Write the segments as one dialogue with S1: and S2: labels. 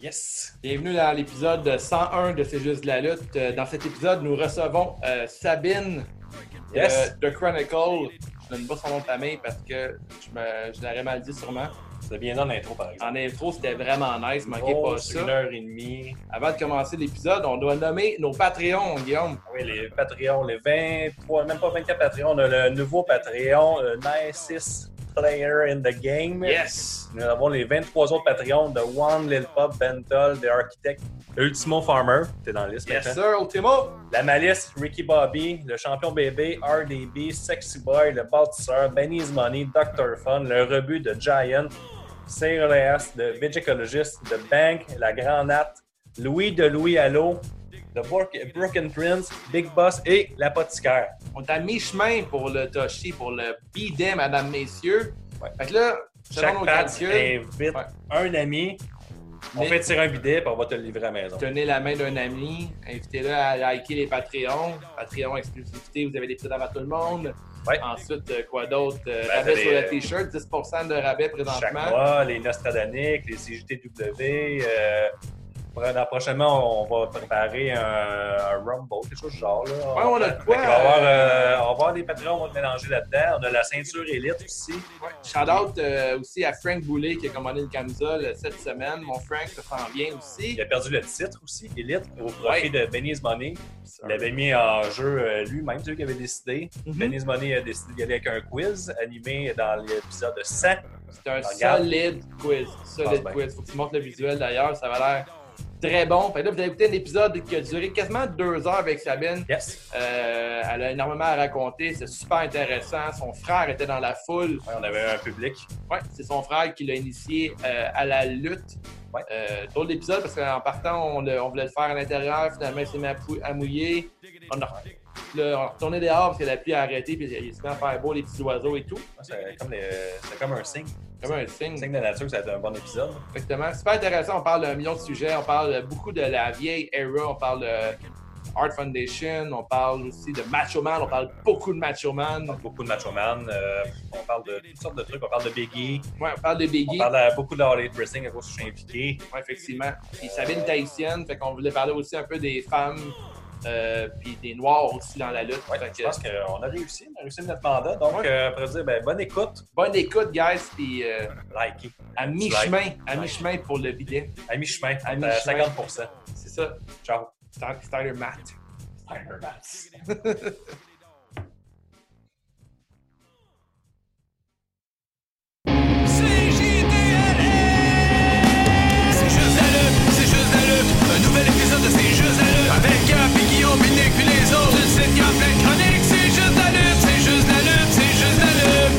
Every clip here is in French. S1: Yes! Bienvenue dans l'épisode 101 de C'est juste de la lutte. Euh, Dans cet épisode, nous recevons euh, Sabine euh,
S2: Yes.
S1: de The Chronicle. Je ne donne pas son nom de famille parce que je, me, je l'aurais mal dit sûrement.
S2: C'était bien dans l'intro, par exemple.
S1: En intro, c'était vraiment nice, manquez
S2: Grosse,
S1: pas ça.
S2: Oh, Une heure et demie.
S1: Avant de commencer l'épisode, on doit nommer nos Patreons, Guillaume.
S2: Ah Oui, les Patreons, les 23, même pas 24 Patreons. On a le nouveau Patreon, le nicest player in the game.
S1: Yes!
S2: Nous avons les 23 autres Patreons de One, Lil Pop, Bentol, The Architect, Ultimo Farmer, t'es dans la liste
S1: Yes,
S2: maintenant.
S1: sir, Ultimo!
S2: La Malice, Ricky Bobby, le champion bébé, RDB, Sexy Boy, le bâtisseur, Benny's Money, Dr. Fun, le rebut de Giant, Cyrileas, de Vigicologist, de Bank, la Grand Nat, Louis de Louis Allo, de Brook- Broken Prince, Big Boss et l'apothicaire.
S1: On est à mi-chemin pour le Toshi, pour le bidet, madame, messieurs.
S2: Ouais.
S1: Fait que là, selon
S2: Chaque
S1: nos
S2: patch
S1: calculs,
S2: invite
S1: Ouais.
S2: un ami. On
S1: Mais-
S2: fait tirer un bidet puis on va te le livrer à la maison.
S1: Tenez la main d'un ami, invitez-le à liker les Patreons. Patreon exclusivité, vous avez des prix à tout le monde.
S2: Ouais.
S1: Ensuite, euh, quoi d'autre? Euh,
S2: Ben,
S1: rabais
S2: t'as
S1: sur
S2: des-
S1: le t-shirt, 10% de rabais
S2: Chaque
S1: présentement.
S2: mois, les Nostradaniques, les CJTW. Euh, dans- prochainement, on va préparer un, un Rumble, quelque chose du genre. Là.
S1: Ouais, on a de quoi,
S2: Fait qu'on va avoir,
S1: euh,
S2: euh, on va avoir des patrons, on va te mélanger là-dedans. On a la ceinture élite aussi.
S1: Shout-out euh, aussi à Frank Boulet qui a commandé une camisole euh, cette semaine. Mon Frank se sent bien aussi.
S2: Il a perdu le titre aussi, élite, au profit
S1: Ouais.
S2: de Benny's Money. Il l'avait mis en jeu euh, lui-même, c'est lui qui avait décidé.
S1: Mhm.
S2: Benny's Money a décidé d'y aller avec un quiz animé dans l'épisode 100.
S1: C'est un
S2: Regarde.
S1: solide quiz.
S2: Pense
S1: Solide
S2: bien.
S1: quiz. Faut que tu montres le visuel d'ailleurs, ça va l'air très bon. Fait que là, vous avez écouté un épisode qui a duré quasiment deux heures avec Sabine.
S2: Yes!
S1: Euh, elle a énormément à raconter, c'est super intéressant. Son frère était dans la foule.
S2: Ouais, on avait un public.
S1: Ouais, c'est son frère qui l'a initié euh, à la lutte.
S2: Ouais.
S1: Euh, drôle d'épisode parce qu'en partant, on, le- on voulait le faire à l'intérieur. Finalement, il s'est mis à, pou- à mouiller. On a, le- on a retourné dehors parce que la pluie a arrêté. Puis il s'est mis à faire beau les petits oiseaux et tout.
S2: Ouais, C'est comme, les- c'est comme un signe.
S1: Comme un
S2: Un
S1: signe.
S2: signe de la nature que ça a été un bon épisode.
S1: Exactement. Super intéressant. On parle d'un million de sujets. On parle beaucoup de la vieille era. On parle de Art Foundation. On parle aussi de Macho Man. On parle beaucoup de Macho Man.
S2: parle beaucoup de Macho Man, euh, on parle de toutes sortes de trucs, on parle de Biggie,
S1: Ouais, on parle de
S2: on
S1: Biggie.
S2: parle euh, beaucoup de la Harley Dressing à cause que je suis impliqué.
S1: Ouais, effectivement. Puis Sabine est haïtienne, fait qu'on voulait parler aussi un peu des femmes euh, puis des noirs aussi dans la lutte.
S2: Ouais,
S1: Fait que,
S2: je pense qu'on a réussi, on a réussi notre mandat. Donc,
S1: Ouais.
S2: euh, après dire, ben, bonne écoute,
S1: bonne écoute, guys, puis euh,
S2: likez.
S1: à
S2: Like.
S1: mi-chemin, à
S2: Like.
S1: mi-chemin pour le bidet.
S2: À mi-chemin, Euh,
S1: À
S2: à
S1: mi-chemin.
S2: 50%.
S1: C'est ça,
S2: Ciao.
S1: Star- Starter Matt.
S3: C'est juste la lutte, c'est juste la lutte, un nouvel épisode de C'est juste la lutte Avec Gap et Guillaume, puis Nick, puis les autres, une sitcom pleine de chroniques C'est juste la lutte, c'est juste la lutte, c'est juste la lutte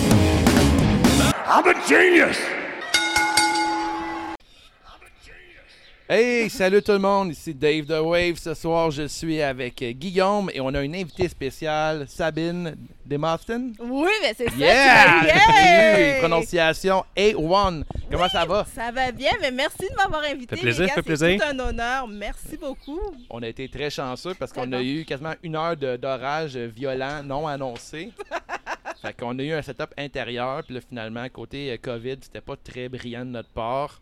S1: Hey, salut tout le monde, ici Dave The Wave. Ce soir, je suis avec euh, Guillaume et on a une invitée spéciale, Sabine Desmartin.
S4: Oui, mais c'est ça.
S1: Yeah!
S4: tu vois, yeah!
S1: Prononciation A1. Comment ça va?
S4: Ça va bien, mais merci de m'avoir invité.
S2: Fait plaisir,
S4: les gars,
S2: fait
S4: c'est
S2: plaisir.
S4: tout un honneur. Merci beaucoup.
S1: On a été très chanceux parce qu'on
S4: Très
S1: a
S4: bon.
S1: eu quasiment une heure de- d'orage violent non annoncé. fait qu'on a eu un setup intérieur. Puis là, finalement, côté euh, COVID, c'était pas très brillant de notre part.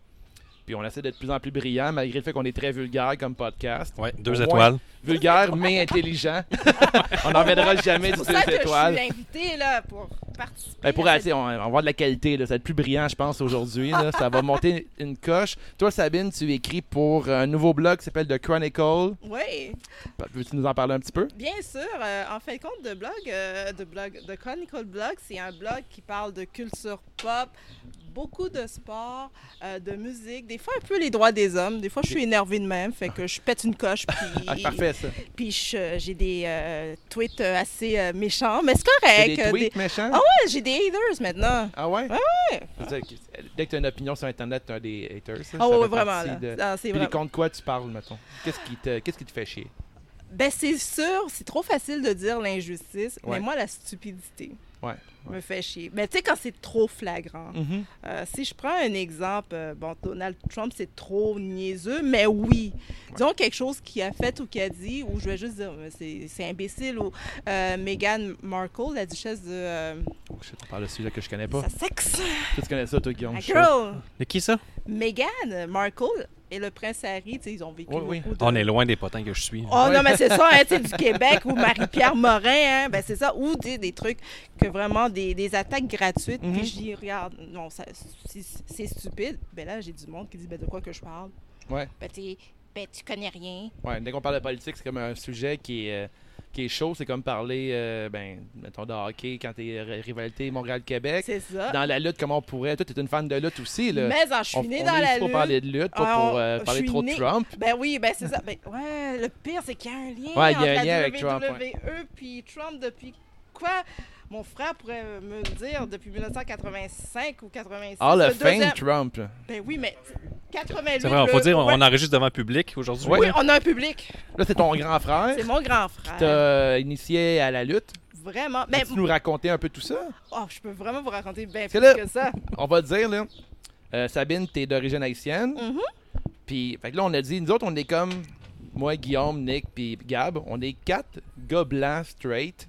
S1: Puis on essaie d'être de plus en plus brillant malgré le fait qu'on est très vulgaire comme podcast.
S5: Ouais, deux
S1: Au moins.
S5: étoiles.
S1: Vulgaire mais intelligent. on n'en viendra jamais du
S4: C'est pour
S1: deux
S4: ça que
S1: étoiles.
S4: je suis invitée là, pour participer.
S1: Ben, pour
S4: à
S1: assez, on, on va avoir de la qualité, là. ça va être plus brillant, je pense, aujourd'hui. là. Ça va monter une coche. Toi, Sabine, tu écris pour un nouveau blog qui s'appelle The Chronicle.
S4: cette- Oui,
S1: Veux-tu nous en parler un petit peu?
S4: bien sûr. euh, en fin de compte, de blog, euh, de blog, de Chronicle Blog, c'est un blog qui parle de culture pop, beaucoup de sport, euh, de musique, des fois un peu les droits des hommes. Des fois, je suis énervée de même, fait que je pète une coche. Puis...
S1: Ah, parfait, ça.
S4: Puis je- j'ai des euh, tweets euh, assez euh, méchants, mais c'est
S1: T'as
S4: correct.
S1: des
S4: euh,
S1: tweets
S4: des-
S1: méchants?
S4: Ah ouais, j'ai des haters maintenant.
S1: Ah ouais?
S4: Ouais, ouais.
S1: C'est-à-dire que Dès que tu as une opinion sur Internet, tu as des haters. ça?
S4: Ah
S1: Ça
S4: ouais,
S1: fait
S4: vraiment
S1: partie
S4: là.
S1: de-
S4: Ah, c'est
S1: Puis
S4: vrai.
S1: contre quoi tu parles, mettons? Qu'est-ce qui te, qu'est-ce qui te fait chier?
S4: Ben c'est sûr, c'est trop facile de dire l'injustice,
S1: Ouais.
S4: mais moi la stupidité.
S1: Ouais,
S4: Me fait chier. Mais tu sais, quand c'est trop flagrant. Euh, si je prends un exemple, euh, bon, Donald Trump, c'est trop niaiseux, mais oui. Disons quelque chose qu'il a fait ou qu'il a dit, ou je vais juste dire, mais c'est c'est imbécile, ou euh, Meghan Markle, la duchesse de euh,
S1: Oh, shit, on parle de sujet que je connais pas.
S4: Sussex. Ah,
S1: Toi, tu connais ça, toi, Guillaume?
S4: La
S1: je suis
S4: girl.
S5: De qui ça?
S4: Meghan Markle, et le prince Harry, tu sais, ils ont vécu
S1: Oui, oui.
S4: beaucoup de...
S5: On est loin des potins que je suis.
S4: Oh
S1: Ah, Ouais.
S4: non, mais c'est ça, hein, tu sais, du Québec ou Marie-Pierre Morin, hein, ben c'est ça, ou tu sais, des trucs que vraiment des, des attaques gratuites,
S1: Mhm.
S4: puis je dis, regarde, non, ça- c'est c'est stupide. Ben là, j'ai du monde qui dit, ben de quoi que je parle?
S1: Ouais.
S4: Ben, tu ben, tu connais rien.
S1: Ouais, dès qu'on parle de politique, c'est comme un sujet qui est, euh, qui est chaud. C'est comme parler, euh, ben, mettons, de hockey quand t'es ri- rivalité Montréal-Québec.
S4: C'est ça.
S1: Dans la lutte, comment on pourrait. Toi, t'es une fan de lutte aussi, là.
S4: Mais en, je suis
S1: on,
S4: née
S1: on
S4: dans
S1: est
S4: la
S1: ici pour
S4: lutte.
S1: parler de lutte, pas
S4: Ah,
S1: pour
S4: on-
S1: euh,
S4: je
S1: parler
S4: suis
S1: trop de
S4: née-
S1: Trump.
S4: Ben oui, ben c'est ça. Ben, ouais, le pire, c'est qu'il y a un lien
S1: Ouais,
S4: entre
S1: il y a un
S4: la
S1: lien
S4: WWE
S1: avec Trump,
S4: puis Trump depuis quoi? Mon frère pourrait me dire depuis 1985 ou 86.
S1: Ah, le
S4: le
S1: fin
S4: deuxième-
S1: de Trump.
S4: Ben oui, mais 88.
S5: C'est vrai, il faut
S4: le-
S5: dire, on,
S4: ouais.
S5: on enregistre devant le public aujourd'hui.
S1: Ouais.
S4: Oui, on a un public.
S1: Là, c'est ton grand frère
S4: C'est mon grand
S1: qui
S4: frère.
S1: t'a initié à la lutte.
S4: Vraiment. Ben,
S1: Peux-tu nous raconter un peu tout ça?
S4: oh, je peux vraiment vous raconter bien
S1: que
S4: plus
S1: là-
S4: que ça.
S1: On va dire, là, euh, Sabine, t'es d'origine haïtienne.
S4: Mhm.
S1: Puis, fait que là, on a dit, nous autres, on est comme moi, Guillaume, Nick, puis Gab. On est quatre gars blancs straight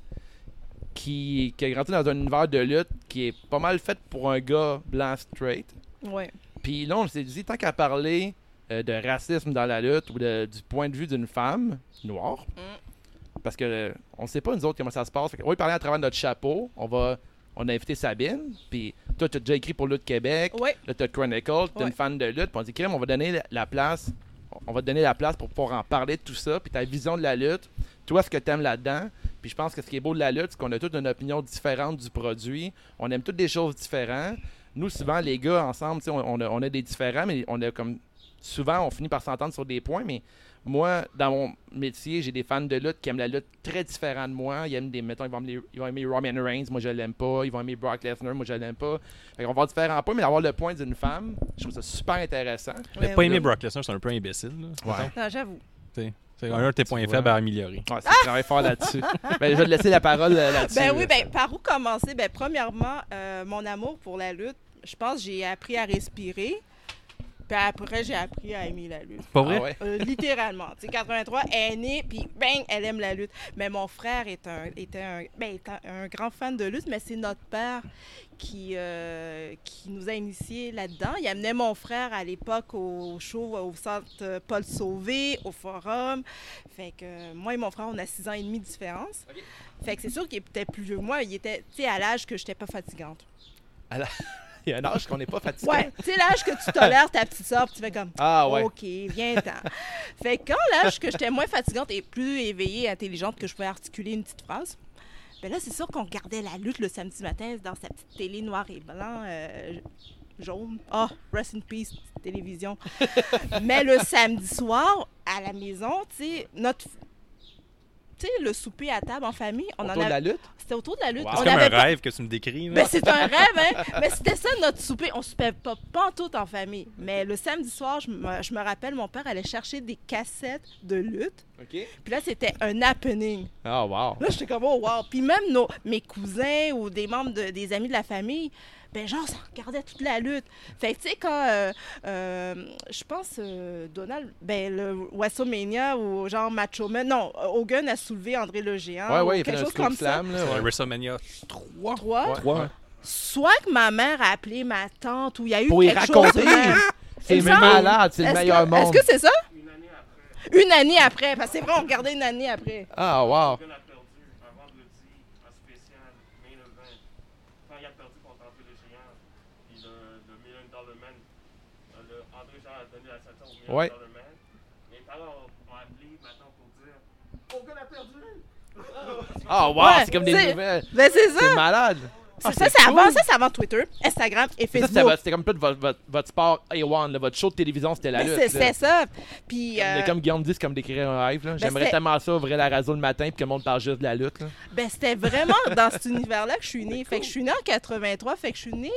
S1: qui, qui a grandi dans un univers de lutte qui est pas mal fait pour un gars blanc straight.
S4: Ouais.
S1: Puis là, on s'est dit, tant qu'à parler euh, de racisme dans la lutte ou de- du point de vue d'une femme noire,
S4: Mm.
S1: parce que euh, on sait pas nous autres comment ça se passe. Fait que, on va y parler à travers notre chapeau. On va, on a invité Sabine. Puis toi, tu as déjà écrit pour Lutte Québec.
S4: Ouais.
S1: Là, t'as Chronicle, t'es
S4: Ouais.
S1: une fan de lutte. Puis on dit, Crème, on va donner la- la place. On va te donner la place pour pouvoir en parler de tout ça. Puis ta vision de la lutte, toi, ce que t'aimes là-dedans. Puis je pense que ce qui est beau de la lutte, c'est qu'on a toutes une opinion différente du produit. On aime toutes des choses différentes. Nous, souvent, les gars, ensemble, tu sais, on, on a, on a des différents, mais on a comme. Souvent, on finit par s'entendre sur des points, mais moi, dans mon métier, j'ai des fans de lutte qui aiment la lutte très différente de moi. Ils aiment des. Mettons, ils vont aimer, ils vont aimer Roman Reigns, moi je l'aime pas. Ils vont aimer Brock Lesnar, moi je l'aime pas. Fait qu'on va avoir différents points, mais avoir le point d'une femme, je trouve ça super intéressant.
S5: Mais
S4: Ouais,
S5: pas
S4: ouais.
S5: aimer Brock Lesnar, c'est un peu imbécile. là.
S1: Ouais.
S4: Non, j'avoue.
S5: T'sais, C'est un de tes points
S1: vois.
S5: faibles à améliorer.
S1: Ouais, c'est travaille fort là-dessus. Ben, je vais te laisser la parole euh, là-dessus.
S4: Ben oui,
S1: là.
S4: ben par où commencer? Ben premièrement, euh, mon amour pour la lutte, je pense que j'ai appris à respirer. Puis après, j'ai appris à aimer la lutte.
S5: Pas
S1: Ah
S5: vrai?
S1: ouais.
S4: Euh, littéralement. Tu sais, 83, elle est née, puis bang, elle aime la lutte. Mais mon frère est un, était, un, ben, est un, un grand fan de lutte, mais c'est notre père qui, euh, qui nous a initiés là-dedans. Il amenait mon frère à l'époque au show au centre Paul Sauvé, au forum. Fait que euh, moi et mon frère, on a six ans et demi de différence. Fait que c'est sûr qu'il était plus vieux que moi. Il était, tu sais, à l'âge que j'étais pas fatigante.
S1: Il y a un âge qu'on n'est pas fatigué.
S4: Ouais, tu sais, l'âge que tu tolères ta petite soeur, puis tu fais comme...
S1: Ah ouais.
S4: OK, viens-t'en. fait que quand l'âge que j'étais moins fatigante et plus éveillée et intelligente que je pouvais articuler une petite phrase, ben là, c'est sûr qu'on regardait la lutte le samedi matin dans sa petite télé noir et blanc, euh, jaune. Ah, rest in peace, petite télévision. Mais le samedi soir, à la maison, tu sais, notre... Tu sais, le souper à table en famille, on
S1: Autour
S4: en
S1: de la
S4: avait...
S1: lutte.
S4: C'était autour de la lutte.
S1: Wow.
S4: On
S5: C'est comme un
S4: avait pas-
S5: rêve que tu me décris. là.
S4: mais c'est un rêve, hein? Mais c'était ça notre souper. On soupait pas pantoute en famille. Mais le samedi soir, je me, je me rappelle, mon père allait chercher des cassettes de lutte.
S1: OK.
S4: Puis là, c'était un happening.
S1: Ah, wow.
S4: Là, j'étais comme, oh wow. Puis même nos, mes cousins ou des membres de- des amis de la famille, ben genre, ça regardait toute la lutte. Fait que, tu sais, quand, euh, euh, je pense, euh, Donald, ben le WrestleMania ou genre Macho Man, non, Hogan a soulevé André le Géant.
S1: Ouais,
S4: ou
S1: ouais, il fait
S4: quelque
S1: un
S4: chose
S1: scoop
S4: comme ça.
S1: slam. Là,
S5: C'est un
S1: ouais.
S5: WrestleMania
S4: Trois.
S5: 3.
S1: Ouais.
S4: Soit que ma mère a appelé ma tante ou il y a eu
S1: Pour y
S4: quelque chose.
S1: raconter.
S4: de-
S1: C'est
S4: Exemple,
S1: malade, c'est le
S4: Est-ce
S1: meilleur
S4: que-
S1: monde.
S4: Est-ce que c'est ça? Une année après. Parce que c'est vrai, on regardait une année après.
S1: Ah, wow.
S6: Hogan a perdu un vendredi en spécial, main event. Quand il a perdu contre André le Géant, puis le, le Million Dollar Man, euh, le André Géant a donné la ceinture au Million
S1: Ouais.
S6: Dollar Man. Mes parents m'ont appelé maintenant pour dire Hogan a perdu!
S1: Ah, wow,
S4: Ouais,
S1: c'est comme des
S4: c'est-
S1: nouvelles.
S4: Ben, c'est
S1: C'est
S4: ça.
S1: malade. Ah,
S4: ça,
S1: c'est
S4: c'est avant,
S1: cool.
S4: ça, c'est avant Twitter, Instagram et
S1: Ça, c'était
S4: Facebook.
S1: votre- c'était comme tout votre, votre, votre sport A1, là, votre show de télévision, c'était la
S4: Ben,
S1: lutte.
S4: c'est-
S1: là.
S4: c'est ça. Puis,
S1: Comme-
S4: euh, Ben,
S1: Comme Guillaume dit, c'est comme d'écrire un rêve. là. J'aimerais
S4: c'est-
S1: tellement ça ouvrir la radio le matin puis que le monde parle juste de la lutte. là.
S4: ben, c'était vraiment dans cet univers-là que je suis née. Fait que je suis née en 83. Fait que je suis née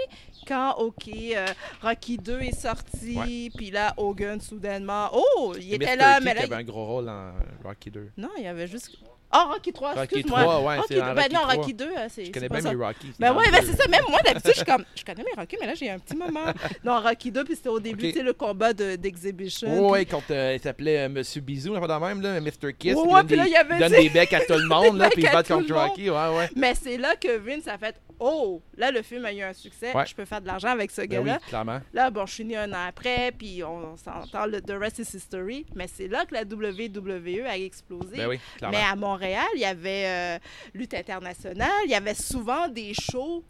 S4: quand, OK, euh, Rocky 2 est sorti. Puis là, Hogan, soudainement, oh, il
S1: Et
S4: était
S1: Mr.
S4: là,
S1: T
S4: mais
S1: qui
S4: là,
S1: avait un gros rôle dans euh, Rocky 2.
S4: Non, il y avait juste. Ah, Rocky 3,
S1: Rocky
S4: excuse-moi.
S1: 3, ouais,
S4: Rocky
S1: c'est dans
S4: deux-
S1: Rocky
S4: ben non,
S1: 3.
S4: Rocky 2, euh, c'est.
S1: Je connais bien
S4: c'est pas ça.
S1: mes Rocky.
S4: Ben ouais, ben c'est ça. Même moi, d'habitude, je suis comme. Je connais mes Rocky, mais là, j'ai un petit moment. Non, Rocky 2, puis c'était au début,
S1: Ok.
S4: tu sais, le combat de- d'Exhibition.
S1: Oh, ouais, quand euh, il s'appelait euh, Monsieur Bisou, on va même, là, Mr. Kiss.
S4: Ouais,
S1: il
S4: ouais,
S1: donne
S4: puis là,
S1: des-
S4: il y avait
S1: il donne
S4: dit-
S1: des becs à tout le monde, là,
S4: des
S1: puis il
S4: becs à
S1: bat
S4: tout le
S1: contre
S4: monde.
S1: Rocky. Ouais, ouais.
S4: puis- Mais c'est là que Vince a fait Oh, là, le film a eu un succès.
S1: Ouais.
S4: Je peux faire de l'argent avec ce
S1: Ben oui,
S4: gars-là.
S1: clairement.
S4: Là, bon, je suis né un an après, puis on, s'entend, le The Rest is History. Mais c'est là que la WWE a explosé.
S1: Ben oui, clairement.
S4: Mais à Montréal, il y avait euh, lutte internationale, il y avait souvent des shows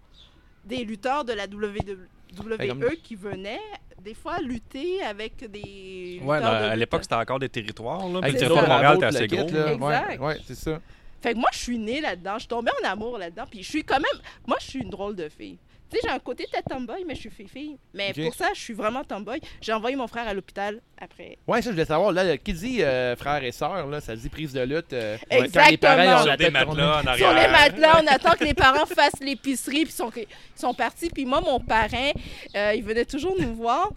S4: des lutteurs de la WWE
S1: Ben, comme-
S4: qui venaient des fois lutter avec des lutteurs
S5: Ouais, dans-
S4: de
S5: à
S4: lutte.
S5: l'époque, c'était encore des territoires. Là, puis
S1: Avec
S5: le
S4: c'est
S5: territoire de
S4: ça.
S5: Montréal, t'es
S1: Bravo,
S5: assez
S1: le
S5: gros.
S1: kit, là. Ouais,
S4: Exact.
S1: ouais, c'est ça.
S4: Fait que moi je suis née là-dedans, je suis tombée en amour là-dedans, puis je suis quand même moi je suis une drôle de fille. Tu sais, j'ai un côté peut-être tomboy, mais je suis fille-fille. Mais
S1: Ok.
S4: pour ça, je suis vraiment tomboy. J'ai envoyé mon frère à l'hôpital après.
S1: Ouais, ça, je voulais savoir. Là, le- qui dit euh, frère et sœur, là, ça dit prise de lutte. euh, Quand les
S4: Exactement.
S1: parents ils ont
S5: Sur
S1: la
S5: des
S1: tête tournée.
S5: matelas en
S4: Sur les
S5: arrière.
S4: matelas, on attend que les parents fassent l'épicerie, puis sont, ils sont partis. Puis moi, mon parrain, euh, il venait toujours nous voir,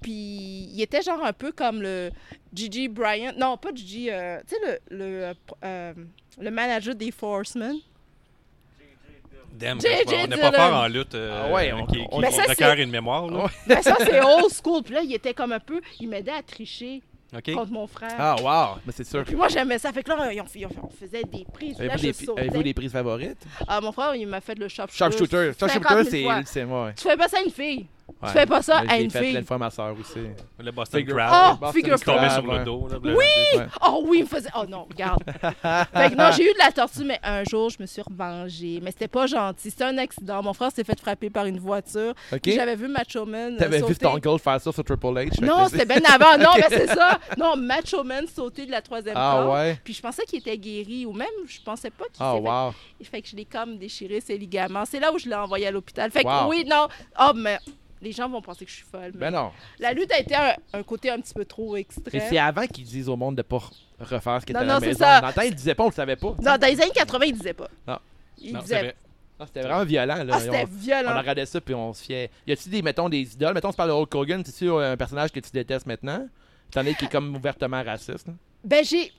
S4: puis il était genre un peu comme le Gigi Bryant. Non, pas Gigi, euh, tu sais, le, le, euh, pr- euh, le manager des Forcemen.
S5: Damn,
S4: J.J.
S5: on n'est pas
S4: Dylan.
S5: peur en lutte. euh,
S1: Ah ouais, on-
S5: qui, qui,
S1: on-
S4: Mais
S5: qui
S4: ça,
S5: requiert
S4: c'est-
S5: une mémoire.
S1: Ah
S5: Là.
S1: ouais.
S4: Ben ça, c'est old school. Puis là, il était comme un peu, il m'aidait à tricher
S1: Oh,
S5: OK.
S4: contre mon frère.
S1: Ah, wow. Mais c'est sûr.
S4: Puis moi, j'aimais ça. Fait que là, on, on- on faisait des prises. Puis Là,
S1: Avez-vous
S4: je
S1: des,
S4: sautais.
S1: avez-vous des prises favorites?
S4: Ah, mon frère, il m'a fait le sharpshooter.
S1: Sharpshooter. Sharpshooter,
S4: 50 000
S1: c'est.
S4: fois.
S1: c'est- ouais.
S4: Tu fais pas ça à une fille.
S1: Ouais.
S4: Tu fais pas ça
S1: Mais
S4: à
S1: je l'ai
S4: une
S1: fait plein
S4: fille.
S1: de fois à ma sœur aussi.
S5: Le Boston
S1: Figure- Oh.
S5: Crab.
S4: Ah!
S1: Boston
S4: figure
S5: qui tombait
S1: Crab,
S5: sur
S1: ouais.
S5: le dos. Là, oui!
S1: Ouais.
S4: Oh oui, il me faisait. Oh non, regarde. fait que non, j'ai eu de la tortue, mais un jour, je me suis revengée. Mais c'était pas gentil. C'était un accident. Mon frère s'est fait frapper par une voiture.
S1: Ok.
S4: J'avais vu Macho Man. euh,
S1: T'avais vu
S4: sauter.
S1: Stone Cold faire ça sur Triple H? fait
S4: Non,
S1: que-
S4: c'était bien avant. Non, mais c'est ça. Non, Macho Man sauter de la troisième
S1: Ah
S4: corde.
S1: ouais?
S4: Puis je pensais qu'il était guéri ou même je pensais pas qu'il
S1: Ah,
S4: s'est fait-
S1: wow.
S4: fait... que je l'ai comme déchiré ses ligaments. C'est là où je l'ai envoyé à l'hôpital. Fait que
S1: Wow.
S4: oui, non. Oh, mais les gens vont penser que je suis folle.
S1: Ben
S4: mais
S1: non.
S4: La lutte a été un, un côté un petit peu trop
S1: Et
S4: extrême.
S1: c'est avant qu'ils disent au monde de pas refaire ce qui était
S4: Non,
S1: à la
S4: non, c'est
S1: maison.
S4: ça.
S1: Dans le temps, ils disaient pas, on le savait pas.
S4: Non, dans les années 80, ils disaient pas.
S1: Non.
S4: Ils
S5: Non, c'est
S4: disaient
S5: vrai.
S1: Ah, c'était vraiment violent. Là.
S4: Ah, c'était
S1: on, on
S4: violent.
S1: regardait ça puis on se fiait. Y a-tu des, mettons, des idoles? Mettons, on se parle de Hulk Hogan. C'est-tu un personnage que tu détestes maintenant? T'en es qui est comme ouvertement raciste. hein? là.
S4: Ben, j'ai.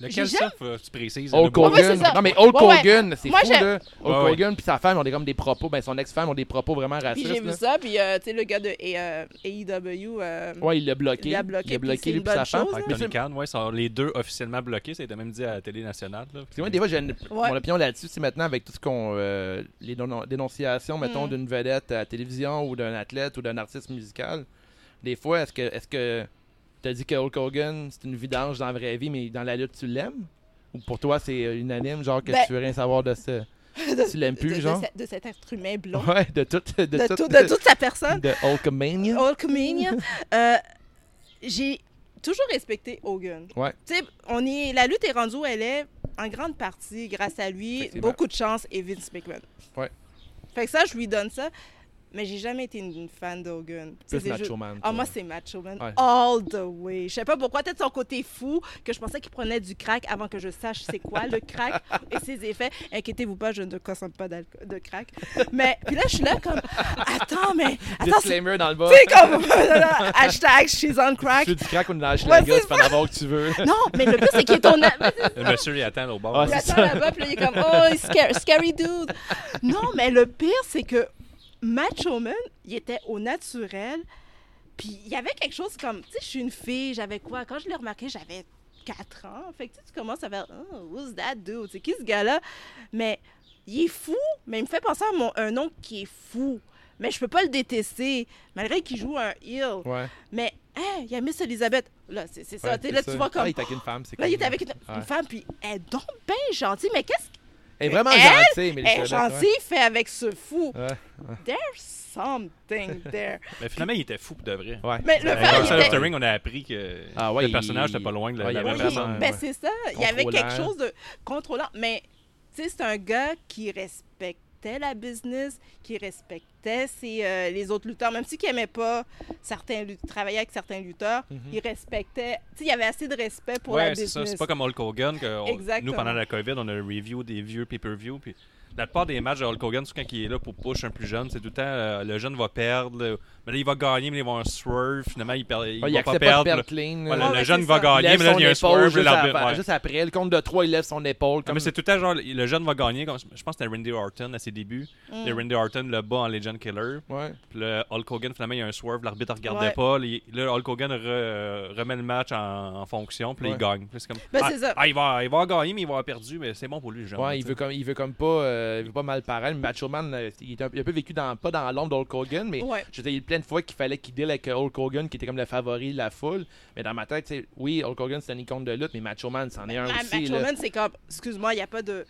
S5: Lequel
S4: J'ai
S5: ça, faut- tu précises?
S1: Hulk
S5: là,
S4: ouais, c'est
S1: Hogan.
S4: ça.
S1: Non, mais Hulk
S4: Ouais, ouais.
S1: Hogan, c'est
S4: Moi,
S1: fou,
S4: j'ai-
S1: là. Hulk
S5: Ouais, ouais.
S1: Hogan puis sa femme ont des, comme des propos. Ben, son ex-femme ont des propos vraiment
S4: Puis
S1: racistes.
S4: j'ai vu
S1: là.
S4: ça, puis euh, tu sais, le gars de A- euh, AEW. euh,
S1: Ouais, il l'a bloqué.
S4: Il l'a bloqué,
S1: Il l'a
S4: puis c'est
S1: bloqué, lui
S4: une
S1: puis sa
S4: bonne
S1: femme.
S4: chose,
S5: Avec
S1: Mais
S5: Tony
S1: c'est-
S5: Khan, ouais, sont les deux officiellement bloqués. Ça a été même dit à la télé nationale. Là.
S1: Puis moi, des fois, j'ai une- mon opinion là-dessus, c'est maintenant avec tout ce qu'on. euh, les dono- dénonciations, mettons,
S4: Mm.
S1: d'une vedette à la télévision ou d'un athlète ou d'un artiste musical. Des fois, est-ce que. Est-ce que. T'as dit que Hulk Hogan, c'est une vidange dans la vraie vie, mais dans la lutte, tu l'aimes Ou pour toi, c'est euh, unanime, genre que
S4: Ben-
S1: tu veux rien savoir de ce.
S4: de-
S1: Tu l'aimes
S4: de-
S1: plus,
S4: de,
S1: genre?
S4: ce- de cet être humain blond.
S1: Ouais, de tout. De,
S4: De,
S1: tout,
S4: tout- hein? de toute sa personne.
S1: de Hulkamania.
S4: Hulkamania. Euh, j'ai toujours respecté Hogan.
S1: Ouais.
S4: Tu sais, on est, la lutte est rendue où elle est en grande partie grâce à lui,
S1: Effectivement.
S4: beaucoup de chance et Vince McMahon.
S1: Ouais.
S4: Fait que ça, je lui donne ça. Mais j'ai jamais été une fan d'Hogan. Tu sais,
S1: Plus
S4: c'est
S1: Macho
S4: juste-
S1: Man.
S4: Ah,
S1: toi.
S4: moi, c'est Macho Man.
S1: Ouais.
S4: All the way. Je sais pas pourquoi, peut-être son côté fou, que je pensais qu'il prenait du crack avant que je sache c'est quoi le crack et ses effets. Inquiétez-vous pas, je ne consomme pas d'alco- de crack. Mais, puis là, je suis là comme, attends, mais, attends, Ah, c'est
S1: Disclaimer dans le bas.
S4: tu sais, comme hashtag she's on crack.
S1: Tu veux du crack ou de la
S4: Ouais,
S1: schlaga,
S4: c'est
S1: tu peux en avoir que tu veux.
S4: Non, mais le plus, c'est qu'il est ton. Il
S5: Le monsieur, il attend au bord.
S1: Ah,
S5: là.
S1: c'est
S4: attend là-bas, puis là, il est comme, oh, scary, scary dude. Non, mais le pire, c'est que Macho Man, il était au naturel. Puis il y avait quelque chose comme, tu sais, je suis une fille, j'avais quoi? Quand je l'ai remarqué, j'avais 4 ans. Fait que tu sais, tu commences à faire, oh, who's that dude? C'est qui ce gars-là? Mais il est fou, mais il me fait penser à mon, un oncle qui est fou. Mais je peux pas le détester, malgré qu'il joue un heel.
S1: Ouais.
S4: Mais, hein, il y a Miss Elizabeth. Là, c'est c'est ça.
S1: ouais,
S4: T'sais,
S1: c'est
S4: là,
S1: ça.
S4: tu vois comme.
S1: Ah, il était avec une femme, c'est
S4: Là, il
S1: cool.
S4: était avec une, une
S1: Ouais.
S4: femme, puis elle est donc bien gentille. Mais qu'est-ce
S1: Elle est vraiment
S4: Elle
S1: gentille, mais
S4: qu'elle est gentille fait avec ce fou?
S1: Ouais.
S4: There's something there.
S5: Mais finalement, il était fou pour de vrai.
S1: Ouais.
S4: Mais le
S5: Dans
S4: frère,
S5: Side of
S4: il
S5: the
S4: était.
S5: Ring, on a appris que
S1: Ah ouais,
S5: le personnage
S1: il-
S5: n'était pas loin de la,
S1: Ouais, il
S5: la
S1: y
S5: vraie
S1: avait
S4: Oui,
S5: personne.
S4: ben
S1: ouais.
S4: c'est ça. Il y avait quelque
S1: Contrôlant.
S4: chose de contrôlant. Mais, tu sais, c'est un gars qui respectait la business, qui respectait ses, euh, les autres lutteurs, même s'il n'aimait pas certains lutteurs, travailler avec certains lutteurs,
S1: Mm-hmm.
S4: il respectait, tu sais, il y avait assez de respect pour la
S5: Ouais, c'est
S4: business.
S5: ça. C'est pas comme Hulk Hogan. Que on-
S4: Exactement.
S5: nous, pendant la COVID, on a review des vieux pay-per-view. Puis la plupart des matchs de Hulk Hogan, surtout quand il est là pour push un plus jeune, c'est tout le temps euh, le jeune va perdre. là, Mais là, il va gagner, mais ils vont un swerve. Finalement, il, perd, il
S1: Ah, il
S5: va pas
S1: accepte pas de
S5: perdre.
S1: perdre clean.
S5: Voilà,
S1: là.
S4: Ouais,
S5: le
S4: mais
S5: jeune
S4: c'est
S5: va
S4: ça.
S1: Il
S5: gagner,
S1: lève
S5: mais là,
S1: son
S5: il y a un
S1: épaule
S5: swerve.
S1: juste,
S5: l'arbitre-
S1: avant-
S5: ouais.
S1: juste après. Le compte de 3, il lève son épaule.
S5: Ah,
S1: Comme...
S5: mais c'est tout à genre, le jeune va gagner. comme- je pense que c'était Randy Orton à ses débuts.
S4: Mm.
S5: Et Randy Orton le bat en Legend Killer.
S1: Ouais.
S5: Puis le Hulk Hogan, finalement, il y a un swerve, l'arbitre ne regardait
S4: Ouais.
S5: pas. les- Là, Hulk Hogan re- euh, remet le match en, en fonction, puis là,
S1: Ouais.
S5: il gagne. Puis c'est comme,
S4: Ben,
S5: ah,
S4: c'est ça.
S5: ah, il, va, il va gagner, mais il va avoir perdu, mais c'est bon pour lui, le jeune.
S1: Ouais, il
S5: tu
S1: veut
S5: sais.
S1: comme il veut comme pas euh, il veut pas mal paraître. Mais Macho Man, euh, il, est un, il a un peu vécu dans pas dans l'ombre d'Hulk Hogan, mais
S4: Ouais.
S1: je veux dire, il y a eu plein de fois qu'il fallait qu'il deal avec euh, Hulk Hogan qui était comme le favori de la foule. Mais dans ma tête, tu sais, oui, Hulk Hogan c'est un icône de lutte, mais Macho Man c'en est un
S4: Ah,
S1: aussi.
S4: Macho
S1: là.
S4: Man, c'est comme, excuse-moi, il n'y a pas de.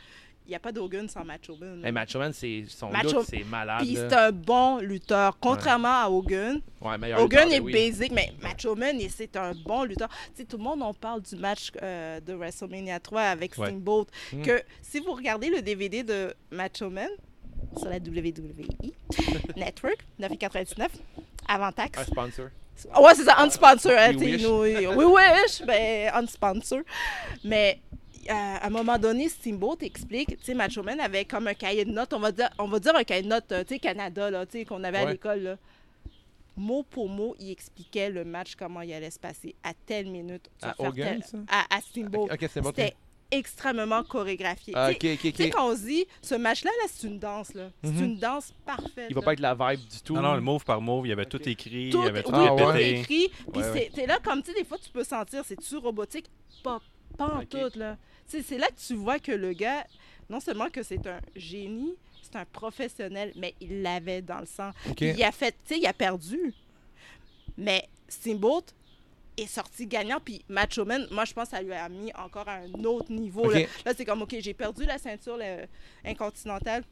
S4: Il n'y a pas d'Hogan sans Macho Man. là.
S1: Hey, Macho Man, c'est son
S4: Macho-
S1: look, c'est malade.
S4: Puis
S1: là.
S4: c'est un bon lutteur, contrairement à Hogan.
S1: Ouais, meilleur
S4: Hogan
S1: lutteur,
S4: est
S1: ben oui.
S4: basic, mais Macho Man, il- c'est un bon lutteur. Tu sais, tout le monde en parle du match euh, de WrestleMania 3 avec
S5: Ouais.
S4: Steamboat.
S1: Mm.
S4: Que si vous regardez le DVD de Macho Man sur la WWE Network, 9,99, avant taxe.
S1: Un sponsor.
S4: Ouais, c'est ça, unsponsor. Hein,
S1: We
S4: t'sais,
S1: wish.
S4: nous- we wish, mais unsponsor. Mais euh, à un moment donné, Steamboat explique, tu sais, Macho Man avait comme un cahier de notes, on va dire, on va dire un cahier de notes, euh, tu sais, Canada, là, tu sais, qu'on avait à
S1: Ouais.
S4: l'école, là. Mot pour mot, il expliquait le match, comment il allait se passer, à telle minute. tu
S1: À
S4: vas faire
S1: Hogan,
S4: telle-
S1: ça?
S4: À, à Steamboat.
S1: Ok, c'est bon.
S4: C'était extrêmement chorégraphié.
S1: Ah,
S4: Tu sais-
S1: ok, ok, ok.
S4: Tu sais, quand on se dit, ce match-là, là, c'est une danse, là. C'est
S1: Mhm.
S4: une danse parfaite.
S1: Il va
S4: là.
S1: pas être la vibe du tout.
S5: Ah Non, non, le move par move, il y avait tout écrit,
S4: Tout,
S5: il y avait
S4: oui,
S5: tout
S1: Ah,
S4: tout
S1: ouais.
S4: est écrit. Puis
S5: Ouais,
S4: c'est- t'es là comme, tu sais, des fois, tu peux sentir, c'est-tu robotique? Pas, pas en
S1: Ok.
S4: tout, là. Tu sais, c'est là que tu vois que le gars, non seulement que c'est un génie, c'est un professionnel, mais il l'avait dans le sang.
S1: Ok.
S4: Puis Il a fait, tu sais, il a perdu. Mais Steamboat est sorti gagnant, puis Macho Man, moi, je pense que ça lui a mis encore à un autre niveau.
S1: Ok.
S4: Là, Là, c'est comme, OK, j'ai perdu la ceinture là, incontinentale.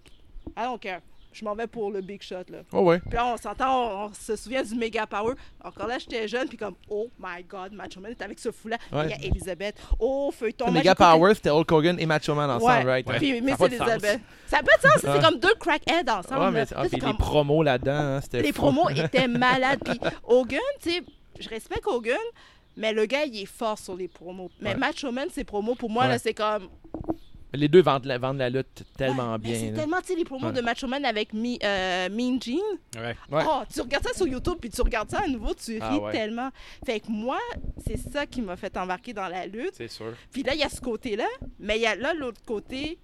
S4: Ah, donc, euh, je m'en vais pour le big shot, là.
S1: Oh ouais.
S4: Puis là, on s'entend, on, on se souvient du Mega Power. Encore là, j'étais jeune, puis comme, oh my god, Macho Man est avec ce fou-là.
S1: Ouais.
S4: Il y a Elisabeth. Oh, feuilleton.
S1: Le
S4: Moi,
S1: méga
S4: j'écoutais-
S1: Power, c'était Hulk Hogan et Macho Man
S4: Ouais.
S1: ensemble, right?
S4: Puis
S1: Ça a
S4: Miss
S1: pas de sens.
S4: Elisabeth. Ça n'a pas de sens,
S1: Ouais.
S4: c'est comme deux crackheads ensemble.
S1: Ouais, mais
S4: là.
S1: ah,
S4: Là,
S1: puis
S4: c'est
S1: les
S4: comme-
S1: promos là-dedans, hein, c'était
S4: les
S1: fou.
S4: promos étaient malades. Puis Hogan, tu sais, je respecte Hogan, mais le gars, il est fort sur les promos. Mais
S1: Ouais.
S4: Macho Man, ses promos, pour moi,
S1: Ouais.
S4: là, c'est comme.
S1: Les deux vendent la, vendent la lutte tellement
S4: Ouais, mais
S1: bien.
S4: C'est
S1: là.
S4: tellement, tu sais, les promos
S1: Ouais.
S4: de Macho Man avec Mi- euh, Mean Jean.
S5: Ouais.
S1: Ouais.
S4: Oh, tu regardes ça sur YouTube, puis tu regardes ça à nouveau, tu ris
S1: Ah ouais.
S4: tellement. Fait que moi, c'est ça qui m'a fait embarquer dans la lutte.
S1: C'est sûr.
S4: Puis là, il y a ce côté-là, mais il y a là l'autre côté,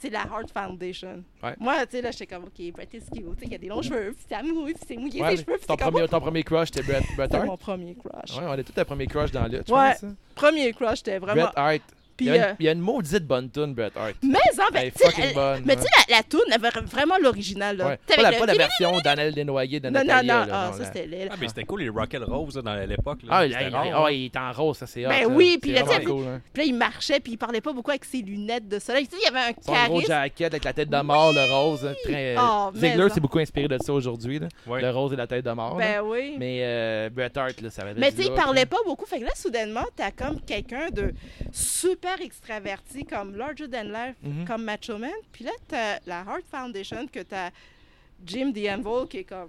S4: c'est la Heart Foundation.
S1: Ouais.
S4: Moi, tu sais, là, j'étais comme, OK, Brett is cute. Tu sais, il y a des longs cheveux, puis ça mouille, puis c'est mouillé
S1: Ouais,
S4: ses cheveux, puis
S1: ton,
S4: c'est comme,
S1: premier, ton premier crush, c'était Bret, Bret
S4: c'est
S1: Hart.
S4: mon premier crush.
S1: Ouais, on est tous un premier crush dans la lutte, je
S4: Ouais.
S1: pense, hein.
S4: Premier crush, j'étais vraiment...
S1: Bret Hart. Il
S4: Puis,
S1: y, a une,
S4: euh,
S1: il y a une maudite bonne tune, Bret Hart.
S4: mais, en
S1: Elle est
S4: fait, tu sais,
S1: fucking
S4: elle-
S1: bonne,
S4: mais
S1: ouais.
S4: tu sais, la, la toune, elle avait vraiment l'original, là.
S1: Ouais.
S4: Tu sais,
S1: Pas, la,
S4: avec euh,
S1: pas
S4: le-
S1: la version d'Annelle Desnoyers de
S4: Non, non,
S1: Natalia.
S4: non,
S1: là,
S4: ah,
S1: non,
S4: ça,
S1: la-
S4: c'était laid, là.
S5: Ah, mais c'était cool, les Rocket Rose, là, dans l'époque. là.
S1: Ah, il,
S5: C'était
S1: il-
S5: rare.
S1: ah, il est en rose, ça, c'est hot.
S4: Ben
S1: là.
S4: oui, puis
S1: C'est
S4: là, tu sais,
S1: vraiment cool, hein.
S4: Puis là, il marchait, puis il parlait pas beaucoup avec ses lunettes de soleil. Tu sais, il y avait un
S1: Son gros
S4: charisme.
S1: jacket avec la tête de mort, le rose. hein, Très...
S4: Oh, mais
S1: Ziggler
S4: non.
S1: s'est beaucoup inspiré de ça aujourd'hui. là.
S5: Ouais.
S1: Le rose et la tête de mort. là.
S4: Ben oui. Mais,
S1: Mais euh, Bret Hart, là, ça avait
S4: tu sais, il
S1: hein.
S4: parlait pas beaucoup. Fait que là, soudainement, t'as comme quelqu'un de super extraverti, comme Larger Than Life,
S1: Mhm.
S4: comme Macho Man. Puis là, t'as la Heart Foundation, que t'as Jim D'Anvil, qui est comme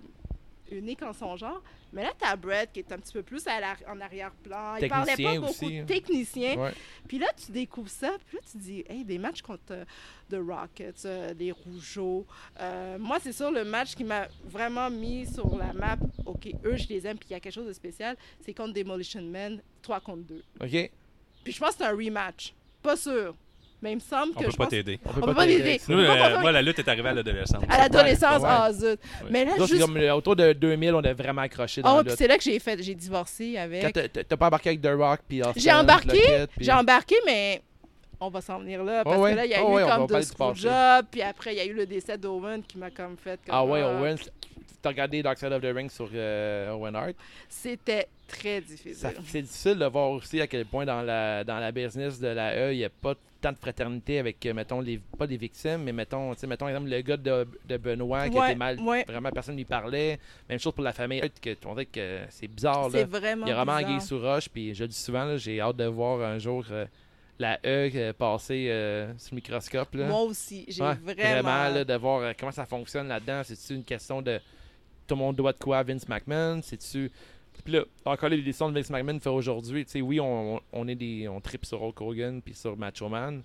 S4: unique en son genre. Mais là, t'as Brett, qui est un petit peu plus à la- en arrière-plan. Il parlait pas
S1: Technicien
S4: beaucoup.
S1: aussi, hein.
S4: Technicien.
S1: Ouais.
S4: Puis là, tu découvres ça, puis là, tu dis, hey, des matchs contre euh, The Rockets, euh, les Rougeaux. Euh, moi, c'est sûr, le match qui m'a vraiment mis sur la map, OK, eux, je les aime, puis il y a quelque chose de spécial, c'est contre Demolition Man, 3 contre 2.
S1: Ok.
S4: Puis je pense que c'est un rematch. Pas sûr. Mais il me semble
S5: On
S4: que
S5: peut
S4: je
S5: pas
S4: pense-
S5: t'aider.
S1: On
S4: On
S1: peut
S4: peut
S1: pas
S4: pas
S1: t'aider.
S4: l'aider.
S5: Nous,
S4: On peut pas
S5: euh,
S4: faire-
S5: moi, la lutte est arrivée à l'adolescence.
S4: À l'adolescence,
S1: Ouais.
S4: ah zut. Mais là,
S1: Nous autres, c'est
S4: juste...
S1: comme le- autour de 2000, on a vraiment accroché dans
S4: Ah,
S1: la
S4: ouais, puis
S1: lutte.
S4: c'est là que j'ai fait, j'ai divorcé
S1: Quand
S4: avec...
S1: t'as- t'as t'as pas embarqué avec The Rock puis Austin,
S4: J'ai embarqué,
S1: Rocket, euh, puis- Ah
S4: J'ai embarqué, mais on va s'en venir là. Parce
S1: Ouais,
S4: que là, il y a
S1: ouais. Ouais,
S4: eu
S1: ouais, on va
S4: comme
S1: parler
S4: deux
S1: du passé.
S4: screwjobs, puis après, il y a eu le décès d'Owen qui m'a comme fait. Comme,
S1: Ah ouais,
S4: ah,
S1: Owen, t'as regardé Dark Side of the Ring sur euh, Owen Hart.
S4: C'était très difficile.
S1: Ça- C'est difficile de voir aussi à quel point dans la, dans la business de la E, il n'y a pas tant de fraternité avec, euh, mettons, les, pas les victimes, mais mettons, tu sais, mettons exemple, le gars de, de Benoît qui
S4: Ouais,
S1: était mal.
S4: ouais.
S1: Vraiment, personne ne lui parlait. Même chose pour la famille Hart, que, on dirait que c'est bizarre.
S4: C'est
S1: Là.
S4: vraiment.
S1: Il y a vraiment
S4: bizarre.
S1: Guy sous roche, puis je le dis souvent, là, j'ai hâte de voir un jour euh, la E euh, passer euh, sous le microscope. Là.
S4: Moi aussi, j'ai
S1: Ouais,
S4: vraiment.
S1: là, de voir euh, comment ça fonctionne là-dedans. C'est-tu une question de tout le monde doit de quoi à Vince McMahon C'est-tu. Puis là, encore les décisions de Vince McMahon fait aujourd'hui. Tu sais, oui, on, on est des. On tripe sur Hulk Hogan puis sur Macho Man.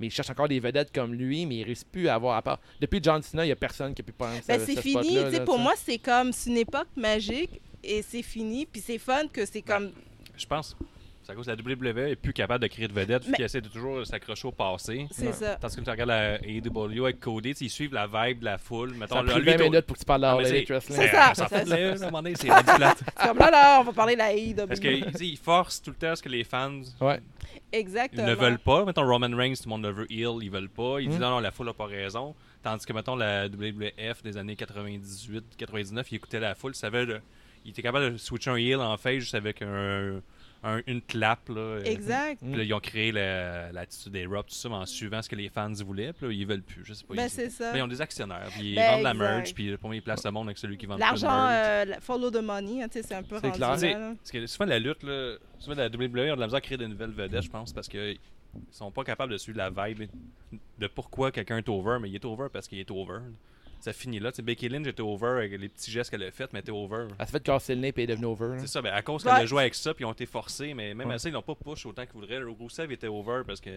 S1: Mais il cherche encore des vedettes comme lui, mais il réussit plus à avoir à part. Depuis John Cena, il n'y a personne qui a pu prendre
S4: Ben,
S1: ce-
S4: c'est
S1: ce
S4: fini.
S1: spot-là,
S4: tu sais,
S1: là,
S4: pour
S1: tu
S4: moi, c'est comme, c'est une époque magique et c'est fini. Puis c'est fun que c'est comme.
S5: Je pense. C'est à cause de la WWE est plus capable de créer de vedettes,
S4: Mais-
S5: qui essaie de toujours s'accrocher au passé.
S4: C'est
S1: Ouais.
S4: ça.
S5: Tandis que tu regardes la AEW avec Cody, tu sais, ils suivent la vibe de la foule. Mettons,
S1: Ça a
S5: là,
S1: pris
S5: lui,
S1: 20
S5: t'as-
S1: minutes pour que tu parles de
S5: Ah,
S1: Harley
S5: mais
S1: Race
S5: c'est-
S1: Wrestling.
S4: C'est
S5: Eh,
S4: ça,
S5: on s'en
S4: ça,
S5: fout de
S4: ça,
S5: la-
S4: ça.
S5: à un moment donné, c'est rendu plate.
S4: C'est comme là, là, on va parler de la E AEW.
S5: Parce qu'ils forcent tout le temps ce que les fans
S1: Ouais.
S4: Exactement.
S5: ils ne veulent pas. Mettons Roman Reigns, tout le monde le veut heel, ils veulent pas. Ils
S1: Mm.
S5: disent ah non, non, la foule n'a pas raison. Tandis que, mettons, la WWF des années 98-99, ils écoutaient la foule, ils savaient le- ils étaient capables de switcher un heel en face juste avec un, un- une clap. Là.
S4: Exact.
S5: Puis là, ils ont créé la- l'attitude des Rops, tout ça, mais en suivant ce que les fans voulaient. Puis là, ils veulent plus. Je sais pas.
S4: Ben,
S5: ils-
S4: c'est ça.
S5: Mais ils ont des actionnaires. Puis ils
S4: Ben,
S5: vendent la
S4: exact.
S5: merch. Puis pour moi, ils placent le monde avec celui qui vend le plus de
S4: L'argent,
S5: merch.
S4: euh, la- follow the money, hein, tu sais, c'est un peu
S1: C'est
S4: rendu
S1: clair.
S4: là,
S5: Tu sais,
S4: là.
S5: Parce que souvent, la lutte, là, souvent, la WWE a de la misère à créer de nouvelles vedettes, je pense, parce qu'ils sont pas capables de suivre la vibe de pourquoi quelqu'un est over, mais il est over parce qu'il est over. Ça finit là. Tu sais, Becky Lynch était over avec les petits gestes qu'elle a fait, mais était over.
S1: Elle s'est fait casser le nez puis elle est devenue over. là.
S5: C'est ça, ben, à cause
S4: Ouais.
S5: qu'elle a joué avec ça, puis ils ont été forcés, mais même à ça, ils n'ont pas push autant qu'ils voudraient. Le Rousseff était over parce que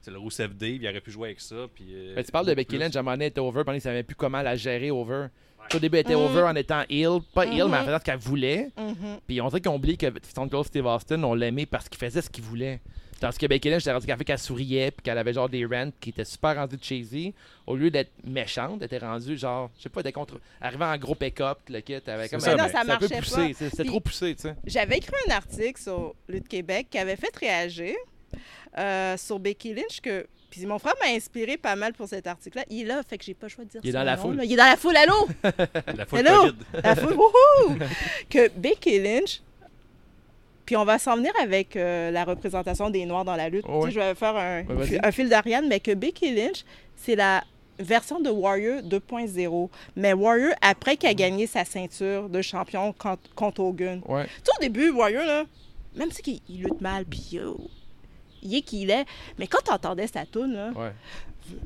S5: c'est le Rousseff Day, il aurait pu jouer avec ça. Puis, euh,
S1: Mais Ben, tu parles de Becky
S5: plus.
S1: Lynch, à un moment donné, elle était over pendant qu'il savait plus comment la gérer over. Au début, elle était
S4: Mm.
S1: over en étant ill, pas ill,
S4: Mm-hmm.
S1: mais en faisant ce qu'elle voulait. Puis on dirait qu'on oublie que Stone Cold Steve Austin, on l'aimait parce qu'il faisait ce qu'il voulait. Tandis que Becky Lynch, j'ai rendu qu'elle fait qu'elle souriait, puis qu'elle avait genre des rants qui étaient super rendus cheesy. Au lieu d'être méchante, elle était rendue genre, je sais pas, des contre. Arrivant en gros pick-up, le kit, avec comme
S5: ça, Mais non,
S4: ça
S1: c'est un peu
S4: marchait
S1: poussé,
S4: pas.
S1: c'est- c'est
S4: Puis-
S1: trop poussé, tu sais.
S4: J'avais écrit un article sur Lutte Québec qui avait fait réagir euh, sur Becky Lynch que. Puis mon frère m'a inspiré pas mal pour cet article-là. Il est là, fait que j'ai pas le choix de dire
S1: Il est
S4: son
S1: dans la
S4: nom,
S1: foule.
S4: là. Il est dans la foule, allô?
S5: La foule
S4: Hello!
S5: COVID.
S4: La foule, wouhou! Que Becky Lynch. Puis on va s'en venir avec euh, la représentation des Noirs dans la lutte.
S1: Oh ouais.
S4: Tu sais, Je vais faire un,
S1: Ouais, vas-y.
S4: un fil d'Ariane, mais que Becky Lynch, c'est la version de Warrior 2.0. Mais Warrior, après qu'elle a gagné sa ceinture de champion contre, contre Hogan.
S1: Ouais.
S4: Tu sais, au début, Warrior, là, même si qu'il il lutte mal, puis euh, il est qu'il est, mais quand t'entendais sa toune, là,
S1: Ouais.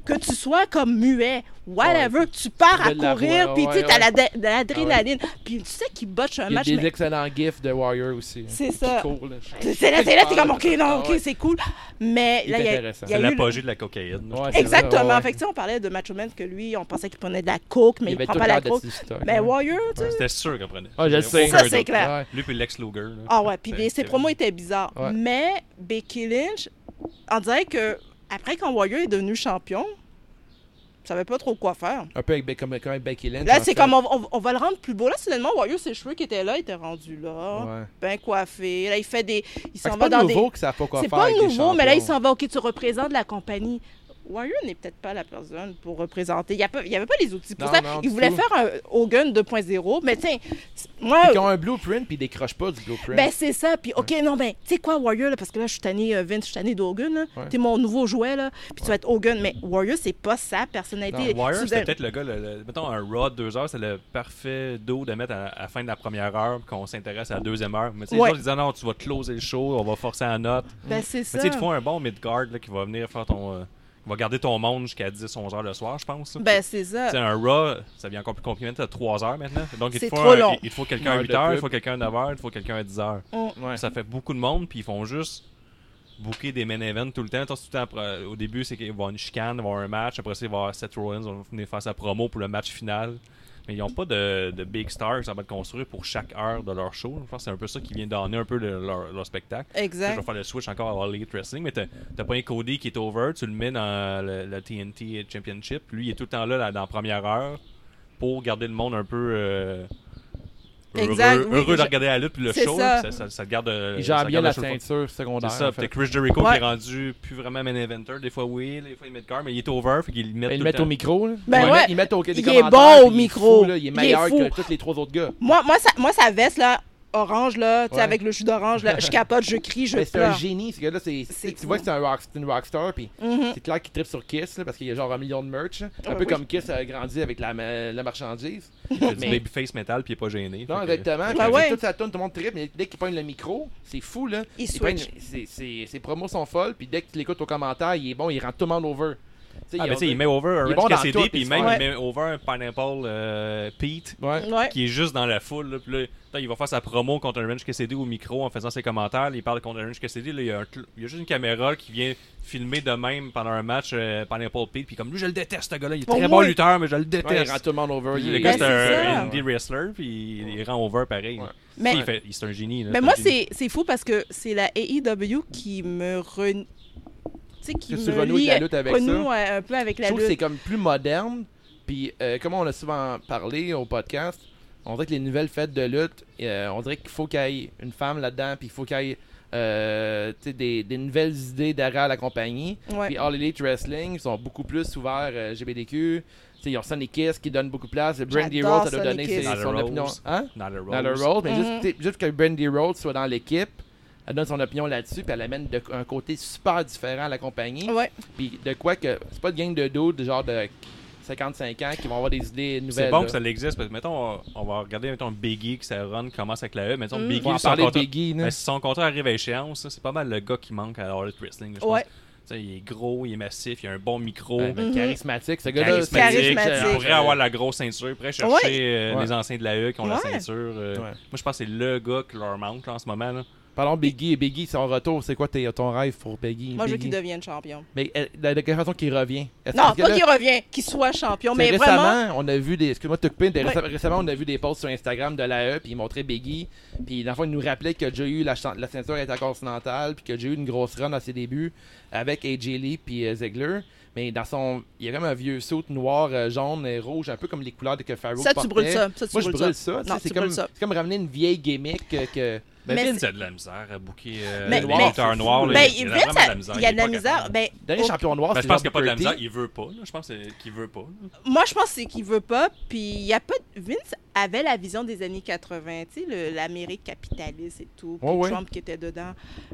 S4: que tu sois comme muet, whatever, que tu
S1: Tu
S4: pars
S1: veux
S4: à
S1: de la
S4: courir,
S1: voix,
S4: puis tu sais,
S1: ouais,
S4: t'as
S1: ouais. Ah
S4: l'adé- de l'adrénaline, puis tu sais qu'il botche
S1: Il y
S4: un
S1: a
S4: Euh, match,
S1: des
S4: mais
S1: excellents gifs de Warrior aussi. hein,
S4: c'est
S1: qui
S4: ça.
S1: courent, là.
S4: C'est c'est là, c'est là, t'es comme, OK,
S1: Ah
S4: non, OK,
S1: ouais.
S4: c'est cool. Mais
S1: Il
S4: là,
S1: est
S4: il y a,
S1: intéressant.
S4: il y a
S5: C'est
S4: eu... le-
S5: l'apogée de la cocaïne.
S1: Ouais, c'est ça,
S4: Exactement.
S1: ouais, ouais.
S4: Fait que tu sais, on parlait de Macho Man, que lui, on pensait qu'il prenait de la coke,
S1: Il
S4: mais il,
S1: avait
S4: prend
S1: tout
S4: pas la Ben
S1: l'air de
S4: coke. Mais Warrior, tu sais...
S5: C'était sûr qu'on prenait.
S1: Ah, je le sais.
S4: Ça, c'est clair.
S1: Ouais.
S5: Lui, puis Lex Luger. là.
S4: Ah ouais, puis
S5: Fait
S4: les- ses
S5: que-
S4: promos étaient bizarres.
S1: Ben, Ouais.
S4: Mais Becky Lynch, on dirait que après quand Warrior est devenu champion, je savais pas trop quoi faire.
S1: Un peu avec, Be- comme, comme avec Becky Lynch.
S4: Là,
S1: en
S4: c'est
S1: fait.
S4: comme on, on- on va le rendre plus beau. Là, soudainement, Warrior, ses cheveux qui étaient là, étaient rendus là,
S1: Ouais.
S4: bien coiffé. Là, il fait des. Il
S1: Fait que
S4: s'en
S1: C'est
S4: va
S1: pas
S4: dans
S1: nouveau
S4: des.
S1: que ça a pas quoi
S4: C'est
S1: faire
S4: pas
S1: avec des
S4: nouveau, mais là, il
S1: champions.
S4: s'en va. Ok, tu représentes la compagnie. Warrior n'est peut-être pas la personne pour représenter. Il n'y avait pas les outils pour
S1: Non,
S4: ça.
S1: non, du
S4: il voulait
S1: tout.
S4: faire un Hogan 2.0, mais tiens, c'est- moi.
S1: Ils ont un blueprint puis ils décrochent pas du blueprint.
S4: Ben, c'est ça. Puis, OK, non, ben, tu sais quoi, Warrior, là, parce que là, je suis tanné euh, Vince, je suis tanné d'Hogan. là.
S1: Ouais.
S4: T'es mon nouveau jouet, là. Puis tu vas être Hogan. Mais Warrior, c'est pas sa personnalité.
S1: Non,
S5: Warrior,
S4: Tu
S5: c'était
S4: donnes-
S5: peut-être le gars, le, le- mettons un Raw de deux heures, c'est le parfait dos de mettre à, à la fin de la première heure, puis qu'on s'intéresse à la deuxième heure. Mais tu sais, les
S4: Ouais.
S5: gens ils disent non, tu vas closer le show, on va forcer à la note.
S4: Ben, c'est
S5: Mais
S4: ça.
S5: tu sais, ils te font un bon mid-guard là, qui va venir faire ton. euh, qui va garder ton monde jusqu'à 10, 11 heures le soir, je pense. là.
S4: Ben, c'est
S5: Tu
S4: ça.
S5: sais, un Raw, ça devient encore plus compliqué, à 3 heures maintenant. Donc, il te
S4: C'est
S5: faut,
S4: trop
S5: un-
S4: long.
S5: il- il te faut quelqu'un à
S1: Une
S5: 8
S1: heure de
S5: heures, il
S1: pub.
S5: faut quelqu'un à 9 heures, il faut quelqu'un à 10 heures.
S4: Mm.
S1: Ouais.
S5: Ça fait beaucoup de monde, puis ils font juste booker des main events tout le temps. Attends, c'est tout le temps après- au début, c'est qu'il va y avoir une chicane, il va y avoir un match. Après ça, il va y avoir Seth Rollins, on va venir faire sa promo pour le match final. Mais ils n'ont pas de, de big stars ça va être construit pour chaque heure de leur show. Je pense que c'est un peu ça qui vient donner un peu le- leur, leur spectacle. Là, Je
S4: Exact.
S5: vais faire le switch encore à Elite Wrestling, mais t'as t'as pas un Cody qui est over, tu le mets dans le, le TNT Championship. Lui, il est tout le temps là, là, dans la première heure pour garder le monde un peu euh, heureux,
S4: Exact, oui,
S5: heureux de
S4: je-
S5: regarder la lutte puis le
S4: C'est
S5: show.
S4: ça.
S5: Ça, ça, ça te garde. euh,
S1: Ils
S5: ça
S1: gèrent
S5: te
S1: bien
S5: garde
S1: la
S5: sur le fond.
S1: ceinture secondaire.
S5: C'est ça.
S1: en
S5: Puis t'as
S1: fait.
S5: Chris Jericho
S4: Ouais.
S5: qui est rendu plus vraiment main inventor. Des fois oui, des fois il met de cœur, mais il est over, fait qu'il le met
S1: Ben, Ils le
S5: tout le
S1: mettent
S5: temps.
S1: au micro. là.
S4: Ben
S1: ils
S4: ouais.
S1: mettent- ils mettent au des
S4: Il est
S1: commentaires,
S4: bon au
S1: puis il est
S4: micro.
S1: fou, là. Il est
S4: Il est
S1: meilleur
S4: fou.
S1: que tous les trois autres gars.
S4: Moi, moi, ça, moi, sa veste, là, orange, là, tu sais,
S1: Ouais.
S4: avec le jus d'orange, là, je capote, je crie, je
S1: Mais Ben, c'est un
S4: pleure.
S1: génie, ce gars-là. c'est-
S4: C'est
S1: Tu tu
S4: fou.
S1: vois que c'est un rock- c'est une rockstar. Puis
S4: Mhm.
S1: c'est clair qu'il tripe sur Kiss là, parce qu'il y a genre un million de merch. là. Un
S4: Ouais,
S1: peu
S4: oui.
S1: comme Kiss a grandi avec la ma- la marchandise.
S5: Il fait du
S1: Mais-
S5: babyface metal puis il est pas gêné.
S1: Non,
S5: Fait que-
S1: exactement.
S4: Ouais,
S1: Puis il
S4: Bah ouais.
S1: fait Toute sa tourne, tout le monde tripe, mais dès qu'il pogne le micro, c'est fou, là.
S4: Il
S1: pogne-
S4: switch.
S1: c'est- c'est- Ses promos sont folles, puis dès que tu l'écoutes aux commentaires, il est bon, il rend tout le monde over. Tu sais,
S5: Ah,
S1: il-
S5: ben, tu sais, il met over
S1: Il est
S5: Orange
S1: bon dans
S5: Cassidy,
S1: tout,
S5: puis
S1: il
S5: même
S4: fait-
S5: il met over un Pineapple euh, Pete.
S1: Ouais.
S4: Ouais.
S5: qui est juste dans la foule. Là, puis là, t'as Là, il va faire sa promo contre Orange Cassidy au micro en faisant ses commentaires. Il parle contre Orange Cassidy. Là, il, y a un cl- il y a juste une caméra qui vient filmer de même pendant un match euh, par Paul Pete. Puis comme lui, je le déteste, ce gars-là. Il est
S4: Pour
S5: très
S4: moi,
S5: bon
S4: il-
S5: lutteur, mais je le
S1: Ouais, il rend
S5: déteste.
S1: tout le monde over.
S5: Puis
S1: il
S5: le
S1: est-
S5: gars,
S4: Ben,
S5: c'est un
S4: ça.
S5: indie wrestler. Puis il, il rend over pareil.
S1: Ouais.
S4: Mais-
S5: Il fait- il- c'est un génie. là,
S4: Mais
S5: c'est
S4: moi,
S5: un génie.
S4: c'est c'est fou parce que c'est la AEW qui me re... Tu sais, qui
S1: Qui se
S4: me
S1: renoue
S4: lie
S1: avec la lutte avec ça.
S4: renoue, euh, un peu avec
S1: Je
S4: la
S1: trouve que c'est
S4: lutte.
S1: comme plus moderne. Puis, euh, comme on a souvent parlé au podcast, on dirait que les nouvelles fêtes de lutte, euh, on dirait qu'il faut qu'il y ait une femme là-dedans, puis il faut qu'il y ait euh, tu sais, des, des nouvelles idées derrière la compagnie.
S4: Ouais.
S1: Puis All Elite Wrestling, ils sont beaucoup plus ouverts euh, LGBTQ. Tu sais, ils ont Sonny Kiss qui donne beaucoup de place. Brandy
S4: J'adore
S1: Rhodes, elle a
S4: Sonny
S1: donné
S4: Kiss.
S1: ses-
S5: Nyla
S1: son
S5: Rose.
S1: opinion. Hein?
S5: Nyla Rose.
S1: Dans le rôle, mais juste-
S4: Mhm.
S1: t'sais, juste, que Brandy Rhodes soit dans l'équipe, elle donne son opinion là-dessus, puis elle amène de- un côté super différent à la compagnie.
S4: Ouais.
S1: Puis de quoi que. C'est pas de gang de dudes, genre de 55 ans, qui vont avoir des idées nouvelles.
S5: C'est bon
S1: là.
S5: que ça existe parce que, mettons, on va regarder, mettons, Biggie, que sa run commence avec la E. Mettons,
S4: Mm.
S1: On va
S5: Biggie,
S1: en parler de
S5: contrat-
S1: Biggie, là.
S5: Ben, si son contrat arrive à échéance, ça, c'est pas mal le gars qui manque à All Elite Wrestling. là, je pense.
S4: Ouais.
S5: Tu sais, il est gros, il est massif, il a un bon micro.
S1: Ouais, mais Charismatique, ce gars-là. c'est-
S5: charismatique.
S4: Mhm. Charismatique.
S5: Il pourrait avoir la grosse ceinture. Il pourrait chercher euh,
S1: Ouais.
S5: les anciens de la E qui ont la
S4: Ouais.
S5: ceinture. euh,
S1: Ouais.
S5: Moi, je pense que c'est le gars qui leur manque là, en ce moment. Là.
S1: Parlons de Biggie et Biggie, son retour, c'est quoi tes- ton rêve pour Biggie?
S4: Moi, je veux
S1: Biggie?
S4: qu'il devienne champion.
S1: Mais euh, de, de quelle façon qu'il revient? Est-ce-
S4: Non,
S1: parce que
S4: pas
S1: là,
S4: qu'il revient, qu'il soit champion,
S1: C'est
S4: mais
S1: récemment,
S4: vraiment.
S1: on a vu des. Excuse-moi, de te couper, mais
S4: Ouais.
S1: récem- récemment, on a vu des posts sur Instagram de l'AE, puis ils montraient Biggie. Puis, dans le fond, ils nous rappelaient que déjà eu la, chan- la ceinture intercontinentale, puis que déjà eu une grosse run à ses débuts avec AJ Lee, puis euh, Ziegler. Mais dans son. Il y a comme un vieux saut noir, euh, jaune et rouge, un peu comme les couleurs de que Pharaoh
S4: Ça, tu
S1: portait.
S4: brûles ça. Ça, tu
S1: Moi, je
S4: brûles
S1: brûle
S4: ça.
S1: ça. tu sais,
S4: Non,
S1: c'est
S4: tu
S1: comme,
S4: brûles ça.
S1: c'est comme ramener une vieille gimmick que. que- ben,
S5: Mais,
S4: Mais
S5: Vince
S4: c'est-
S5: a de la misère à booker euh,
S4: Mais-
S5: les
S4: mais-
S5: lutteurs noirs. là.
S4: Ben,
S5: il y a
S4: Vince,
S5: vraiment de la misère.
S4: il y a de la
S5: est pas
S4: misère.
S5: capable.
S4: Ben,
S1: Dernier
S4: au-
S1: champion noir,
S5: Ben,
S1: c'est
S5: je pense qu'il n'y a
S1: Jean
S5: pas de la
S1: Purdy.
S5: misère. Il veut pas. là. Je pense euh, qu'il veut pas. là.
S4: Moi, je pense que c'est qu'il veut pas. Puis il y a pas. Vince avait la vision des années 80, tu sais, le- l'Amérique capitaliste et tout. Puis
S1: Ouais, ouais.
S4: Trump qui était dedans.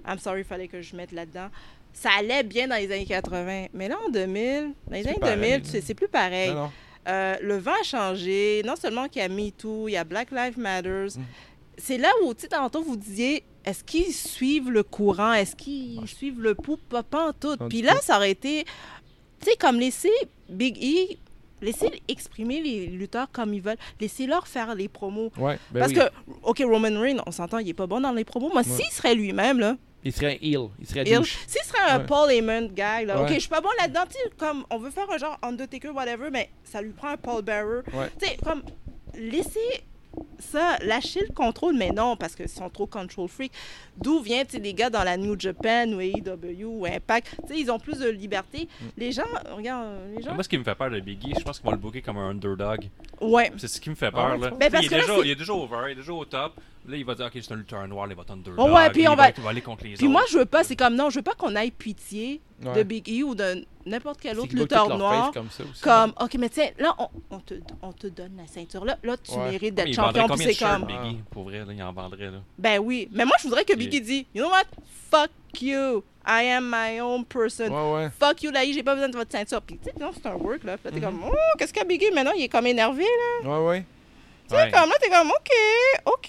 S4: I'm sorry, il fallait que je mette là-dedans. Ça allait bien dans les années 80. Mais là, en 2000, dans les
S1: C'est
S4: années
S1: pareil,
S4: 2000,
S1: là.
S4: tu sais, c'est plus pareil.
S1: Non, non.
S4: Euh, le vent a changé. Non seulement qu'il y a MeToo, il y a Black Lives Matter.
S1: Mm.
S4: C'est là où, tu sais, tantôt, vous disiez, est-ce qu'ils suivent le courant? Est-ce qu'ils suivent le pouls? Pas, pas en tout.
S1: Pas
S4: Puis
S1: du
S4: là,
S1: tout.
S4: ça aurait été, tu sais, comme laisser Big E, laisser exprimer les lutteurs comme ils veulent, laisser leur faire les promos.
S1: Ouais, ben
S4: Parce
S1: oui.
S4: que, OK, Roman Reigns, on s'entend, il est pas bon dans les promos. Moi, s'il serait lui-même, là,
S1: Il serait heel. Il serait
S4: il-
S1: douche.
S4: s'il serait un
S1: Ouais.
S4: Paul Heyman guy, là, OK,
S1: Ouais.
S4: je suis pas bon là-dedans, tu sais, comme on veut faire un genre Undertaker, whatever, mais ça lui prend un Paul Bearer.
S1: Ouais.
S4: Tu sais, comme, laissez ça, lâchez le contrôle, mais non, parce qu'ils sont trop control freak. D'où vient, tu sais, les gars dans la New Japan ou AEW ou Impact, tu sais, ils ont plus de liberté.
S1: Mm.
S4: Les gens, regarde, les
S1: Ah
S4: gens...
S5: Moi, ce qui me fait peur de Biggie, je pense qu'on va le booker comme un underdog.
S4: Ouais.
S5: C'est ce qui me fait peur. là.
S4: Ben, parce
S5: il, est
S4: que là,
S5: déjà,
S4: c'est-
S5: il est déjà over, il est déjà au top. Là, il va dire Ok, c'est un lutteur noir, il va être underdog.
S4: Oh ouais, puis
S5: il
S4: on va-
S5: être- il va aller contre les
S4: Puis
S5: autres.
S4: moi, je veux pas, c'est comme, non, je veux pas qu'on aille pitié de
S1: Ouais.
S4: Big E ou de n'importe quel
S1: C'est
S4: autre
S1: qu'ils bookent
S4: lutteur
S1: toute leur
S4: noir.
S1: face comme ça aussi.
S4: comme ok mais tiens là on, on te, on te donne la ceinture là là tu
S1: Ouais.
S4: mérites
S5: Mais
S4: d'être
S5: il vendrait
S4: champion puis
S5: combien de
S4: c'est
S5: shirts,
S4: comme
S5: Biggie Pour vrai, là, il en vendrait. Là.
S4: ben oui mais moi je voudrais que Biggie
S5: Il-
S4: dise you know what fuck you I am my own person
S1: Ouais, ouais.
S4: fuck you là j'ai pas besoin de votre ceinture puis tu sais non c'est un work là Puis là t'es
S1: Mm-hmm.
S4: comme oh qu'est-ce que Biggie maintenant il est comme énervé là
S1: Ouais, ouais.
S4: tu sais
S5: Ouais.
S4: comme là t'es comme ok ok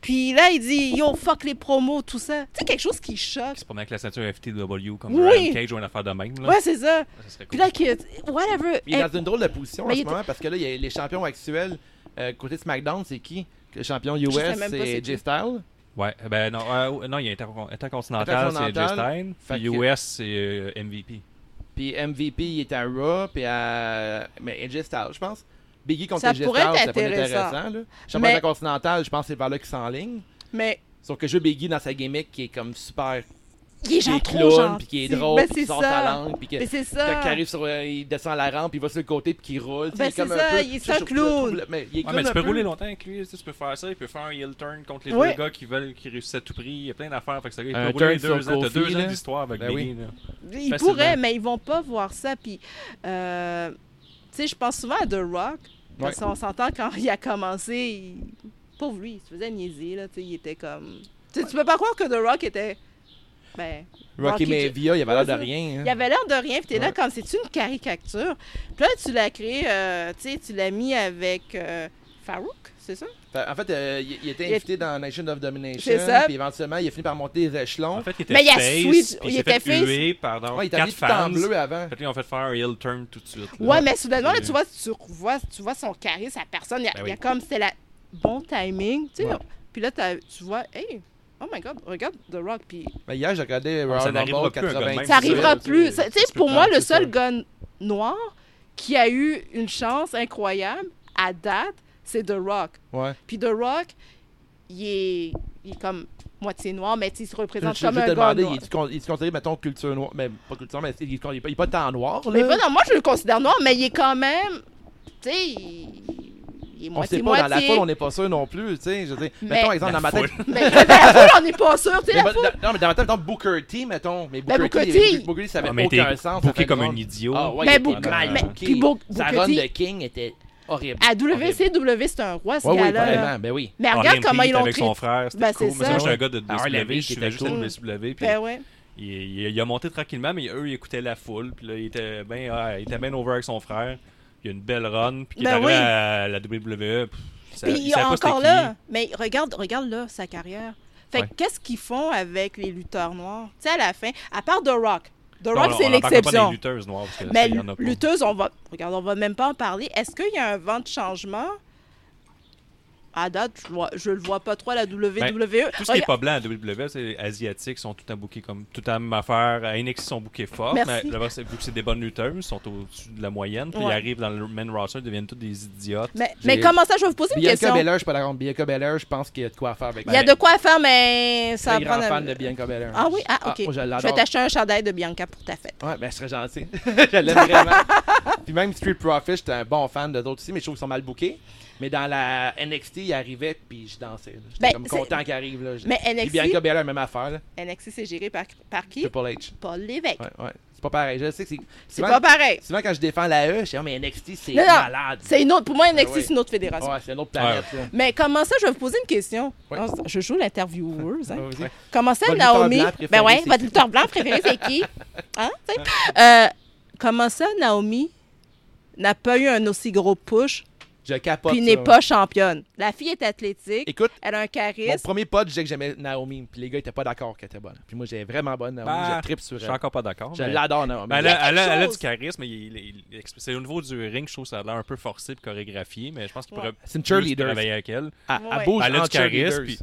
S4: puis là il dit yo fuck les promos tout ça tu sais quelque chose qui choque
S5: C'est pas mal que la ceinture FTW comme
S4: Oui.
S5: Rampage ou une affaire de même. Là.
S4: ouais c'est ça
S5: Ça serait
S4: puis
S5: cool.
S4: là qui whatever Eh,
S1: Il est dans une drôle de position
S4: Mais
S1: en
S4: il
S1: ce
S4: était-
S1: moment parce que là, il y a les champions actuels euh, côté SmackDown, c'est qui Le champion US,
S4: sais même pas c'est
S1: c'est
S4: qui.
S1: Jay Styles.
S5: Ouais, ben non, euh, non il y a Intercon- Intercontinental, c'est Jay
S1: Intercontinental,
S5: Stein.
S1: fait
S5: Puis
S1: que-
S5: US, c'est euh, MVP.
S1: Puis MVP, il est à Raw, puis à. Mais Jay Styles, je pense. Biggie contre
S4: Ça
S1: Jay Styles,
S4: pourrait être
S1: ça pourrait être
S4: intéressant.
S1: intéressant. Là. Champion
S4: Mais-
S1: intercontinental, je pense que c'est par là qu'il s'enligne.
S4: mais
S1: Sauf que je veux Biggie dans sa gimmick qui est comme super.
S4: il est
S1: Qui
S4: genre
S1: est
S4: trop
S1: clown,
S4: gentil
S1: puis qui est drôle,
S4: Ben,
S1: puis
S4: c'est
S1: qui sort
S4: ça.
S1: sa langue, puis que.
S4: Mais c'est
S1: Quand
S4: ça.
S1: il arrive sur, euh, il descend la rampe, il va sur le côté puis qu'il roule. tu sais,
S4: Ben,
S1: il est comme
S4: c'est
S1: un
S4: ça,
S1: peu-
S4: il est
S1: je-
S4: ça,
S1: je trouve- je
S4: clown.
S1: trouve le- Mais il est
S5: Ouais,
S1: comme
S5: mais
S1: un
S5: tu peux
S1: peu-
S5: rouler longtemps avec lui, tu sais, tu peux faire ça, il peut faire un heel turn contre les
S4: Ouais.
S5: deux gars qui veulent qui réussissent à tout prix, il y a plein d'affaires, fait que ça, il peut
S1: Un
S5: rouler
S1: turn sur
S5: deux ans, t'as deux
S1: Kofi,
S5: ans
S1: là.
S5: d'histoire avec
S1: Ben oui.
S5: Biggie. là.
S4: Ils
S5: Facilement.
S4: pourraient, mais ils vont pas voir ça. Puis, euh, tu sais, je pense souvent à The Rock. Parce qu'on s'entend quand il a commencé, il- pauvre lui, il se faisait niaiser. Là, tu sais, il était comme. Tu sais, tu peux pas croire que The Rock était. Ben, Rocky
S1: Rocky Mavia, il avait l'air de
S4: Ouais,
S1: rien. hein.
S4: il avait l'air de rien. Puis t'es là
S1: Ouais.
S4: comme c'est une caricature. Puis là, tu l'as créé, euh, tu sais, tu l'as mis avec euh, Farouk, c'est ça?
S1: Fait- En fait, euh, il, il était
S4: Il est-
S1: invité dans Nation of Domination.
S4: C'est ça.
S1: Puis éventuellement, il a fini par monter les échelons.
S5: En fait, il était
S4: Hein? Mais il y a
S5: face,
S4: Sweet-
S5: puis
S4: il
S5: s'est
S4: était
S5: fait
S4: face.
S5: huer par dans
S1: ouais, il était
S5: quatre
S1: habillé tout
S5: fans.
S1: en bleu avant.
S5: Fait que là, ils ont fait faire un heel turn tout de suite. là.
S1: Euh.
S4: Ouais, mais soudainement, là,
S5: Et-
S4: tu vois, tu revois, tu vois son charisme, sa personne. Il y a,
S5: Ben
S4: il y a
S5: oui.
S4: comme, c'est la. bon timing. Tu sais,
S1: Ouais.
S4: Puis là, t'as- tu vois, hey, oh my god, regarde The Rock. Puis
S1: Mais hier, j'ai regardé
S5: ça
S1: Royal
S5: n'arrivera
S1: Rumble
S5: plus, un gars de même.
S1: 90.
S4: ça arrivera
S5: c'est-
S4: plus.
S5: c'est-
S4: Ça- Tu
S5: c'est
S4: sais, pour moi,
S5: plus
S4: le
S5: tard,
S4: seul
S5: c'est
S4: gars noir qui a eu une chance incroyable à date, c'est The Rock.
S1: Ouais.
S4: Puis The Rock, il est, il est comme moitié noir, mais tu sais, il se
S1: Je
S4: représente
S1: je- je
S4: comme
S1: vais te
S4: un gars
S1: demander,
S4: noir.
S1: il est-tu con- il est considéré, mettons, culture noire Mais pas culture, mais il est il est pas tant noir, là.
S4: Mais pas dans- moi, je le considère noir, mais il est quand même, tu sais, il, il est
S1: on sait
S4: moitié
S1: pas, dans la
S4: moitié.
S1: foule, on n'est pas sûr non plus, tu sais. Je veux dire,
S4: Mais-
S1: mettons, exemple, dans ma tête.
S4: Mais dans la foule, on n'est Ben, pas sûr, tu sais,
S1: mais
S4: la
S5: ben,
S1: bon,
S4: foule.
S1: dans- non, mais dans ma tête, mettons, Booker T, mettons. Mais
S4: Ben,
S1: Booker, T,
S4: Booker T.
S1: Booker- Booker T, ça
S5: Ah,
S1: avait
S5: mais t'es
S1: aucun sens. ça
S5: booké
S1: fait
S5: comme
S1: mal.
S5: un idiot.
S1: Ah ouais,
S4: Mais
S1: il est
S4: Booker-
S1: mal
S5: mais-
S1: booké.
S4: puis Bo-
S1: Sa
S4: Booker
S1: run
S4: T-
S1: de King était horrible.
S4: À WCW, c'est un roi, ce
S1: Oui, oui,
S4: gars-là.
S1: vraiment, ben oui.
S4: mais
S5: Ah,
S4: regarde comment ils l'ont
S5: avec son
S4: traité.
S5: frère, c'était
S4: Ben,
S5: cool.
S4: c'est
S5: Mais
S4: ça.
S5: moi, j'étais un gars de
S1: Ah,
S5: de
S1: RLW,
S5: BSW, je
S1: c'était
S5: suivais juste
S1: cool.
S5: le BSW, puis
S4: Ben ouais.
S5: il, il- il a monté tranquillement, mais eux, ils écoutaient la foule, puis là, il était bien ah, il était bien over avec son frère. Il a une belle run, puis il est
S4: Ben
S5: arrivé
S4: oui.
S5: à la WWE, pff, il savait-
S4: Puis
S5: il
S4: il est
S5: savait pas c'était
S4: encore
S5: qui.
S4: là. Mais regarde, regarde là, sa carrière. Fait que
S5: Ouais.
S4: qu'est-ce qu'ils font avec les lutteurs noirs? Tu sais, à la fin, à part The Rock. The
S5: Non,
S4: Rock,
S5: on-
S4: c'est
S5: on en parle pas
S4: l'exception.
S5: des lutteuses noires, parce que ça,
S4: Mais
S5: il y en a pas.
S4: lutteuse, on va. Regarde, on va même pas en parler. Est-ce qu'il y a un vent de changement? À date, je, vois- je le vois pas trop à la E. WWE.
S5: Ben, Tout ce qui est pas blanc à WWE, c'est asiatiques sont tout à bouquer comme tout à la même affaire. À NXT ils sont bouqués fort,
S4: Merci.
S5: mais là-bas, c'est- vu que c'est des bonnes lutteuses, ils sont au-dessus de la moyenne. Puis
S4: Ouais.
S5: ils arrivent dans le main roster, ils deviennent tous des idiotes.
S4: mais,
S1: J'ai-
S4: mais comment ça, je vais vous poser une
S1: Bianca
S4: question.
S1: Belair, je suis pas d'accord. Bianca Belair, je pense qu'il y a de quoi faire avec
S4: Il y a
S1: Ben,
S4: de quoi faire, mais ça
S1: Je
S4: va
S1: suis grand
S4: prendre. un-
S1: fan de Bianca Belair.
S4: Ah oui, ah ok.
S1: moi, je
S4: je
S1: l'adore.
S4: vais t'acheter un chandail de Bianca pour ta fête.
S1: Ouais, ben, je serais gentil. je l'aime vraiment. Puis même Street Profit, j'étais un bon fan de d'autres aussi, mais je trouve qu'ils sont mal bookés. Mais dans la NXT, il arrivait, puis je dansais. là. J'étais
S4: Ben,
S1: comme
S4: c'est-
S1: content qu'il arrive. Là.
S4: Mais
S1: Puis
S4: NXT,
S1: Bianca Belair, même affaire. Là.
S4: NXT c'est géré par, par qui
S1: Triple H.
S4: Paul Lévesque.
S1: Ouais, ouais. C'est pas pareil. Je sais que c'est.
S4: c'est
S1: souvent-
S4: pas pareil.
S1: Souvent, quand je défends la E, je dis, Ah, mais NXT, c'est
S4: Non, non,
S1: malade.
S4: C'est une autre. Pour moi, NXT
S1: ouais.
S4: c'est une autre fédération.
S1: Ouais, c'est une autre planète. là.
S4: Mais comment ça, je vais vous poser une question.
S1: Ouais.
S4: Non, Je joue l'intervieweuse. hein.
S1: Ouais, vas-y.
S4: Comment ça,
S1: Votre lutteur
S4: Naomi?
S1: blanc préféré,
S4: Ben ouais,
S1: c'est
S4: votre
S1: qui?
S4: lutteur blanc préféré, c'est qui? Hein? tu sais? Euh, comment ça, Naomi n'a pas eu un aussi gros push,
S1: Je capote.
S4: puis
S1: ça.
S4: n'est pas championne? La fille est athlétique,
S1: Écoute,
S4: elle a un
S1: mon
S4: charisme.
S1: premier pote, je disais que j'aimais Naomi. Puis les gars étaient pas d'accord qu'elle était bonne. Puis moi, j'ai vraiment bonne Naomi.
S5: Ben,
S1: je tripe
S5: Je
S1: sur
S5: suis
S1: elle.
S5: encore pas d'accord.
S1: Je
S5: mais-
S1: l'adore, Naomi.
S5: Mais elle,
S4: Il y
S5: a,
S4: a
S5: elle a-
S4: quelque
S5: elle a
S4: chose.
S5: du charisme, mais il- il- il- c'est au niveau du ring, je trouve que ça a l'air un peu forcé et chorégraphié, mais je pense qu'il
S4: Ouais.
S5: pourrait
S1: C'est une
S5: plus
S1: cheerleader.
S5: travailler avec elle.
S1: Elle, elle
S4: Ouais.
S1: bouge
S5: Elle a
S1: en
S5: du charisme,
S1: cheerleaders.
S5: puis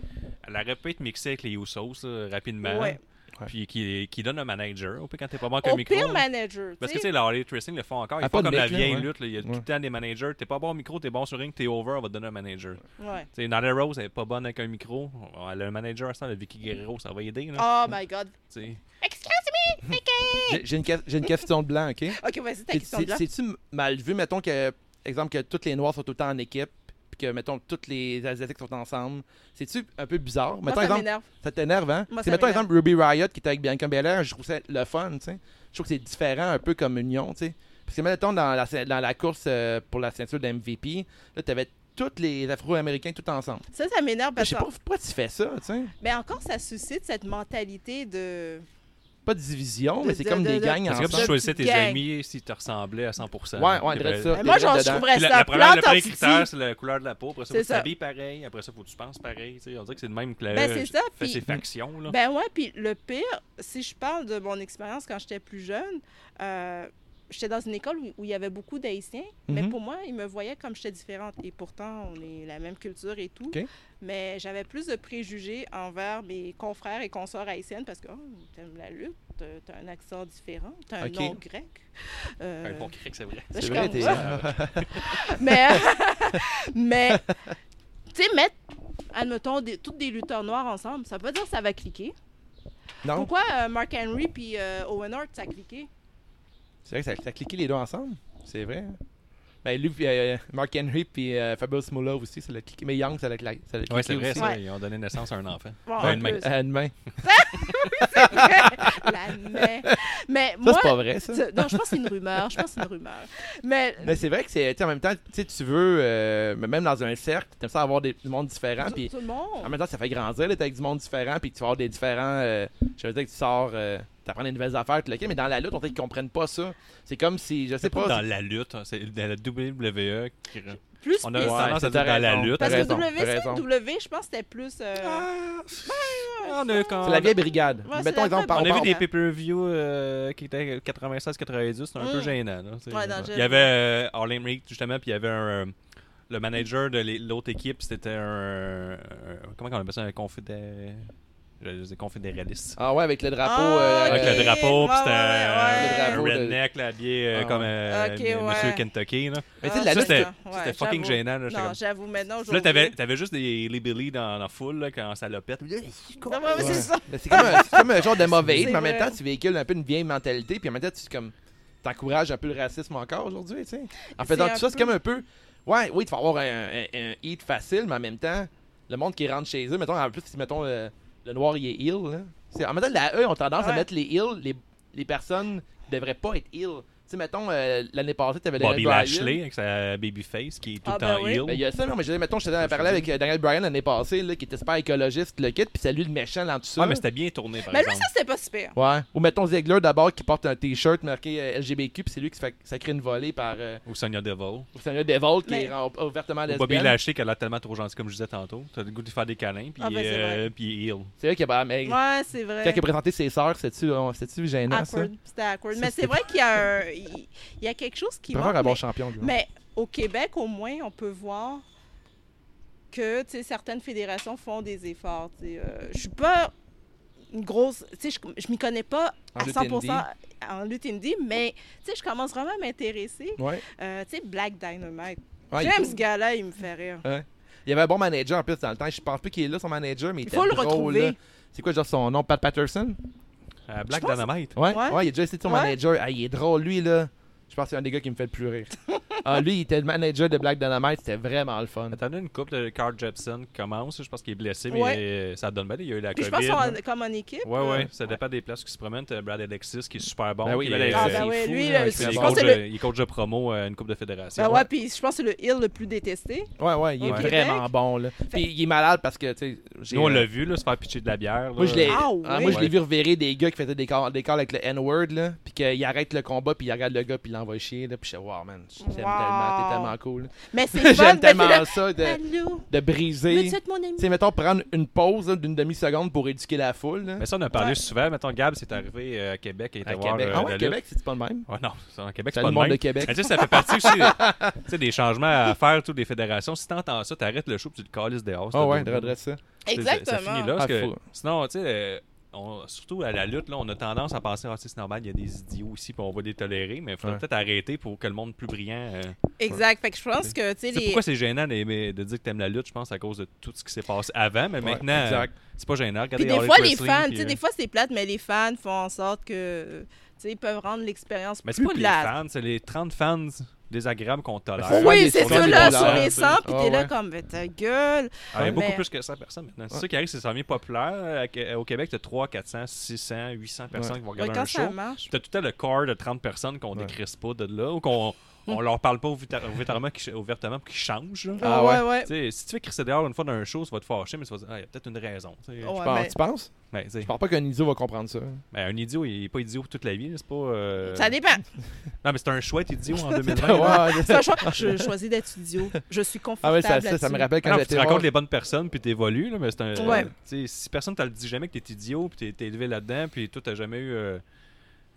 S5: elle aurait pu être mixée avec les Usos là, rapidement,
S4: Ouais.
S5: puis qui, qui donne un manager, au pire quand t'es pas bon avec
S4: Au
S5: un micro.
S4: pire manager.
S5: Parce que
S4: tu
S5: tu sais, la Harley Tracing le font encore.
S1: Ah,
S5: Ils
S1: pas
S5: font
S1: de
S5: comme la
S1: mec, là,
S5: vieille
S1: ouais.
S5: lutte. là. Il y a tout
S1: Ouais.
S5: le temps des managers. T'es pas bon au micro, t'es bon sur ring, t'es over, on va te donner un manager. Tu
S4: sais. Ouais.
S5: sais, Nana Rose, elle est pas bonne avec un micro. Elle a un manager à ça, le Vicky Guerrero, ça va aider.
S1: Ah.
S5: Là,
S4: Oh my god.
S5: Tu sais.
S4: Excuse me, Vicky!
S1: Mhm. J'ai- J'ai une, que- j'ai une question de blanc, OK?
S4: Ok, vas-y, ta
S1: C'est-
S4: question de
S1: c'est-
S4: là.
S1: C'est-tu m- mal vu, mettons, que, exemple, que toutes les Noirs sont tout le temps en équipe, puis que, mettons, toutes les Asiatiques sont ensemble? C'est-tu un peu bizarre?
S4: Moi,
S1: Mettons,
S4: ça
S1: exemple,
S4: m'énerve.
S1: Ça t'énerve, hein?
S4: Moi,
S1: C'est,
S4: ça
S1: mettons,
S4: m'énerve.
S1: exemple, Ruby Riot qui était avec Bianca Belair, je trouve ça le fun, tu sais. Je trouve que c'est différent un peu comme union, tu sais. Parce que, mettons, dans la, dans la course euh, pour la ceinture de MVP, là, t'avais tous les Afro-Américains tout ensemble.
S4: Ça, Ben, ça m'énerve
S1: Je
S4: parce
S1: sais
S4: que.
S1: pas pourquoi tu fais ça, tu sais.
S4: Mais encore, ça suscite cette mentalité de.
S1: Pas de division,
S4: De-
S1: mais c'est
S4: de-
S1: comme
S4: de-
S1: des
S4: de-
S1: gangs
S5: C'est comme si
S1: ensemble.
S5: tu
S4: Ensemble.
S5: choisissais tes
S4: Gang.
S5: amis si te ressemblaient à 100%.
S1: Ouais, ouais,
S5: Puis, ben,
S1: dresse ça.
S4: Mais moi,
S1: t'es là
S4: j'en
S1: dedans.
S4: trouverais
S5: Puis la-
S4: Eh, ça
S5: la première- le
S4: plate en
S5: premier
S4: Titi.
S5: critère, c'est la couleur de la peau. Après ça,
S4: C'est
S5: faut que tu
S4: ça.
S5: t'habilles pareil. Après ça, faut que tu penses pareil. tu sais. On dirait que c'est euh, le même que la-
S4: Ben, c'est ça,
S5: fait
S4: puis-
S5: ses factions. Là.
S4: Ben ouais, puis le pire, si je parle de mon expérience quand j'étais plus jeune, euh, j'étais dans une école où, où il y avait beaucoup d'Haïtiens, mais
S1: Mhm.
S4: pour moi, ils me voyaient comme j'étais différente. Et pourtant, on est la même culture et tout.
S1: OK.
S4: Mais j'avais plus de préjugés envers mes confrères et consorts haïtiennes parce que, oh, t'aimes la lutte, t'as- t'as un accent différent, t'as un
S1: OK.
S4: nom grec. Euh,
S5: Un bon cric, c'est vrai.
S4: je
S1: C'est
S4: suis
S1: vrai,
S4: comme,
S1: t'es-
S4: Ah! Mais, mais tu sais, mettre, admettons, des, toutes des lutteurs noirs ensemble, ça veut pas dire que ça va cliquer.
S1: Non,
S4: Pourquoi euh, Mark Henry puis euh, Owen Hart, ça a cliqué?
S1: c'est vrai que ça, ça cliquait les deux ensemble. C'est vrai. hein. Ben, lui, puis euh, Mark Henry, puis euh, Fabulous Moolah aussi, ça l'a cliqué. Mais Young, ça l'a cla- ça l'a cliqué.
S5: Ouais, c'est vrai,
S1: aussi.
S5: ça.
S4: Ben, Ouais.
S5: Ils ont donné naissance à un enfant.
S4: Bon,
S5: Ouais,
S4: en
S5: une main.
S4: plus.
S1: Euh, une main.
S4: La main. Mais
S1: Ça,
S4: moi...
S1: c'est pas vrai, ça.
S4: tu- Non, je pense que c'est une rumeur. Je pense que c'est une rumeur. Mais,
S1: Mais c'est vrai que c'est. tu sais, En même temps, tu sais, tu veux. euh, même dans un cercle, t'aimes ça avoir des, du monde différent.
S4: tout,
S1: Puis
S4: tout le
S1: en
S4: monde.
S1: même temps, ça fait grandir. là, T'es avec du monde différent. Puis que tu vas avoir des différents. euh, je veux dire que tu sors. Euh, T'apprends des nouvelles affaires. Tout le kit, mais dans la lutte, on dirait qu'ils comprennent pas ça. C'est comme si. Je sais
S5: C'est pas
S1: pas.
S5: dans la lutte, hein, c'est dans la WWE. Qui...
S4: Plus
S5: On a
S1: c'est-
S4: spécial.
S5: tendance
S1: t'as
S5: à dire dans la
S1: raison,
S5: lutte.
S1: t'as
S4: Parce
S1: raison,
S4: que
S1: t'as raison. Ah,
S4: WCW, je pense que c'était plus... euh,
S5: Ah, on a, quand...
S1: C'est la vieille brigade.
S4: Ouais, c'est
S1: Mettons
S4: la
S1: exemple
S4: vraie
S1: par
S5: on a vu
S1: rapport.
S4: brigade.
S5: des pay-per-view euh, qui étaient 96-90, c'était un peu
S4: Mm.
S5: gênant. là, tu sais.
S4: Ouais, dans le
S5: il y
S4: jeu.
S5: avait euh, All In Ring, justement, puis il y avait un. euh, le manager de l'é- l'autre équipe, c'était un, un- Comment on appelle ça Un confédé. Je je dis confédéraliste.
S1: Ah ouais, avec le drapeau.
S4: Ah,
S1: euh,
S5: Avec
S4: ok.
S5: le drapeau, puis
S4: ouais,
S5: c'était
S4: ouais,
S5: un
S1: ouais. Le drapeau de-
S5: redneck, là, habillé euh,
S1: Ah,
S5: comme euh,
S4: Ok,
S5: M- Monsieur
S4: ouais.
S5: Kentucky. Là,
S1: Mais tu sais,
S4: Ah,
S1: la
S5: ça,
S1: lutte,
S5: c'était-
S4: ouais,
S5: c'était fucking
S4: j'avoue.
S5: gênant. Là, j'étais
S4: Non,
S5: comme-
S4: j'avoue, maintenant,
S5: Puis là,
S4: aujourd'hui...
S5: t'avais, t'avais juste des libellis dans dans la foule, là, quand ça lopette.
S4: Non, mais
S1: Ouais.
S4: c'est ça.
S1: Mais C'est comme, un- c'est comme un genre de mauvais hit,
S4: C'est
S1: mais en même
S4: vrai.
S1: temps, tu véhicules un peu une vieille mentalité, puis en même temps, tu comme, t'encourages un peu le racisme encore aujourd'hui, tu sais. En faisant
S4: un
S1: tout ça, c'est
S4: peu-
S1: comme un peu. Ouais, oui, tu vas avoir un, un, un hit facile, mais en même temps, le monde qui rentre chez eux, mettons, en plus, si mettons le, le noir, il est ill, là. C'est- En même temps, la E, on a tendance à
S4: Ouais.
S1: mettre les ill, les, les personnes qui devraient pas être ill. Tu sais, mettons, euh, l'année passée, t'avais Daniel
S5: Bobby
S1: Bryan.
S5: Lashley avec sa babyface qui est tout
S4: Ah,
S5: le
S4: ben
S5: temps
S4: oui.
S5: heel.
S1: Ben, il y a ça, non, mais je disais, mettons, je t'ai parlé avec euh, Daniel Bryan l'année passée, là, qui était super écologiste, le kit, puis c'est lui le méchant là en dessous.
S5: Ouais, mais c'était bien tourné, par
S4: Mais lui,
S5: exemple.
S4: ça, c'était pas super.
S1: Ouais. Ou mettons Ziegler d'abord qui porte un t-shirt marqué euh, LGBTQ, puis c'est lui qui se fait sacrer une volée par euh,
S5: Ou Sonia Devil.
S1: Sonia Devol qui
S4: Mais-
S1: est en- ouvertement
S5: Ou Bobby
S1: lesbienne.
S5: Lashley, qu'elle a tellement trop gentil, comme je disais tantôt. T'as le goût de lui faire des câlins, puis
S4: Ah, ben, c'est
S5: euh,
S4: vrai.
S5: puis il est heel.
S1: C'est vrai qu'il y a mais
S4: Ouais, c'est
S1: quand
S4: vrai.
S1: il a présenté ses sœurs, c'est-tu on- c'est-tu gênant
S4: Awkward.
S1: ça?
S4: C'était awkward.
S1: hein. Ça,
S4: Mais
S1: c'était-
S4: c'est vrai qu'il y a un... Il il y a quelque chose qui
S1: Il peut avoir un
S4: manque,
S1: bon
S4: mais-
S1: champion lui.
S4: Mais au Québec, au moins, on peut voir que tu sais, certaines fédérations font des efforts. tu sais. Euh, je suis pas une grosse. tu sais, Je, je m'y connais pas
S1: En
S4: à
S1: lutte
S4: 100
S1: indie.
S4: en lutte indie, mais tu sais, je commence vraiment à m'intéresser.
S1: Ouais.
S4: Euh, tu sais, Black Dynamite.
S1: Ouais,
S4: J'aime
S1: il-
S4: ce gars-là, il me fait rire.
S1: Il y avait un bon manager en plus dans le temps. Je pense plus qu'il est là son manager, mais il,
S4: Il
S1: était
S4: faut le
S1: drôle,
S4: retrouver.
S1: là. C'est quoi genre son nom? Pat Patterson?
S5: Euh, Black
S4: Je pense-
S5: Dynamite.
S1: Ouais?
S4: Ouais.
S1: il a déjà essayé de son
S4: Ouais.
S1: manager. Ah, il est drôle lui là. Je pense que c'est un des gars qui me fait le plus rire. ah, lui, il était le manager de Black Dynamite, c'était vraiment le fun.
S5: Attendez une couple de Carl Jepson qui commence. Je pense qu'il est blessé, mais
S4: Ouais.
S5: euh, ça donne bien. Il y a eu la
S4: Puis je
S5: COVID.
S4: pense qu'on
S5: là.
S4: a- comme en équipe.
S5: Ouais,
S4: euh,
S5: ouais, ça dépend des places qui se promènent. T'as Brad Alexis qui est super bon.
S1: Ben oui,
S5: qui
S1: Brad
S5: est-
S4: Ah,
S1: Alexis.
S4: ben
S1: c'est
S4: ouais,
S1: fou,
S4: lui,
S1: là,
S4: le-
S1: avec
S5: il
S1: ses
S4: je
S5: est
S4: pense que
S5: coach
S4: c'est le.
S5: de- il est coach de promo à une coupe de fédération.
S4: Ben ouais, puis je pense que c'est le heel le plus détesté.
S1: Ouais, ouais, il est
S5: Au
S1: vraiment
S4: Québec?
S1: bon là. Puis il est malade parce que tu sais. j'ai- euh,
S5: Nous, on l'a vu, là, se faire pitcher de la bière.
S1: Moi,
S5: là.
S1: je l'ai
S4: Ah oui?
S1: ah, moi, je l'ai
S5: Ouais.
S1: vu reverrer des gars qui faisaient des calls, des calls avec le N-word, là, puis qu'il arrête le combat, puis il regarde le gars, puis il l'envoie chier, là, puis je dis, wow, man, je t'aime
S4: Wow.
S1: tellement, t'es tellement cool.
S4: Mais c'est fun.
S1: J'aime
S4: mais c'est
S1: tellement
S4: le-
S1: ça de,
S4: Allô,
S1: de briser.
S4: veux-tu
S1: Tu
S4: être mon ami?
S1: sais, mettons, prendre une pause là, d'une demi-seconde pour éduquer la foule, là,
S5: Mais ça, on a parlé
S4: Ouais.
S5: souvent. Mettons, Gab, c'est arrivé euh, à Québec et était
S1: à
S5: voir
S1: Québec.
S5: euh,
S1: ah
S5: la
S1: ouais,
S5: lutte.
S1: Québec, c'est pas le même.
S5: Ouais, Ah non, c'est- en Québec, c'est
S1: Salut,
S5: pas le
S1: monde
S5: même.
S1: de Québec.
S5: Mais tu sais, ça fait partie aussi des, tu sais, des changements à faire, toutes les fédérations. Si t'entends ça, t'arrêtes le show puis tu le calises dehors.
S1: Ah ouais,
S5: c'est
S1: de
S5: tout.
S1: redresser ça.
S5: Tu sais, ça-
S4: Exactement.
S5: Ça finit là, parce
S1: Ah,
S5: que
S1: faut.
S5: sinon, tu sais, euh, on- surtout à la lutte, là, on a tendance à penser, ah, tu sais, c'est normal, il y a des idiots ici, puis on va les tolérer, mais il faudrait
S1: Ouais.
S5: peut-être arrêter pour que le monde plus brillant. euh,
S4: Exact. Fait que je pense que, tu sais,
S5: Tu sais,
S4: les.
S5: pourquoi c'est gênant de, mais de dire que t'aimes la lutte, je pense, à cause de tout ce qui s'est passé avant, mais
S1: Ouais,
S5: maintenant,
S1: exact.
S5: euh, c'est pas gênant. Regardez
S4: Puis des
S5: Harley
S4: fois, les
S5: Quisling,
S4: fans, tu
S5: puis,
S4: sais, des
S5: euh,
S4: fois, c'est plate, mais les fans font en sorte que, tu sais, ils peuvent rendre l'expérience
S5: Mais
S4: plus
S5: c'est pas les
S4: plate.
S5: fans, c'est les 30 fans désagréables qu'on tolère.
S1: fans. Ouais,
S4: Oui,
S1: les
S4: c'est
S1: fans,
S4: ça,
S1: les
S4: là,
S1: fans,
S4: sur
S1: tu
S4: les
S1: sais.
S4: 100, puis
S1: Ah
S4: t'es là
S1: ouais.
S4: comme, Ben, ta gueule.
S5: Ah, Il y a
S4: Mais-
S5: beaucoup plus que 100 personnes maintenant. C'est ça qui arrive, c'est que ça devient populaire. euh, que- Au Québec, t'as 300, 400, 600, 800 personnes qui vont
S4: Ouais,
S5: regarder un
S4: quand ça
S5: show.
S4: marche.
S5: T'as tout le temps le corps de 30 personnes qu'on
S1: Ouais.
S5: décrisse pas de là, ou qu'on on leur parle pas ouvert- ouvertement qu'ils ouvertement pour qu'ils changent. là.
S1: Ah
S4: Ah
S1: ouais.
S4: ouais, ouais.
S5: Tu sais, Si tu fais crisser dehors une fois dans un show, ça va te fâcher, mais tu vas dire, ah, il y a peut-être une raison. tu sais.
S4: Ouais,
S1: Je pense-
S4: mais
S1: Tu penses?
S5: Ben, tu sais,
S1: Je pense pas qu'un idiot va comprendre ça.
S5: ben, un idiot, il est pas idiot toute la vie, là, c'est pas. euh,
S4: Ça dépend.
S5: Non, mais c'est un chouette idiot en 2020.
S1: Ouais,
S5: là.
S1: ouais.
S4: C'est un choix. Je choisis d'être idiot. Je suis
S1: Ah
S4: confortable.
S1: ouais, ça, ça, ça me
S4: là-dessus.
S1: rappelle quand
S5: Ah Non,
S1: j'étais
S5: tu
S1: voir-
S5: rencontres les bonnes personnes, puis t'évolues, là, mais c'est un.
S4: Ouais.
S5: tu sais, si personne te le dit jamais que t'es idiot, puis t'es- t'es élevé là-dedans, puis toi, t'as jamais eu. euh,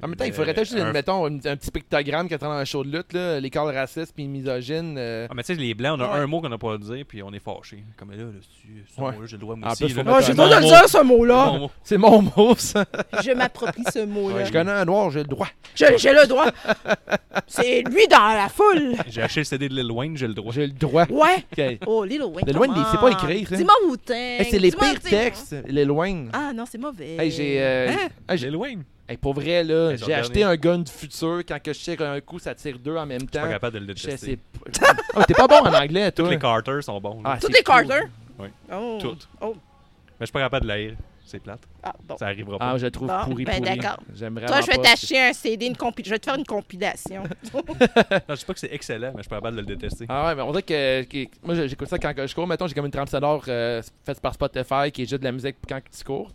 S1: En même temps, il
S5: Euh,
S1: faudrait peut-être juste,
S5: un-
S1: mettons, un, un petit pictogramme qui attend dans un show de lutte, là, les calls racistes puis misogynes. euh,
S5: Ah, mais tu sais, les blancs, on a
S4: Ouais.
S5: un mot qu'on n'a pas à dire, puis on est fâché. Comme là, là-dessus, ce
S1: Ouais.
S5: mot-là, j'ai le droit, moi
S1: En
S5: aussi.
S1: plus, faut
S5: là.
S1: mettre
S4: Ah,
S1: C'est
S4: j'ai le
S1: mon
S4: droit de le dire, ce mot-là.
S5: Ah, Mon mot.
S1: Ah, C'est mon mot, ça.
S4: Je m'approprie ce mot-là.
S1: Je connais un noir, j'ai le droit.
S4: Je- J'ai le droit. C'est lui dans la foule.
S5: J'ai acheté le CD de Lil Wayne, j'ai le droit.
S1: J'ai le droit.
S4: Ouais.
S1: Ok. Hey,
S4: Oh, Lil Wayne.
S1: Lil Wayne,
S4: come
S1: il sait pas
S4: on.
S1: écrire, ça.
S4: Dis-moi où t'es.
S1: c'est les
S4: Dis-moi,
S1: pires
S4: dis-
S1: textes, l'éloigne.
S4: Ah non, c'est mauvais.
S1: Hey, j'ai. euh, ah, j'ai-
S5: Lil Wayne.
S1: hey, pour vrai, là,
S5: Hein? Hey, son
S1: j'ai acheté
S5: dernier.
S1: un gun du futur. Quand que je tire un coup, ça tire deux en même
S5: Je suis
S1: temps.
S5: pas capable de le
S1: Hein? Je sais
S5: détester.
S1: pas. Ah, mais T'es pas Ah. bon en anglais,
S5: Tous
S1: toi.
S5: les Carter sont bons. là.
S1: Ah,
S4: Toutes
S1: c'est
S4: les Carter.
S5: Ouais.
S4: Oh.
S5: Toutes.
S4: Oh.
S5: Mais je suis pas capable de l'haïr. C'est plate.
S4: Ah, bon.
S5: Ça arrivera pas.
S1: Ah, je le trouve
S4: Bon,
S1: pourri
S4: ben
S1: pourri.
S4: d'accord.
S1: J'aime vraiment
S4: Toi, je vais
S1: pas.
S4: t'acheter un CD, une compi- je vais te faire une compilation.
S5: Non, je sais pas que c'est excellent, mais je suis pas capable de le détester.
S1: Ah ouais, mais on dirait que, que- moi je- j'écoute ça quand que je cours. Mettons, j'ai comme une trame sonore euh, faite par Spotify qui est juste de la musique quand tu cours.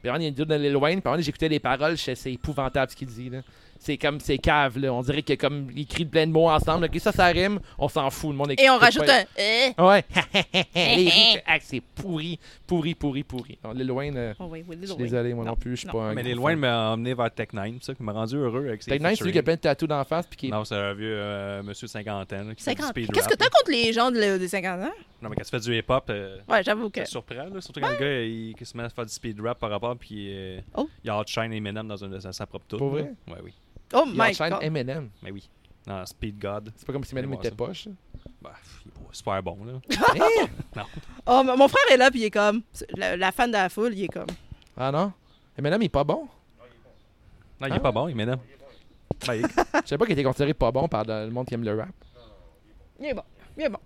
S1: Puis vraiment, il y a une vidéo de Lil Wayne. Puis vraiment, j'écoutais les paroles, je sais, c'est épouvantable ce qu'il dit. là. c'est comme ces caves là. On dirait qu'il y a comme ils crient plein de mots ensemble. Ok, ça ça rime, on s'en fout. Le monde
S4: Et on
S1: écoute
S4: rajoute
S1: pas.
S4: un. Eh.
S1: Ouais. Les rires, ah, c'est pourri, pourri, pourri, pourri. On l'éloigne. euh,
S4: Oh oui, oui,
S1: Je
S4: Little
S1: suis
S4: Wing.
S1: désolé, moi non,
S4: Non,
S1: plus, je suis
S4: non.
S1: pas un.
S5: Mais
S1: Ah, gros
S5: les loin
S1: fan.
S5: m'a emmené vers Tech Nine, c'est ça qui m'a rendu heureux avec ses
S1: Tech Nine, c'est lui qui a
S5: featuring.
S1: plein de tatous d'en face puis qui est
S5: Non, c'est un vieux euh, monsieur de cinquantaine là, qui fait du
S4: 50.
S5: speed
S4: Qu'est-ce que
S5: rap,
S4: t'as contre les gens de, de 50 ans?
S5: là. Non, mais quand tu fais du hip-hop, euh,
S4: Ouais, j'avoue que.
S5: ça surprend, là, surtout quand le gars il, il se met à faire du speed rap par rapport, puis euh,
S4: Oh.
S5: il outshine Eminem dans, une, de sa- sa propre tour.
S1: Pour vrai?
S5: Ouais, oui.
S4: Oh
S1: il
S4: my
S1: enchaîne
S4: god.
S1: M&M.
S5: Mais oui. Non, Speed God,
S1: C'est pas comme si M&M
S5: Allez
S1: était
S5: voir
S1: poche.
S5: bah, pff, il est pas super bon, là.
S1: Hein?
S4: Oh, mon mon frère est là, puis il est comme. La, la fan de la foule, il est comme.
S1: Ah non? M&M, il est pas bon?
S5: Non, il
S1: Ah.
S5: est pas bon, Eminem. Ben, il-
S1: Je savais pas qu'il était considéré pas bon par le monde qui aime le rap.
S4: Il est bon. Il est bon.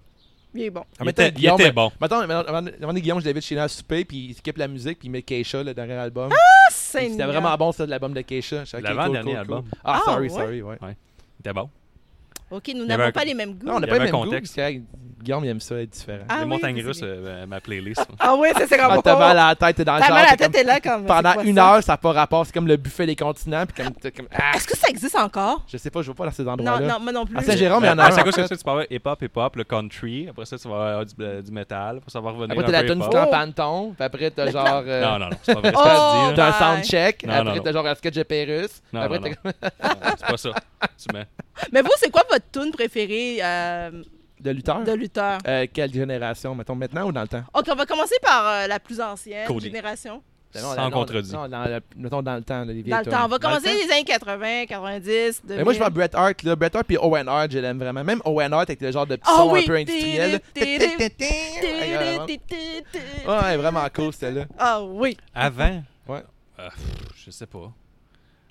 S4: Il est bon.
S1: En
S5: il
S1: même temps,
S5: était, il
S1: Guillaume,
S5: était bon.
S1: Maintenant, avant avant de Guillaume, je l'invite chez nous à souper, puis il skip la musique, puis il met Keisha, le dernier album.
S4: Ah,
S1: Puis
S4: c'est
S1: C'était vraiment bon, ça, de l'album de Keisha. Je suis, ok,
S5: L'avant-dernier
S1: cool, cool,
S5: album.
S1: cool. Ah,
S4: Ah,
S1: sorry,
S4: ouais?
S1: sorry, ouais.
S5: Il était bon.
S4: Ok, nous
S5: y avait un-
S4: n'avons pas les mêmes goûts.
S1: Non, on n'a
S5: Il y
S1: pas le
S5: avait
S1: même
S5: un
S1: contexte.
S5: contexte.
S1: Guillaume, il aime ça, être différent.
S4: Ah
S5: Les
S4: oui,
S5: montagnes
S4: c'est
S5: russes,
S4: bien.
S5: euh, ma playlist. moi.
S4: Ah oui, ça, c'est comme.
S1: Ah,
S4: oh,
S1: t'as mal à la tête, t'es dans le
S4: T'as
S1: genre,
S4: mal à la
S1: t'es
S4: tête, t'es là
S1: comme-
S4: comme. c'est
S1: Pendant
S4: quoi
S1: une
S4: ça?
S1: heure, ça n'a pas rapport. C'est comme le buffet des continents, puis comme. t'es comme ah,
S4: Est-ce que ça existe encore?
S1: je sais pas, je vais pas dans ces
S4: Non,
S1: endroits-là.
S4: non, moi non plus.
S1: À Saint-Jérôme, il y en a
S5: Ah,
S1: un.
S5: c'est à
S1: en
S5: cause que
S1: fait.
S5: ça, tu parles hip-hop, hip-hop, le country. Après ça, tu vas avoir du, euh, du métal. Après ça, va revenir
S1: Après,
S5: un
S1: t'as Ah, la
S5: peu
S1: tonne du
S5: hip-hop.
S1: clan
S4: Oh.
S1: Panton, puis après, t'as genre. euh,
S5: Non, non, non, c'est pas vrai. C'est
S4: Oh!
S5: pas dit, là.
S1: T'as un
S4: Ouais.
S1: soundcheck,
S5: Non, non,
S1: après
S5: non.
S1: t'as genre un sketch de Pérus,
S5: Non,
S1: après
S5: non,
S1: t'as
S5: non. C'est pas ça. Tu mets-
S4: Mais vous, c'est quoi votre tune préférée euh,
S1: de lutteur.
S4: de lutteur?
S1: Euh, quelle génération, mettons maintenant ou dans le temps
S4: Ok, on va commencer par euh, la plus ancienne
S5: Cody.
S4: génération.
S5: Sans
S1: dans-
S5: contredit.
S1: Non, dans le- mettons dans le temps, là, les vieilles
S4: Dans le temps. On va
S1: tonnes. Dans
S4: commencer
S1: le temps?
S4: les années 80, 90, 2000.
S1: Mais moi je parle Bret Hart là, Bret Hart puis Owen Hart, je l'aime vraiment. Même Owen Hart avec le genre de petit
S4: Ah
S1: son
S4: oui!
S1: un peu industriel. là.
S4: Tiri, tiri,
S1: Ouais,
S4: Ah
S1: Ouais, vraiment cool celle-là. Ah,
S4: oui.
S5: Avant?
S1: Ouais.
S5: Euh, pff, je sais pas.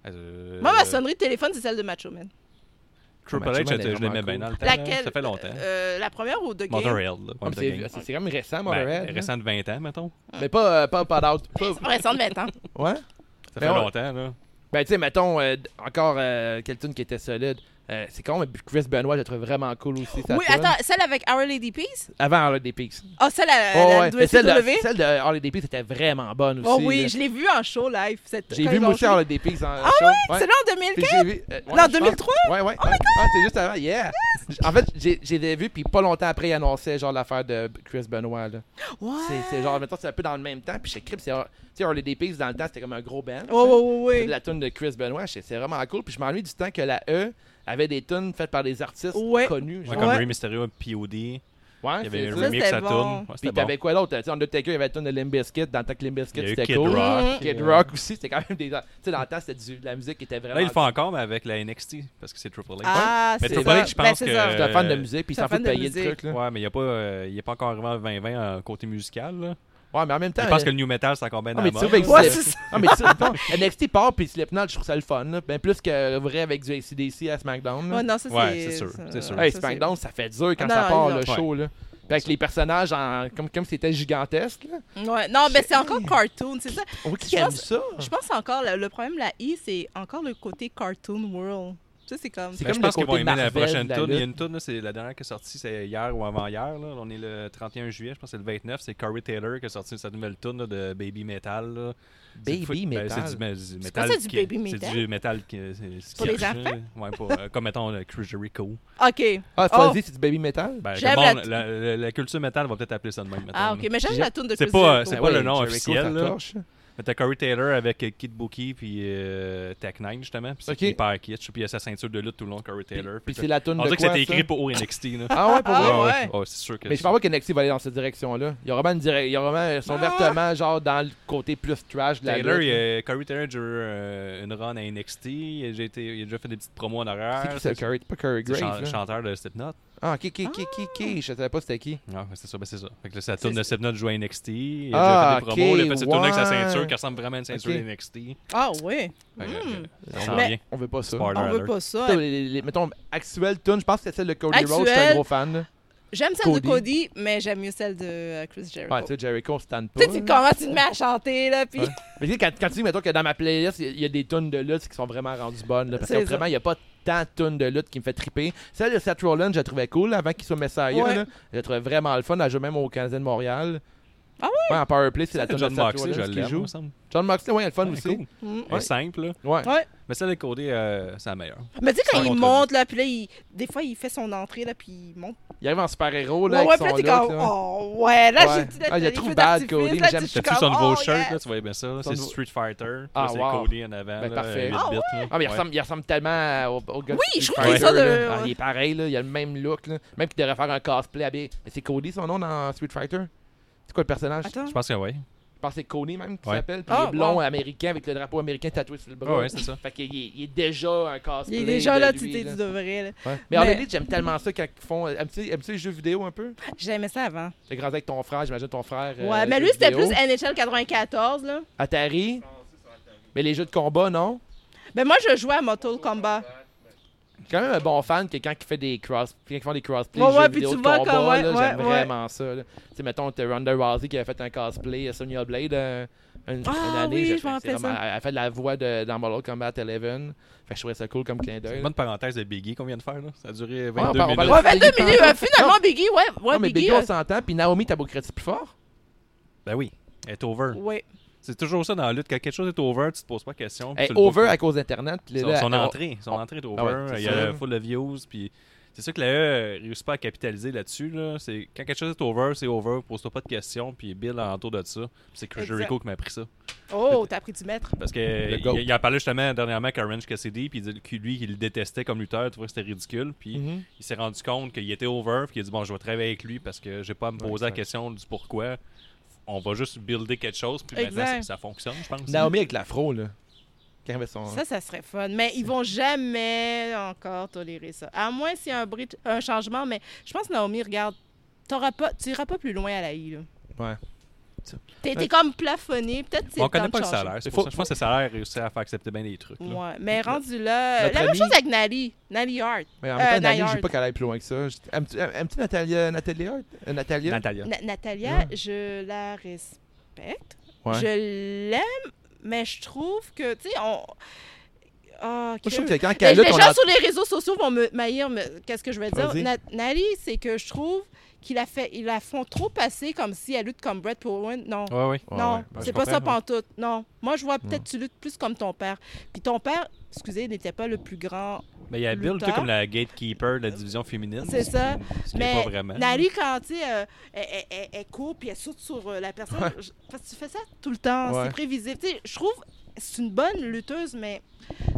S5: Euh,
S4: Moi, ma sonnerie de téléphone, c'est celle de Macho Man.
S5: Triple
S1: Ah, Macho
S5: H,
S1: Man
S5: je,
S1: est
S5: je l'aimais
S1: vraiment
S5: bien dans le temps. là.
S4: Laquelle
S5: Ça fait longtemps. Ah,
S4: euh, La première ou de Game?
S5: Motorhead, là.
S1: Comme
S5: Wonder
S1: C'est
S5: Gang.
S1: c'est- c'est quand même récent
S5: Ben,
S1: Motorhead. là.
S5: récent de 20 ans, mettons.
S1: Mais pas euh, pas pas d'autres. pas-
S4: C'est récent de 20 ans.
S1: Ouais.
S5: Ça
S1: Mais
S5: fait
S1: ouais.
S5: longtemps, là.
S1: Ben, tu sais, mettons, euh, d- encore euh, quelle tune qui était solide. Euh, c'est con, mais Chris Benoit, je le trouve vraiment cool aussi. sa
S4: Oui,
S1: tune.
S4: attends, celle avec Our Lady Peace?
S1: Avant Holiday Peaks.
S4: Ah, celle à
S1: Oh,
S4: la
S1: ouais. Mais celle, de,
S4: WCW?
S1: celle de Holiday Peaks était vraiment bonne aussi.
S4: Oh
S1: là.
S4: oui, je l'ai vue en show live. cette-
S1: J'ai
S4: quand
S1: vu
S4: ils ont
S1: moi aussi
S4: joué.
S1: Holiday Peaks en
S4: Ah
S1: show.
S4: ouais?
S1: Ouais.
S4: C'est là en 2004?
S1: Puis j'ai vu. euh, ouais, je
S4: L'an
S1: pense.
S4: 2003?
S1: Ouais, ouais. ouais. Ah, c'est juste avant, yeah! J- En fait, j'ai j'ai les vu, puis pas longtemps après, ils annonçaient genre l'affaire de Chris Benoit. là.
S4: Ouais.
S1: C'est- C'est genre, mettons, c'est un peu dans le même temps, puis chez Crip, c'est. Tu sais, Holiday Peaks, dans le temps, c'était comme un gros band.
S4: Ouais, ouais, ouais,
S1: C'est
S4: ouais.
S1: de la tune de Chris Benoit, c'est c'est vraiment cool. Puis je m'ennuie du temps que la E avait des tunes faites par des artistes
S4: Ouais.
S1: connus.
S5: Ouais,
S1: genre.
S5: comme
S4: Ouais.
S5: Ray Mysterio, POD. Il
S1: Ouais,
S5: y
S1: Ah, c'est
S5: avait un
S1: ça.
S4: Ray-
S5: remix à
S4: c'était bon.
S5: Toon. Ouais,
S1: Puis
S5: c'était bon.
S1: t'avais quoi d'autre? Tu sais, Undertaker, il y avait la tune de Limp Bizkit. Dans le temps que Limp Bizkit,
S5: Il y a eu
S1: c'était
S5: Kid
S1: cool.
S4: Mm.
S5: Rock.
S1: Kid
S5: Euh,
S1: Rock aussi, c'était quand même des. Tu sais, dans le temps, c'était du- de la musique qui était vraiment.
S5: Là, ils le font encore, mais avec la NXT, parce que c'est Triple H.
S4: Ah,
S5: Mais
S4: c'est
S5: Triple
S4: ça.
S5: H, je
S4: Ben,
S5: pense
S4: c'est
S5: que-
S4: ça.
S1: C'est un fan de musique, puis il
S4: C'est un
S1: s'en fout de
S4: fan de
S1: payer le
S4: musique.
S1: truc. Là.
S5: euh, Ouais, mais il n'est pas, euh, il est pas encore arrivé en 2020 euh, côté musical. Là.
S1: Ouais, mais en même temps.
S5: Je pense
S1: euh,
S5: que le New Metal, c'est encore bien
S1: ah,
S5: dans
S1: mais
S5: la
S1: tu
S5: mode.
S1: trouves avec
S4: Ouais,
S1: Slip-
S4: c'est ça.
S1: Ah, mais tu sais, bon, NXT part, puis Slipknot, je trouve ça le fun. Là. Ben plus que vrai avec du ACDC à SmackDown. là.
S4: Ouais, non, ça,
S5: Ouais,
S4: c'est
S5: c'est sûr,
S4: ça-
S5: c'est sûr.
S1: hey,
S4: ça,
S1: SmackDown, ça fait dur quand
S4: Non,
S1: ça
S4: non,
S1: part
S4: ils ont-
S1: le show. Là. Puis avec les personnages, en... comme comme c'était gigantesque. Là.
S4: Ouais. Non, mais c'est encore cartoon, c'est ça.
S1: Oh,
S4: Je
S1: qui aime
S4: pense-
S1: ça?
S4: Je pense encore, le, le problème, la I, c'est encore le côté cartoon world. Tu sais, c'est comme...
S1: C'est
S5: Ben,
S1: comme
S5: je
S1: le
S5: pense qu'ils vont
S1: côté
S5: aimer la
S1: Marvel
S5: prochaine
S1: de la
S5: tune. Il y
S1: lutte.
S5: a une tune, là, c'est la dernière qui est sortie, c'est hier ou avant-hier. là. On est le 31 juillet, je pense que c'est le 29. C'est Corey Taylor qui a sorti sa nouvelle tune là, de Baby Metal. là. C'est
S1: Baby
S5: fou- ben,
S1: Metal.
S5: c'est du, ben, du
S4: quoi
S5: metal.
S4: ça, du
S5: qui-
S4: Baby Metal?
S5: C'est du metal qui. euh, c'est- c'est-
S4: Pour
S5: qui-
S4: les enfants?
S5: Ouais, pour, euh, comme mettons le Chris Jericho.
S4: OK.
S1: Ah,
S4: Oh.
S1: Fuzzy, c'est du baby metal? Ah
S5: Ben,
S4: J'aime
S5: comme on-
S4: la-
S5: la, la- la culture metal va peut-être appeler ça de même.
S4: Ah,
S5: mettons,
S4: OK. Mais j'aime
S1: J'ai-
S4: la tune de
S5: c'est
S4: Chris
S5: pas-
S4: Jericho.
S5: c'est
S1: Ben
S5: pas
S1: ouais,
S5: le nom
S1: Jericho,
S5: officiel,
S1: ça
S5: là.
S1: torche.
S5: Mais t'as Corey Taylor avec euh, Kid Bookie puis euh, Tech Nine, justement. Puis c'est
S1: Ok.
S5: hyper kitsch. Puis il y a sa ceinture de lutte tout le long, Corey Taylor.
S1: Puis
S5: Fait
S1: c'est
S5: que-
S1: la tune
S5: On
S1: de
S5: dirait que
S1: quoi,
S5: c'était écrit
S1: ça?
S5: pour NXT. Là.
S1: Ah ouais, pour
S4: Ah
S1: vrai?
S4: ouais.
S5: Ouais, c'est sûr que
S1: Mais je
S5: c'est-
S1: pense pas que NXT va aller dans cette direction-là. Il y a vraiment une direc- il y a vraiment ils
S4: Ah!
S1: sont vertement genre dans le côté plus trash de la
S5: Taylor, il
S1: lutte.
S5: a- Corey Taylor a eu euh, une run à NXT. Il a, déjà été- il a déjà fait des petites promos en arrière.
S1: C'est qui ça, Curry? C'est pas Curry
S5: C'est hein? le
S1: Graves,
S5: chan-
S1: là?
S5: chanteur de Slipknot.
S1: Ah, qui, qui, qui, qui, qui? Je savais pas c'était qui.
S5: Ah, c'est ça, ben c'est ça. Fait que là, sa tourne de Slipknot joue à NXT. Il a
S1: Ah,
S5: déjà fait des promos.
S1: ok,
S5: il a fait cette tournée avec sa
S1: ouais.
S5: ceinture qui ressemble vraiment à une ceinture
S1: Ok.
S5: de NXT.
S4: Ah, ouais.
S5: Fait que, euh, Ça
S1: Mais-
S5: s'en vient.
S1: On veut pas ça.
S5: Spoiler
S4: On veut
S5: alert.
S4: pas ça.
S1: Les- les- les- mettons, actuelle tune, je pense que c'est celle de Cody Rhodes, je suis un
S4: Actuelle.
S1: gros fan.
S4: J'aime celle
S1: Cody.
S4: de Cody, mais j'aime mieux celle de euh, Chris Jericho.
S1: Ouais, tu sais, Jericho, on se tanne
S4: tu
S1: pas.
S4: sais, tu
S1: là.
S4: commences, tu te mets à chanter, là, puis...
S1: Ouais. Mais tu sais, quand, quand tu dis, mettons, que dans ma playlist, il y a- il y, a des tunes de lutte qui sont vraiment rendues bonnes. là, parce que
S4: C'est
S1: vraiment,
S4: ça.
S1: il n'y a pas tant de tunes de lutte qui me fait triper. Celle de Seth Rollins, je la trouvais cool avant qu'il soit Messiah.
S4: Ouais.
S1: là. Je la trouvais vraiment le fun. Elle joue même au Canadien de Montréal.
S4: Ah
S1: ouais? en powerplay, c'est la tonne de
S5: John
S1: Seth
S5: Moxley, je
S1: Rollins qui
S5: l'aime, il
S1: joue.
S5: me semble.
S1: John Moxley, ouais, il a le fun
S5: Ouais,
S1: aussi.
S5: cool.
S4: Mm.
S5: Elle est simple, là.
S1: Ouais.
S4: Ouais.
S5: Mais celle de Cody, euh, c'est la meilleure.
S4: Mais tu sais, quand
S5: Sans
S4: il
S5: contredit.
S4: monte, là, puis là, il... des fois, il fait son entrée, là, puis il monte.
S1: Il arrive en super-héros, là,
S4: Ouais, ouais,
S1: avec
S4: puis là,
S1: son
S4: t'es
S1: look,
S4: comme,
S1: là.
S4: oh, ouais, là,
S1: Ouais.
S4: j'ai dit, là,
S1: Ah, il y a
S4: les
S1: trop
S4: feux
S1: bad,
S4: d'artifice,
S1: Cody, mais
S4: là,
S1: j'aime-
S4: tu- je suis
S5: T'as-tu son
S4: comme,
S5: nouveau
S4: oh,
S5: shirt,
S4: yeah.
S5: là? Tu voyais bien ça, là?
S1: Son
S5: C'est
S1: nouveau-
S5: Street Fighter.
S1: Ah,
S5: là, c'est
S1: wow.
S5: Cody en avant.
S1: Ben,
S5: là,
S1: parfait.
S5: 8
S4: Ah,
S5: bits, là.
S1: Ah, mais il,
S5: Ouais.
S1: ressemble, il ressemble tellement à- au, au gars de
S4: Oui, je
S1: Street
S4: trouve que ça
S1: Fighter,
S4: de-
S1: là. Ah,
S4: ouais.
S1: il est pareil, là, il a le même look. Là. Même qu'il devrait faire un cosplay habillé. Mais c'est Cody son nom dans Street Fighter C'est quoi le personnage
S4: Attends.
S5: Je pense que oui.
S1: Je pense que c'est Cody même qui
S5: Ouais.
S1: s'appelle. Puis
S4: Ah,
S1: il est blond
S4: wow.
S1: américain avec le drapeau américain tatoué sur le bras.
S5: Ah, Ouais, ouais, c'est ça.
S1: Fait qu'il est, il est déjà un
S4: Il
S1: cosplay.
S4: est déjà
S1: de
S4: là,
S1: lui,
S4: tu t'es
S1: là.
S4: dit de vrai, là.
S1: Ouais. Mais,
S4: Mais-
S1: en réalité, j'aime tellement ça quand ils font. euh, Aimes-tu aimes-tu les jeux vidéo un peu
S4: J'aimais ça avant.
S1: T'as grandi avec ton frère, j'imagine ton frère. euh,
S4: Ouais, mais
S1: jeux
S4: lui, c'était
S1: vidéo.
S4: plus NHL 94, là.
S1: Atari. Mais les jeux de combat, non
S4: Mais Ben, moi, je jouais à Mortal Kombat.
S1: Je suis quand même un bon fan, quelqu'un qui fait des cross, quelqu'un qui font des crossplay,
S4: Ouais,
S1: jeux
S4: ouais, puis
S1: vidéo
S4: tu
S1: de
S4: vois
S1: combat,
S4: comme- ouais,
S1: là,
S4: ouais,
S1: j'aime
S4: ouais.
S1: vraiment ça. là. Tu sais, mettons, t'as Ronda Rousey qui a fait un cosplay à Sonya Blade euh, une,
S4: Ah,
S1: une année.
S4: oui,
S1: j'ai
S4: je
S1: fait,
S4: m'en
S1: c'est
S4: rappelle
S1: vraiment- Elle a fait de la voix de, dans Mortal Kombat 11. Fait que je trouvais ça cool comme clin
S5: C'est
S1: d'œil.
S5: une bonne parenthèse de Biggie qu'on vient de faire, là. Ça a duré
S1: Ouais, Ah, ben, on parle- on
S5: 22
S1: parle-
S5: minutes.
S4: Ouais, 22
S1: Biggie,
S4: minutes.
S1: tantôt.
S4: euh, Finalement, Biggie, ouais. Ouais,
S1: Non, mais
S4: Biggie.
S1: Biggie, on
S4: euh,
S1: s'entend, puis Naomi, t'as beau critiquer plus fort.
S5: Ben oui. Elle est over.
S4: Ouais.
S5: C'est toujours ça dans la lutte. Quand quelque chose est over, tu te poses pas de questions. puis
S1: Elle
S5: tu
S1: est
S5: le bookes.
S1: over à cause d'Internet. puis
S5: Son,
S1: là,
S5: son
S1: elle-
S5: entrée. Son
S1: on-
S5: entrée est over.
S1: Ah ouais, c'est
S5: il y
S1: ça.
S5: a full de views. Puis c'est sûr que la E euh, réussit pas à capitaliser là-dessus. Là. C'est- Quand quelque chose est over, c'est over. Pose-toi pas de questions. Puis Bill, autour de ça. Puis c'est Chris
S4: Exact.
S5: Jericho qui m'a pris ça.
S4: Oh, t'as pris du maître.
S5: Parce que il,
S1: goat.
S5: il en parlait justement dernièrement avec Orange Cassidy, puis il disait que lui, il le détestait comme lutteur, tu vois, c'était ridicule. Puis
S1: Mhm.
S5: il s'est rendu compte qu'il était over, puis il a dit Bon, je vais travailler avec lui parce que j'ai pas à me poser la
S1: exact.
S5: question du pourquoi. On va juste builder quelque chose, puis maintenant
S4: Exact.
S5: ça, ça fonctionne, je pense.
S1: Naomi avec l'afro, là. Quand elle avait son.
S4: Ça, ça serait fun. Mais ils vont jamais encore tolérer ça. À moins s'il y a un, bridge- un changement. Mais je pense, Naomi, regarde, t'auras pas, tu iras pas plus loin à la I. là.
S1: Ouais.
S4: T'es t'es comme plafonné. Peut-être que c'est
S5: On
S4: le temps
S5: connaît
S4: de
S5: pas le
S4: changer.
S5: salaire, c'est
S1: Faut-
S5: pour ça. Je pense que le salaire réussit à faire accepter bien des trucs. là.
S4: Ouais. Mais rendu là. euh,
S1: Notre
S4: La même
S1: ami-
S4: chose avec Nali. Nali Hart.
S1: Mais en
S4: Euh,
S1: même temps, Naomi,
S4: Nayard.
S1: je veux pas qu'elle aille plus loin que ça. Je- Aimes-tu aimes-tu Natalia Natalia euh, Natalia
S5: Natalia.
S4: Na- Natalia,
S1: Ouais.
S4: je la respecte.
S1: Ouais.
S4: Je l'aime, mais je trouve que, tu sais, on. Ah,
S1: Moi, je trouve
S4: que-
S1: que quand
S4: Les,
S1: elle lutte,
S4: les
S1: on
S4: gens
S1: a-
S4: sur les réseaux sociaux vont me maillir, mais qu'est-ce que je veux dire?
S1: Vas-y.
S4: Na- Nali, c'est que je trouve qu'ils la, fait- ils la font trop passer comme si elle lutte comme Brett pour Owen. Non.
S5: Ouais, ouais.
S1: Ouais,
S4: non,
S1: ouais. Ben, je
S4: c'est pas ça
S1: comprends, ouais.
S4: pantoute. Non. Moi, je vois peut-être que tu luttes plus comme ton père. Puis ton père, excusez, il n'était pas le plus grand.
S5: Mais il y a Bill, tu sais,
S4: Lutteur.
S5: comme la gatekeeper de la division féminine.
S4: C'est
S5: ce
S4: ça.
S5: qui- Ce qui est
S4: Mais
S5: pas vraiment.
S4: Nali, quand tu sais, euh, elle, elle- elle- elle court puis elle saute sur euh, la personne,
S1: Ouais.
S4: je- parce que tu fais ça tout le temps,
S1: Ouais.
S4: c'est prévisible. Tu sais, je trouve c'est une bonne lutteuse, mais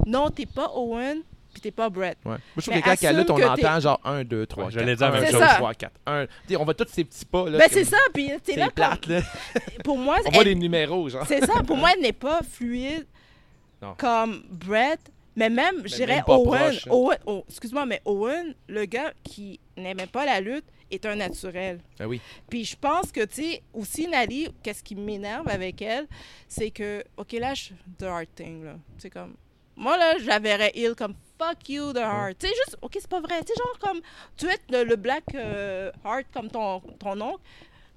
S4: non, t'es pas Owen puis t'es pas Brett.
S1: Ouais. Moi, je trouve
S4: Mais
S1: que quand elle lutte, on
S4: assume que
S1: entend genre 1, 2, 3,
S5: Ouais,
S1: 4.
S5: j'allais dire la même
S4: C'est
S1: chose.
S4: ça.
S1: 3, 4, 1. on va tous ces petits pas. Là,
S4: Ben,
S1: comme-
S4: c'est ça, puis t'es là
S1: C'est
S4: comme-
S1: plate, là.
S4: pour moi,
S1: On voit
S4: elle-
S1: les numéros, genre.
S4: c'est ça, pour moi, elle n'est pas fluide
S1: Non.
S4: comme Brett, mais même, je dirais
S1: même pas
S4: Owen,
S1: proche, hein.
S4: Owen oh, excuse-moi, mais Owen, le gars qui n'aimait pas la lutte, est un naturel.
S1: Ben oui.
S4: Puis je pense que, tu sais, aussi Nali, qu'est-ce qui m'énerve avec elle, c'est que, OK, là, je The Hard Thing, là. C'est comme, moi, là, je la verrais ill comme fuck you, The Hard. Tu sais, juste, OK, c'est pas vrai. Tu sais, genre, comme, tu es le, le Black euh, Heart comme ton, ton oncle,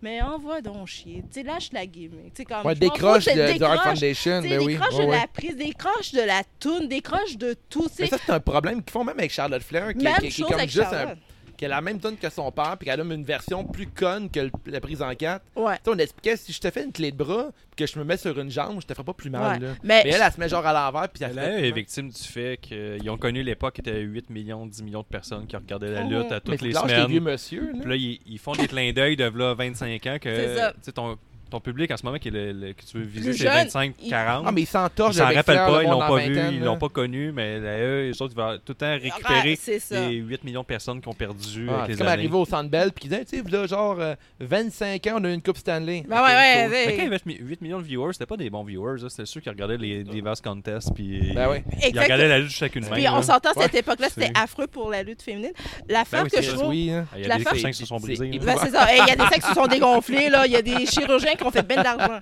S4: mais envoie donc chier. Tu sais, lâche la gimmick. Tu sais, comme,
S1: Ouais,
S4: je m'en
S1: décroche de,
S4: fous, c'est
S1: de Heart
S4: décroche.
S1: Foundation.
S4: Tu sais,
S1: Ben oui.
S4: décroche
S1: Ouais,
S4: de
S1: ouais.
S4: la prise, décroche de la toune, décroche de tout. tu
S1: Mais
S4: sais.
S1: ça, c'est un problème qu'ils font même avec Charlotte Flair, qui,
S4: Même
S1: qui- qui
S4: chose
S1: est comme
S4: avec
S1: juste un,
S4: Charlotte.
S1: qui a la même tonne que son père, puis qu'elle a une version plus conne que le- la prise en 4.
S4: Ouais.
S1: Tu sais, on expliquait si je te fais une clé de bras, puis que je me mets sur une jambe, je te ferai pas plus mal.
S4: Ouais. Ben,
S1: Là.
S4: Mais-
S1: elle, elle, se met genre à l'envers, puis elle
S5: La E
S1: fait.
S5: est victime du fait qu'ils ont connu l'époque où il y avait 8 millions, 10 millions de personnes qui regardaient
S4: Oh,
S5: la lutte à
S1: Mais
S5: toutes les
S1: lâche tes
S5: semaines.
S1: vieux monsieur, là.
S5: Puis là, ils, ils font des clins d'œil de là, 25 ans
S4: C'est
S5: que
S4: ça.
S5: tu sais, ton, ton public en ce moment qui est le- le- que tu veux viser,
S4: Plus
S5: c'est
S4: jeune,
S5: 25,
S4: il-
S5: 40.
S1: Ah, mais ils
S5: ils
S1: s'entorchent
S5: s'en
S1: avec
S5: rappellent
S1: Flair,
S5: pas,
S1: le
S5: ils l'ont
S1: monde
S5: pas
S1: en
S5: vu,
S1: vingtaine,
S5: ils
S1: là.
S5: l'ont pas connu, mais la eux, ils autres, ils vont tout le temps récupérer
S4: Ah, c'est ça.
S5: les 8 millions de personnes qui ont perdu
S1: Ah,
S5: avec
S1: c'est
S5: les
S1: comme
S5: années.
S1: arrivé au Centre Bell puis qui disait, tu sais, là, genre euh, 25 ans, on a eu une Coupe Stanley.
S4: Ben ouais, ouais,
S1: cool.
S4: ouais.
S5: Mais quand il y avait 8 millions de viewers, c'était pas des bons viewers, là. c'était ceux qui regardaient les diverses contests puis
S1: Ben ouais.
S5: ils
S4: Exact.
S5: regardaient la lutte chacune même.
S4: Puis on
S5: là.
S4: s'entend, cette époque-là, c'était
S5: C'est-
S4: affreux pour la lutte féminine. L'affaire
S5: Ben oui,
S4: que
S5: c'est
S4: je
S5: ça.
S4: trouve.
S1: Oui, hein.
S5: Ah, Il y
S4: La
S5: a des
S4: fin-
S5: cochons qui se sont
S1: c'est-
S5: brisés. là.
S4: Ben, c'est ça. Hey, Il y a des sacs qui se sont dégonflés, là. Il y a des chirurgiens qui ont fait ben de l'argent.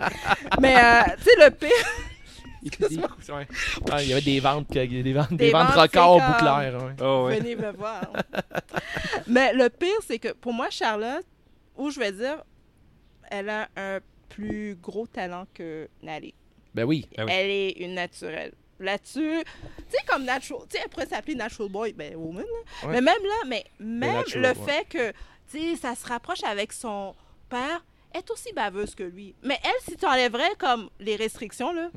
S4: Mais, euh, tu sais, le pire,
S1: Ouais. Ah, il y avait des ventes, que- des ventes, des
S4: Des
S1: ventes
S4: ventes, c'est
S1: records
S4: comme-
S1: bouclaires. ouais.
S5: Ah ouais.
S4: venez me voir. Mais le pire, c'est que pour moi, Charlotte, où je vais dire, elle a un plus gros talent que Nali.
S1: Ben oui.
S5: Ah oui.
S4: Elle est une naturelle. Là-dessus, tu sais, comme Natural, tu sais, elle pourrait s'appeler Natural Boy, ben Woman. là.
S1: Ouais.
S4: Mais même là, mais même
S1: natural,
S4: le
S1: ouais.
S4: fait que, tu sais, ça se rapproche avec son père, est aussi baveuse que lui. Mais elle, si tu enlèverais comme les restrictions, là,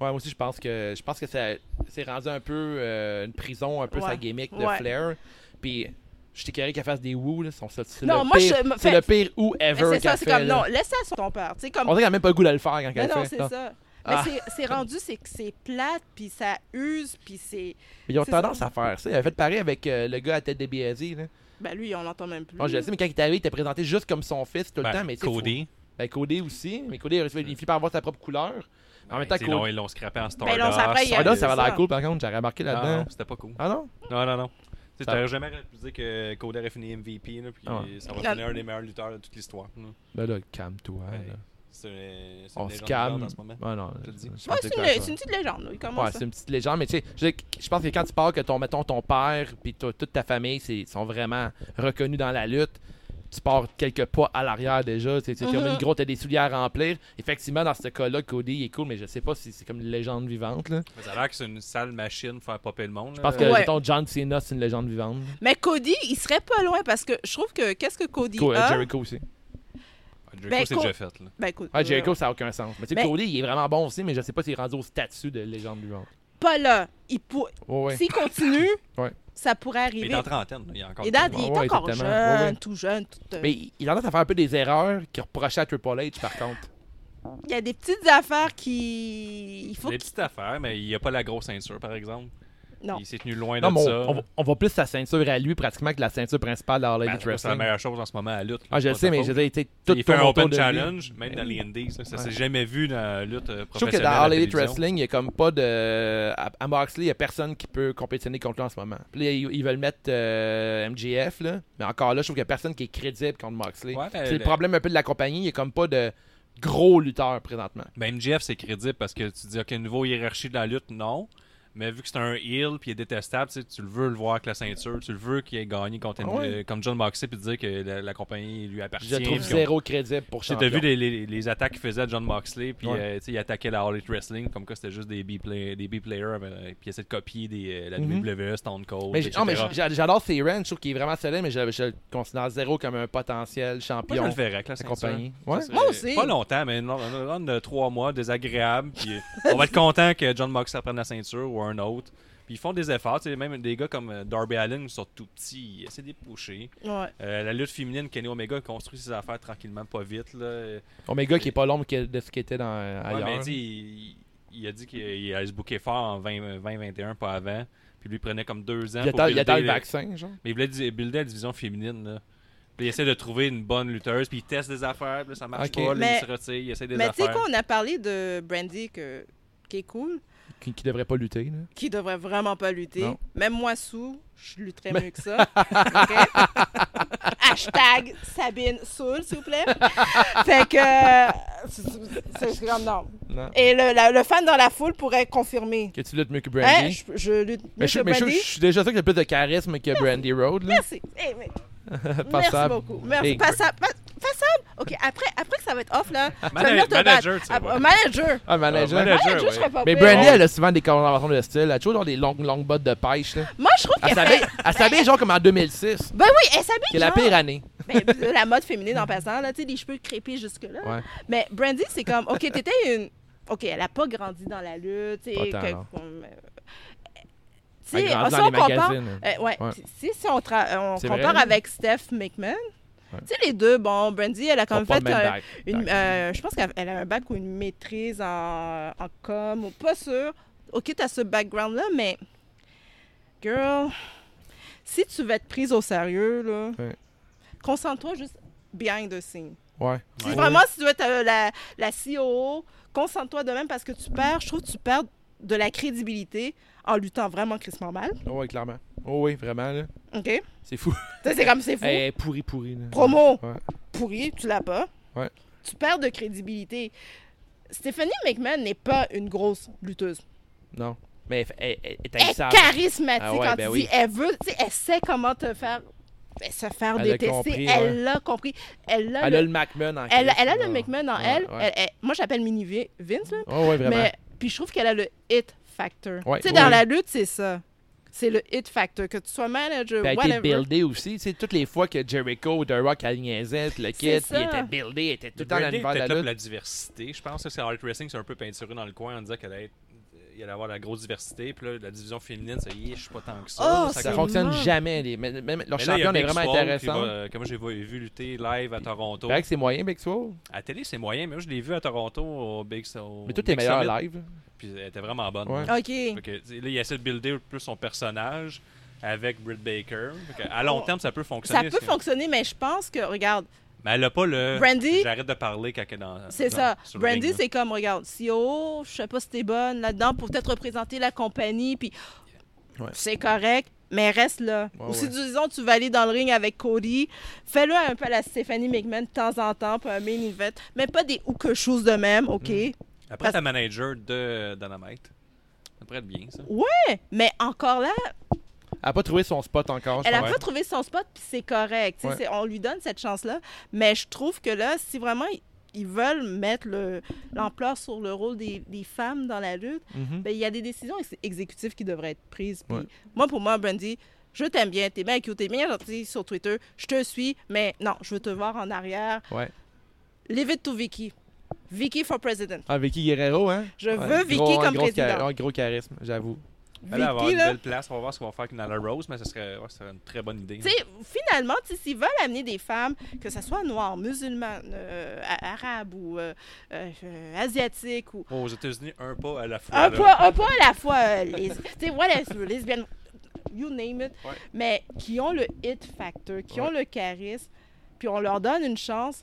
S1: Ouais, moi aussi, je pense que je pense que ça c'est rendu un peu euh, une prison, un peu
S4: Ouais.
S1: sa gimmick de
S4: Ouais.
S1: Flair. Puis je t'ai carré qu'elle fasse des woo, là. sont- C'est c'est
S4: Non,
S1: le,
S4: moi,
S1: pire,
S4: je me-
S1: c'est
S4: fait-
S1: le pire ou
S4: mais
S1: ever
S4: ben, c'est ça,
S1: qu'elle
S4: c'est
S1: fait.
S4: comme
S1: là.
S4: non, laisse ça sur ton père. Tu sais, comme
S1: On dirait qu'elle a même pas le goût de le faire quand
S4: Mais
S1: elle
S4: non,
S1: fait.
S4: c'est
S1: non.
S4: ça.
S1: Ah.
S4: Mais c'est- c'est rendu, c'est que c'est plate, puis ça use, puis c'est.
S1: Ils ont
S4: C'est
S1: tendance
S4: ça.
S1: à faire ça. Elle a fait pareil avec euh, le gars à tête débiaisée. Là.
S4: Ben lui, on l'entend même plus.
S5: Mm.
S1: Bon, Ah, je le sais, mais quand il est arrivé, il était présenté juste comme son fils tout le
S5: Ben,
S1: temps. Mais tu sais,
S5: Cody.
S1: faut- ben, Codé aussi. Mais Codé, il finit par avoir sa propre couleur. En même temps,
S5: Ils l'ont-
S1: Codé.
S5: ils l'ont scrappé en
S4: Ben,
S5: Stardust.
S4: ils l'ont scrappé, il y a-
S1: Ah non, ça va
S4: c'est
S1: l'air
S4: ça.
S1: cool par contre, j'aurais remarqué
S5: Ah,
S1: là-dedans.
S5: non, c'était pas cool.
S1: Ah non?
S5: Non, non, non. Tu sais,
S1: Ça-
S5: t'aurais jamais pu dire que Cody aurait fini MVP, là, puis
S1: Ah ouais.
S5: euh, ça va
S4: Non.
S5: finir un des meilleurs lutteurs de toute l'histoire. là.
S1: Ben là, calme-toi.
S5: Ouais.
S1: là.
S5: C'est une- c'est une
S1: On se
S5: légende
S1: calme.
S5: en ce moment.
S1: Ah non,
S5: Je le dis.
S1: je
S4: Ouais,
S1: pensais
S4: c'est
S1: que
S4: une,
S1: ça-
S4: c'est une petite légende, là. Il commence.
S1: Ouais, c'est une petite légende, mais tu sais, je, veux dire, je pense que quand tu parles que ton, mettons, ton père puis to- toute ta famille c'est- sont vraiment reconnus dans la lutte, tu pars quelques pas à l'arrière déjà. Tu sais, tu as
S4: Mhm.
S1: une grosse, t'as des souliers à remplir. Effectivement, dans ce cas-là, Cody il est cool, mais je sais pas si c'est comme une légende vivante. Là.
S5: Mais ça a l'air que c'est une sale machine pour faire popper le monde.
S1: Je pense que,
S4: Ouais.
S1: mettons, John Cena, c'est une légende vivante.
S4: Mais Cody, il serait pas loin parce que je trouve que qu'est-ce que Cody
S1: Co- euh,
S4: a
S1: Jericho aussi.
S5: Jericho,
S4: Ben,
S5: c'est
S4: co-
S5: déjà fait. Là.
S4: Ben écoute,
S1: Ouais, Ah, Jericho,
S4: euh,
S1: ça n'a aucun sens. Mais tu sais,
S4: Mais-
S1: Cody, il est vraiment bon aussi, mais je sais pas s'il est rendu au statut de légende vivante.
S4: pas là. euh, Il pour...
S1: Ouais, ouais.
S4: S'il continue,
S1: Ouais.
S4: ça pourrait
S5: Mais
S4: arriver.
S5: dans la trentaine, là, il y a encore.
S4: Et dans-
S5: quelques
S4: il est
S1: Ouais,
S4: encore jeune,
S1: exactement. Ouais, ouais.
S4: tout jeune, tout. euh,
S1: Mais il il a tendance à faire un peu des erreurs qu'il reprochait à Triple H, par contre.
S4: Il y a des petites affaires qui. Il faut
S5: Des
S4: qu'il-
S5: petites affaires, mais il n'y a pas la grosse ceinture, par exemple.
S4: Non.
S5: Il s'est tenu loin
S1: Non,
S5: de
S1: mais on,
S5: ça.
S1: on va- on va plus sa ceinture à lui pratiquement que la ceinture principale dans
S5: Ben,
S1: l'Elite
S5: c'est pas la
S1: Wrestling.
S5: meilleure chose en ce moment à la lutte. là,
S1: Ah, je
S5: c'est
S1: le
S5: pas
S1: sais,
S5: ta
S1: mais
S5: faute.
S1: je veux dire, tu sais, tout
S5: il fait un
S1: tourne autour de
S5: open
S1: lui.
S5: challenge, même dans les indies. Ça, ça
S1: Ouais.
S5: s'est jamais vu dans la lutte euh,
S1: Je trouve que
S5: professionnelle. à
S1: dans
S5: la
S1: Elite
S5: télévision.
S1: Wrestling, il n'y a comme pas de. À, à Moxley, il n'y a personne qui peut compétitionner contre lui en ce moment. Puis là, ils, ils veulent mettre euh, MJF, là. Mais encore là, je trouve qu'il n'y a personne qui est crédible contre Moxley.
S5: Ouais, ben,
S1: c'est le
S5: le-
S1: problème un peu de la compagnie, il n'y a comme pas de gros lutteur présentement.
S5: Ben, MJF, c'est crédible parce que tu dis, OK, niveau hiérarchie de la lutte, non. Mais vu que c'est un heel puis il est détestable, tu sais, tu le veux le voir avec la ceinture, tu le veux qu'il ait gagné contre
S1: Ah ouais.
S5: euh, comme John Moxley puis dire que la, la compagnie lui appartient.
S1: Je le trouve
S5: puis qu'on-
S1: zéro crédible pour
S5: Tu
S1: ça.
S5: as vu les, les- les attaques qu'il faisait à John Moxley, puis
S1: Ouais.
S5: euh, tu sais, il attaquait la All Elite Wrestling, comme quoi c'était juste des B-players, des B-players, euh, puis il essayait de copier des, euh, la
S1: Mhm.
S5: WWE, Stone Cold,
S1: Mais j'-
S5: etc.
S1: non, mais j'a- j'adore ses runs, je trouve qu'il est vraiment solide, mais je, je le considère zéro comme un potentiel
S5: Moi, je
S1: champion
S5: le
S1: de
S5: verrais avec la
S1: la
S5: ceinture.
S1: compagnie. Ouais.
S5: Ça serait
S4: Moi aussi.
S5: Pas longtemps, mais une run- une run de trois mois, désagréable. Puis on va être content que John Moxley prenne la ceinture ou un autre. Puis ils font des efforts. tu sais, Même des gars comme euh, Darby Allin qui sont tout petits, ils essaient de les pousher.
S4: Ouais.
S5: Euh, la lutte féminine, Kenny Omega construit ses affaires tranquillement, pas vite. Là. Euh,
S1: Omega qui est pas l'ombre que- de ce qui était dans euh,
S5: Ouais,
S1: ailleurs.
S5: mais dis, il, il a dit qu'il il allait se booker fort en 20 2021, pas avant. Puis lui il prenait comme deux ans
S1: il
S5: hein, pour
S1: attend, il attend le
S5: builder- euh,
S1: vaccin, genre.
S5: Mais il voulait di- builder la division féminine. Là. Puis il essaie de trouver une bonne lutteuse, puis il teste des affaires, puis là, ça marche
S1: Ok.
S5: pas, là,
S4: Mais-
S5: il se retire, il essaie des
S4: Mais tu sais,
S5: affaires.
S4: quand on a parlé de Brandy, que... qui est cool,
S1: Qui, qui devrait pas lutter, là.
S4: qui devrait vraiment pas lutter,
S1: Non.
S4: même moi sous, je lutterais mieux que ça. OK? Hashtag Sabine Soul, s'il vous plaît. fait que. euh, c'est- c'est- C'est comme non.
S1: Non.
S4: Et le, la- le fan dans la foule pourrait confirmer.
S1: Que tu luttes mieux que Brandy.
S4: Hein, je, je lutte mieux
S1: mais je,
S4: que
S1: mais je-
S4: Brandy.
S1: je suis déjà sûr qu'il y a plus de charisme que Brandy Road. Là.
S4: Merci. Eh, mais- Merci
S1: Passable.
S4: beaucoup. Merci.
S1: Hey,
S4: Passable. pa- Passable. OK, après, après que ça va être off, là. tu vas
S5: Mana-
S4: venir te battre.
S5: manager, tu sais,
S4: Ah,
S5: ouais.
S4: Manager.
S1: Ah, manager.
S5: Ah, manager.
S4: Manager,
S5: ouais.
S4: je serais pas
S1: Mais
S4: pire.
S1: Brandy, elle a souvent des conversations de style. Elle a toujours dans des longues, longues bottes de pêche. Là.
S4: Moi, je trouve
S1: Elle
S4: qu'elle
S1: s'habille-
S4: fait-
S1: elle s'habille genre comme en 2006,
S4: Ben oui, elle s'habille
S1: qui est la
S4: genre-
S1: pire hein? année.
S4: Ben, de la mode féminine en passant, là, tu sais, les cheveux crépés jusque-là.
S1: Ouais.
S4: Mais Brandy, c'est comme, OK, t'étais une... OK, elle a pas grandi dans la lutte, tu sais,
S1: Pas tant,
S4: que-
S1: non.
S4: qu'on- euh, Tu
S1: Elle
S4: sais,
S1: grandit
S4: Ah, si
S1: dans
S4: on
S1: les
S4: compare...
S1: magazines.
S4: euh, ouais,
S1: Ouais.
S4: si- Si, si on, tra- on
S1: C'est
S4: compare
S1: vrai.
S4: avec Steph McMahon,
S1: Ouais.
S4: tu sais, les deux, bon, Brandy, elle a
S1: Ils
S4: quand
S1: ont
S4: même
S1: pas le
S4: fait... euh,
S1: même
S4: un-
S1: bac.
S4: une,
S1: Ouais.
S4: euh, je pense qu'elle a un bac ou une maîtrise en, en com, ou pas sûr. OK, tu as ce background-là, mais... Girl, si tu veux être prise au sérieux, là,
S1: Ouais.
S4: concentre-toi juste behind the scenes.
S1: Ouais. Ah
S4: Si vraiment, si tu veux être euh, la, la COO, concentre-toi de même parce que tu perds, je trouve que tu perds de la crédibilité en luttant vraiment crissement mal.
S1: Oh, ouais, clairement. Oh, oui, vraiment. là.
S4: OK?
S1: C'est fou.
S4: Ça, c'est comme c'est fou.
S1: Elle est pourrie, pourrie. là.
S4: Hein? Promo
S1: Ouais.
S4: pourri, tu l'as pas.
S1: Ouais.
S4: Tu perds de crédibilité. Stephanie McMahon n'est pas une grosse lutteuse.
S1: Non. Mais elle- elle elle- elle est
S4: Elle est
S1: haïssable.
S4: charismatique
S1: Ben, Ah ouais,
S4: quand
S1: ben
S4: tu
S1: oui.
S4: dis elle veut, tu sais, elle sait comment te faire elle se faire
S1: Elle a
S4: détester.
S1: compris,
S4: elle l'a compris. Elle l'a
S1: Elle a
S4: le-
S1: le McMahon en
S4: elle,
S1: Christ,
S4: elle a
S1: là.
S4: le McMahon en
S1: Ouais,
S4: elle.
S1: ouais.
S4: Elle- euh, elle- Moi, j'appelle mini Vi- Vince, là.
S5: Ah
S1: Oh, ouais, vraiment.
S4: Mais puis je trouve qu'elle a le hit factor.
S1: Ouais,
S4: tu sais,
S1: ouais.
S4: dans la lutte, c'est ça. C'est le hit factor. Que tu sois
S1: Puis
S4: manager,
S1: elle a été
S4: whatever.
S1: buildé aussi. Tu sais, toutes les fois que Jericho, The Rock, elle niaisait, puis le
S4: C'est
S1: kid, puis
S4: ça.
S1: il était buildé, il était tout le temps à
S5: Brady
S1: l'univers de la
S5: était là pour
S1: lutte.
S5: la diversité. Je pense que c'est Art Wrestling, c'est un peu peinturé dans le coin en disant qu'elle allait être- il allait avoir la grosse diversité. Puis là, la division féminine, ça y est, je suis pas tant que ça.
S4: Oh,
S5: ça
S4: c'est
S1: Ça
S5: commence-
S4: fort.
S1: fonctionne
S4: Tellement.
S1: jamais. Les... Même, même- leur
S5: Mais là, il y a
S1: champion est
S5: Big
S1: vraiment
S5: Swole qui
S1: intéressant.
S5: va- Comment j'ai vu vu lutter live à Toronto.
S1: C'est vrai que c'est moyen, Big Swole.
S5: À télé, c'est moyen, mais moi, je l'ai vu à Toronto au Big au
S1: Mais tout est
S5: Big
S1: meilleur
S5: Summit,
S1: live.
S5: Puis elle était vraiment bonne.
S1: Ouais.
S4: OK.
S5: Fait que, tu sais, là, il essaie de builder plus son personnage avec Britt Baker. Fait que, à long
S4: Oh.
S5: terme, ça peut
S4: Ça
S5: fonctionner.
S4: peut
S5: c'est-
S4: fonctionner, mais je pense que, regarde,
S5: Mais elle a pas le.
S4: Brandy-
S5: J'arrête de parler quand elle est dans.
S4: c'est
S5: dans-
S4: ça.
S5: sur le ring,
S4: Brandy,
S5: là.
S4: c'est comme, regarde, CEO, je sais pas si t'es bonne là-dedans pour peut-être représenter la compagnie, puis
S1: Ouais.
S4: c'est correct, mais reste là.
S1: Ouais,
S4: Ou si,
S1: ouais.
S4: disons, tu vas aller dans le ring avec Cody, fais-le un peu à la Stephanie McMahon de temps en temps, pour un main event, mais pas des ou que chose de même, OK?
S1: Mm.
S5: Après, ta manager de Dynamite. Ça pourrait être bien, ça.
S4: Ouais, mais encore là,
S1: Elle n'a pas trouvé son spot encore. je
S4: Elle a
S1: pense.
S4: pas trouvé son spot, puis c'est correct. Tu sais,
S1: Ouais.
S4: c'est- On lui donne cette chance-là. Mais je trouve que là, si vraiment ils- ils veulent mettre le- l'ampleur sur le rôle des, des femmes dans la lutte,
S1: Mhm.
S4: ben, il y a des décisions ex- exécutives qui devraient être prises. Puis
S1: Ouais.
S4: Moi, pour moi, Brandy, je t'aime bien, t'es bien cute, t'es bien gentil sur Twitter, je te suis, mais non, je veux te voir en arrière.
S1: Ouais.
S4: Leave it to Vicky. Vicky for president.
S1: Ah, Vicky Guerrero, hein?
S4: Je
S1: Ouais,
S4: veux Vicky
S1: gros-
S4: comme
S1: gros char-
S4: président.
S1: ouais, gros charisme, j'avoue.
S5: Elle va avoir
S4: Vicky,
S5: une
S4: là,
S5: belle place. On va voir ce qu'on va faire avec Nala Rose, mais ce serait, ouais, ce serait une très bonne idée.
S4: Tu sais, finalement, tu sais, s'ils veulent amener des femmes, que ce soit noires, musulmanes, euh, a- arabes ou euh, euh, euh, asiatiques, ou
S5: hein. Aux États-Unis, un pas à la fois.
S4: un,
S5: là.
S4: pas, un pas à la fois, euh, les... tu sais, voilà, lesbiennes, you name it,
S5: Ouais.
S4: mais qui ont le hit factor, qui ont le charisme, puis on leur donne une chance.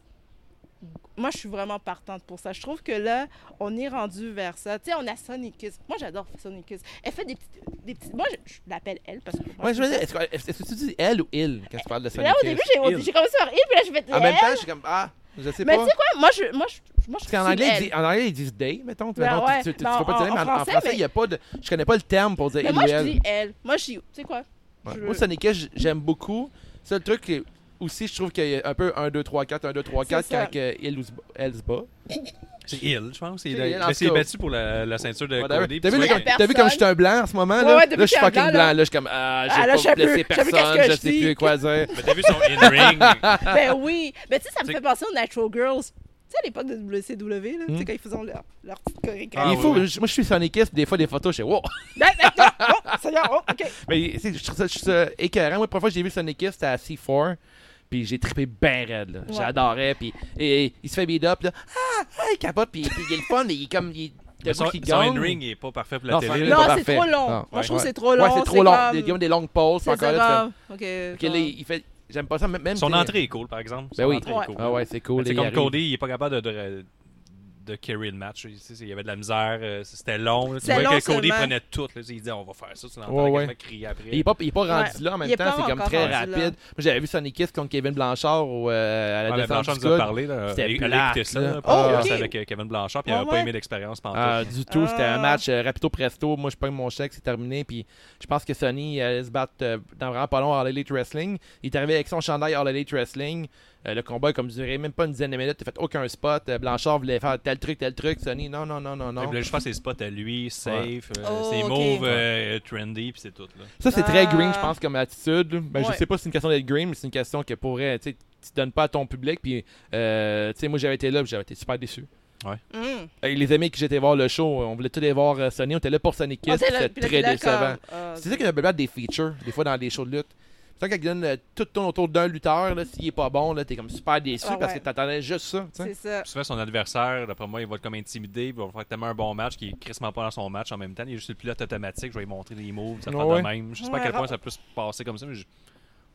S4: Moi, je suis vraiment partante pour ça. Je trouve que là, on est rendu vers ça. Tu sais, on a Sonic Kiss. Moi, j'adore Sonic Kiss. Elle fait des petites... Des petites... Moi, je, je l'appelle elle parce que... moi,
S1: Ouais, je veux
S4: trouve
S1: dire,
S4: ça-
S1: est-ce que, est-ce que tu dis elle ou il quand tu parles de Sonic
S4: Là, au
S1: Youth?
S4: début, j'ai- j'ai commencé par il, puis là, je vais
S1: En même temps, je suis comme, ah, je sais
S4: Mais tu
S1: pas.
S4: sais quoi, moi je. Moi, je, moi, je
S1: Parce qu'en
S4: suis
S1: anglais,
S4: elle.
S1: ils disent- en anglais, ils disent day, mettons. Tu
S4: Ben
S1: mettons, tu-
S4: ouais,
S1: tu- tu
S4: ben
S1: peux pas
S4: en-
S1: dire, mais
S4: en
S1: en, en
S4: français,
S1: français,
S4: mais-
S1: il y a pas de. Je connais pas le terme pour dire
S4: Mais
S1: il
S4: moi,
S1: ou
S4: je
S1: ah, elle.
S4: dis elle. Moi, je dis. Tu sais quoi
S1: Ouais.
S4: je-
S1: Moi, Sonic Youth, j- j'aime beaucoup. C'est le truc que- aussi, je trouve qu'il y a un peu 1, 2, 3, 4, 1, 2, 3,
S4: C'est
S1: 4
S4: ça.
S1: quand que il ou se ba- elle se bat.
S5: C'est il, je pense. Il,
S1: C'est il, en
S5: mais s'il est
S1: tout cas.
S5: battu pour la, la ceinture de
S1: Whatever.
S5: Euh, Cody.
S1: T'as vu,
S5: puis
S4: la
S5: ouais,
S1: comme-
S4: carte-
S1: t'as vu
S4: personne.
S1: comme je suis un blanc en ce moment?
S4: Ouais,
S1: Là,
S4: ouais,
S1: là
S4: depuis
S1: je suis
S4: que je suis
S1: fucking
S4: blanc,
S1: blanc.
S4: là.
S1: Là, je suis comme, ah,
S4: Ah,
S1: j'ai
S4: là, je sais
S1: pas blessé
S4: plus. Je sais plus qu'est-ce
S1: personne,
S4: que
S1: je
S4: je
S1: sais
S4: dis.
S1: plus quoi dire.
S5: mais T'as vu son in-ring.
S4: Ben oui. Mais tu sais, ça me
S5: C'est-
S4: fait penser aux Natural Girls. Tu sais, à l'époque de WCW, là, tu sais,
S1: Hmm.
S4: quand ils faisaient leur, leur petite
S1: Il
S5: Ah,
S4: chorégraphie.
S1: est fou,
S5: oui, oui.
S1: je- moi je suis Sonic Youth, des fois des photos, je suis wow!
S4: Ben, ben,
S1: Ah.
S4: non, oh, Seigneur, oh, OK.
S1: Mais c'est- je trouve ça, je trouve ça écœurant. Moi, la première fois que j'ai vu Sonic Youth, c'était à C4. Puis j'ai trippé ben raide. là.
S4: Ouais.
S1: J'adorais. Puis et, et il se fait beat up. Là. Ah, ah, il capote. Puis, puis il est le fun. Il est comme. Il,
S5: Mais
S1: le
S5: son
S1: bout qui
S5: son
S1: gagne.
S5: in-ring il est pas parfait pour la
S1: Non, son
S5: télé.
S1: in-ring
S5: là.
S1: est
S4: Non,
S1: pas
S4: c'est
S1: parfait.
S4: trop long.
S1: Non,
S4: Moi, je trouve
S5: ouais.
S4: que c'est trop long.
S1: ouais, c'est trop long.
S4: comme-
S1: Il y a des longues pauses. puis
S4: C'est
S1: encore là,
S4: comme- OK.
S1: tu fais- Ok,
S4: comme-
S1: là, il fait. J'aime pas ça. Même même
S5: Son
S1: t'es-
S5: entrée est cool, par exemple. Son
S1: Ben oui.
S5: entrée est
S4: Ouais.
S5: cool.
S1: Ah ouais, c'est cool.
S5: Mais C'est
S1: il
S5: comme
S1: arrive.
S5: Cody, il est pas capable de, de, de carry le match. Il, il y avait de la misère, euh, c'était long. là. Tu
S4: C'était
S5: vois que
S4: long
S5: Cody
S4: seulement.
S5: prenait tout. là. il disait on va faire ça, tu l'entends
S1: Ouais,
S5: ouais,
S1: ouais.
S5: crier après.
S1: Il est pas, il est pas rendu
S4: Ouais.
S1: là en
S4: Il est
S1: même
S4: pas
S1: temps, c'est comme
S4: encore
S1: très
S4: rendu
S1: rapide.
S4: là.
S1: Moi j'avais vu Sonic Kiss contre Kevin Blanchard au, euh, à la
S5: Ouais, mais
S1: descente
S5: Blanchard
S1: du
S5: nous a
S1: coude.
S5: parlé. Là,
S1: C'était
S5: il il
S1: plate,
S5: a écouté ça
S1: là.
S5: là,
S4: Ah,
S5: podcast
S4: ok.
S5: avec euh, Kevin Blanchard, puis il
S4: Ouais,
S5: n'avait pas
S4: ouais.
S5: aimé l'expérience pendant
S1: Ah, du tout, c'était
S4: Ah.
S1: un match euh, rapido presto. Moi, je prends mon chèque, c'est terminé. Puis je pense que Sony allait se battre euh, dans vraiment pas long à All Elite Wrestling. Il est arrivé avec son chandail All Elite Wrestling. Euh, le combat a comme duré même pas une dizaine de minutes. Il a fait aucun spot. Euh, Blanchard voulait faire tel truc, tel truc. Sony, non, non, non, non, non.
S5: Je pense que ses spots à lui, safe, euh,
S4: Oh,
S5: ses
S4: ok.
S5: moves euh, trendy, puis c'est tout. Là.
S1: Ça, c'est très
S4: Ah.
S1: green, je pense, comme attitude. là. Ben,
S4: Ouais.
S1: Je sais pas si c'est une question d'être green, mais c'est une question que pourrait. Tu sais, tu donnes pas à ton public. Puis, euh, tu sais, moi, j'avais été là, puis j'avais été super déçu.
S4: Hmm.
S1: Avec les amis que j'étais voir le show, on voulait tous les voir euh, Sony. On était là pour Sonic
S4: Oh,
S1: Kiss.
S4: t'es là-
S1: C'était
S4: puis là,
S1: très
S4: t'es là
S1: décevant.
S4: comme, ah,
S1: C'est ça qu'il y a besoin des features, des fois dans des shows de lutte. C'est ça quand ils donnent euh, tout tourne autour d'un lutteur, là, s'il est pas bon, là, t'es comme super déçu
S4: Ah
S1: parce
S4: ouais.
S1: que t'attendais juste ça. tu sais.
S4: C'est ça.
S5: Souvent, son adversaire, d'après moi, il va être comme intimidé, puis il va faire tellement un bon match qu'il est crissement pas dans son match en même temps. Il est juste le pilote automatique, je vais lui montrer les moves, ça fait
S1: Ouais,
S5: de
S1: ouais.
S5: même. Je sais pas à
S4: Ouais,
S5: quel point
S4: ra-
S5: ça peut se passer comme ça, mais je-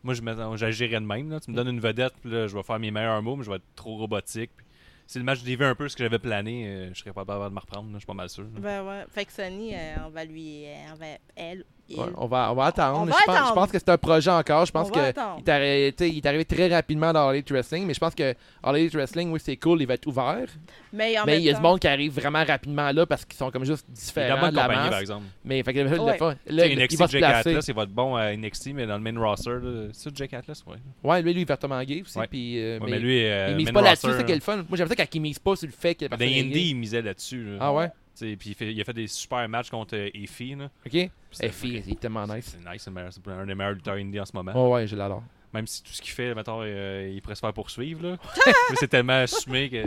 S5: moi, je me- j'agirais de même. Là. Tu me donnes une vedette, puis là, je vais faire mes meilleurs moves, mais je vais être trop robotique. Puis si le match dévie un peu ce que j'avais plané, euh, je serais pas capable de me reprendre, là, je suis pas mal sûr. là.
S4: Ben ouais. Fait que Sony, euh, on va lui. euh, on va, elle. il-
S1: Ouais, on, va, on va attendre.
S4: On
S1: je,
S4: va
S1: pense,
S4: attendre.
S1: je pense que c'est un projet encore. Je
S4: On
S1: pense
S4: va
S1: que
S4: attendre.
S1: il est arri- tu sais, il est arrivé très rapidement dans All Elite Wrestling, mais je pense que All Elite Wrestling, oui, c'est cool, il va être ouvert.
S4: Mais en
S1: mais
S4: même
S1: il y a
S4: temps-
S1: du monde qui arrive vraiment rapidement là parce qu'ils sont comme juste
S5: Il est dans
S1: différents
S5: la bonne
S1: de la
S5: compagnie,
S1: masse.
S5: par exemple.
S1: Mais fait que le- le-
S4: Ouais.
S1: le-
S5: Tu
S1: là,
S5: sais,
S1: il
S5: NXT,
S1: va se
S5: Jake
S1: placer.
S5: Atlas, il va être bon euh, à NXT, mais dans le main roster, là, c'est Jake Atlas, ouais.
S1: Ouais, lui, lui, il va être mangué aussi.
S5: Ouais.
S1: Puis, euh,
S5: Ouais,
S1: mais
S5: mais lui, euh,
S1: il mise
S5: main
S1: pas là-dessus,
S5: roster,
S1: c'est quel fun. Moi, j'aime ça quand il mise pas sur le fait que la
S5: Dans
S1: personne est
S5: Indy,
S1: gay.
S5: il misait là-dessus. là.
S1: Ah ouais?
S5: T'sais, Puis il, fait- il a fait des super matchs contre euh, Effie. là.
S1: Ok? Eh,
S5: C'est-
S1: fille, c'est tellement nice.
S5: C'est nice, c'est le meilleur- c'est un des meilleurs lutteurs indie en ce moment.
S1: Oh ouais, je l'adore.
S5: Même si tout ce qu'il fait, mettons, euh, il pourrait se faire poursuivre. Là. Mais c'est tellement assumé que.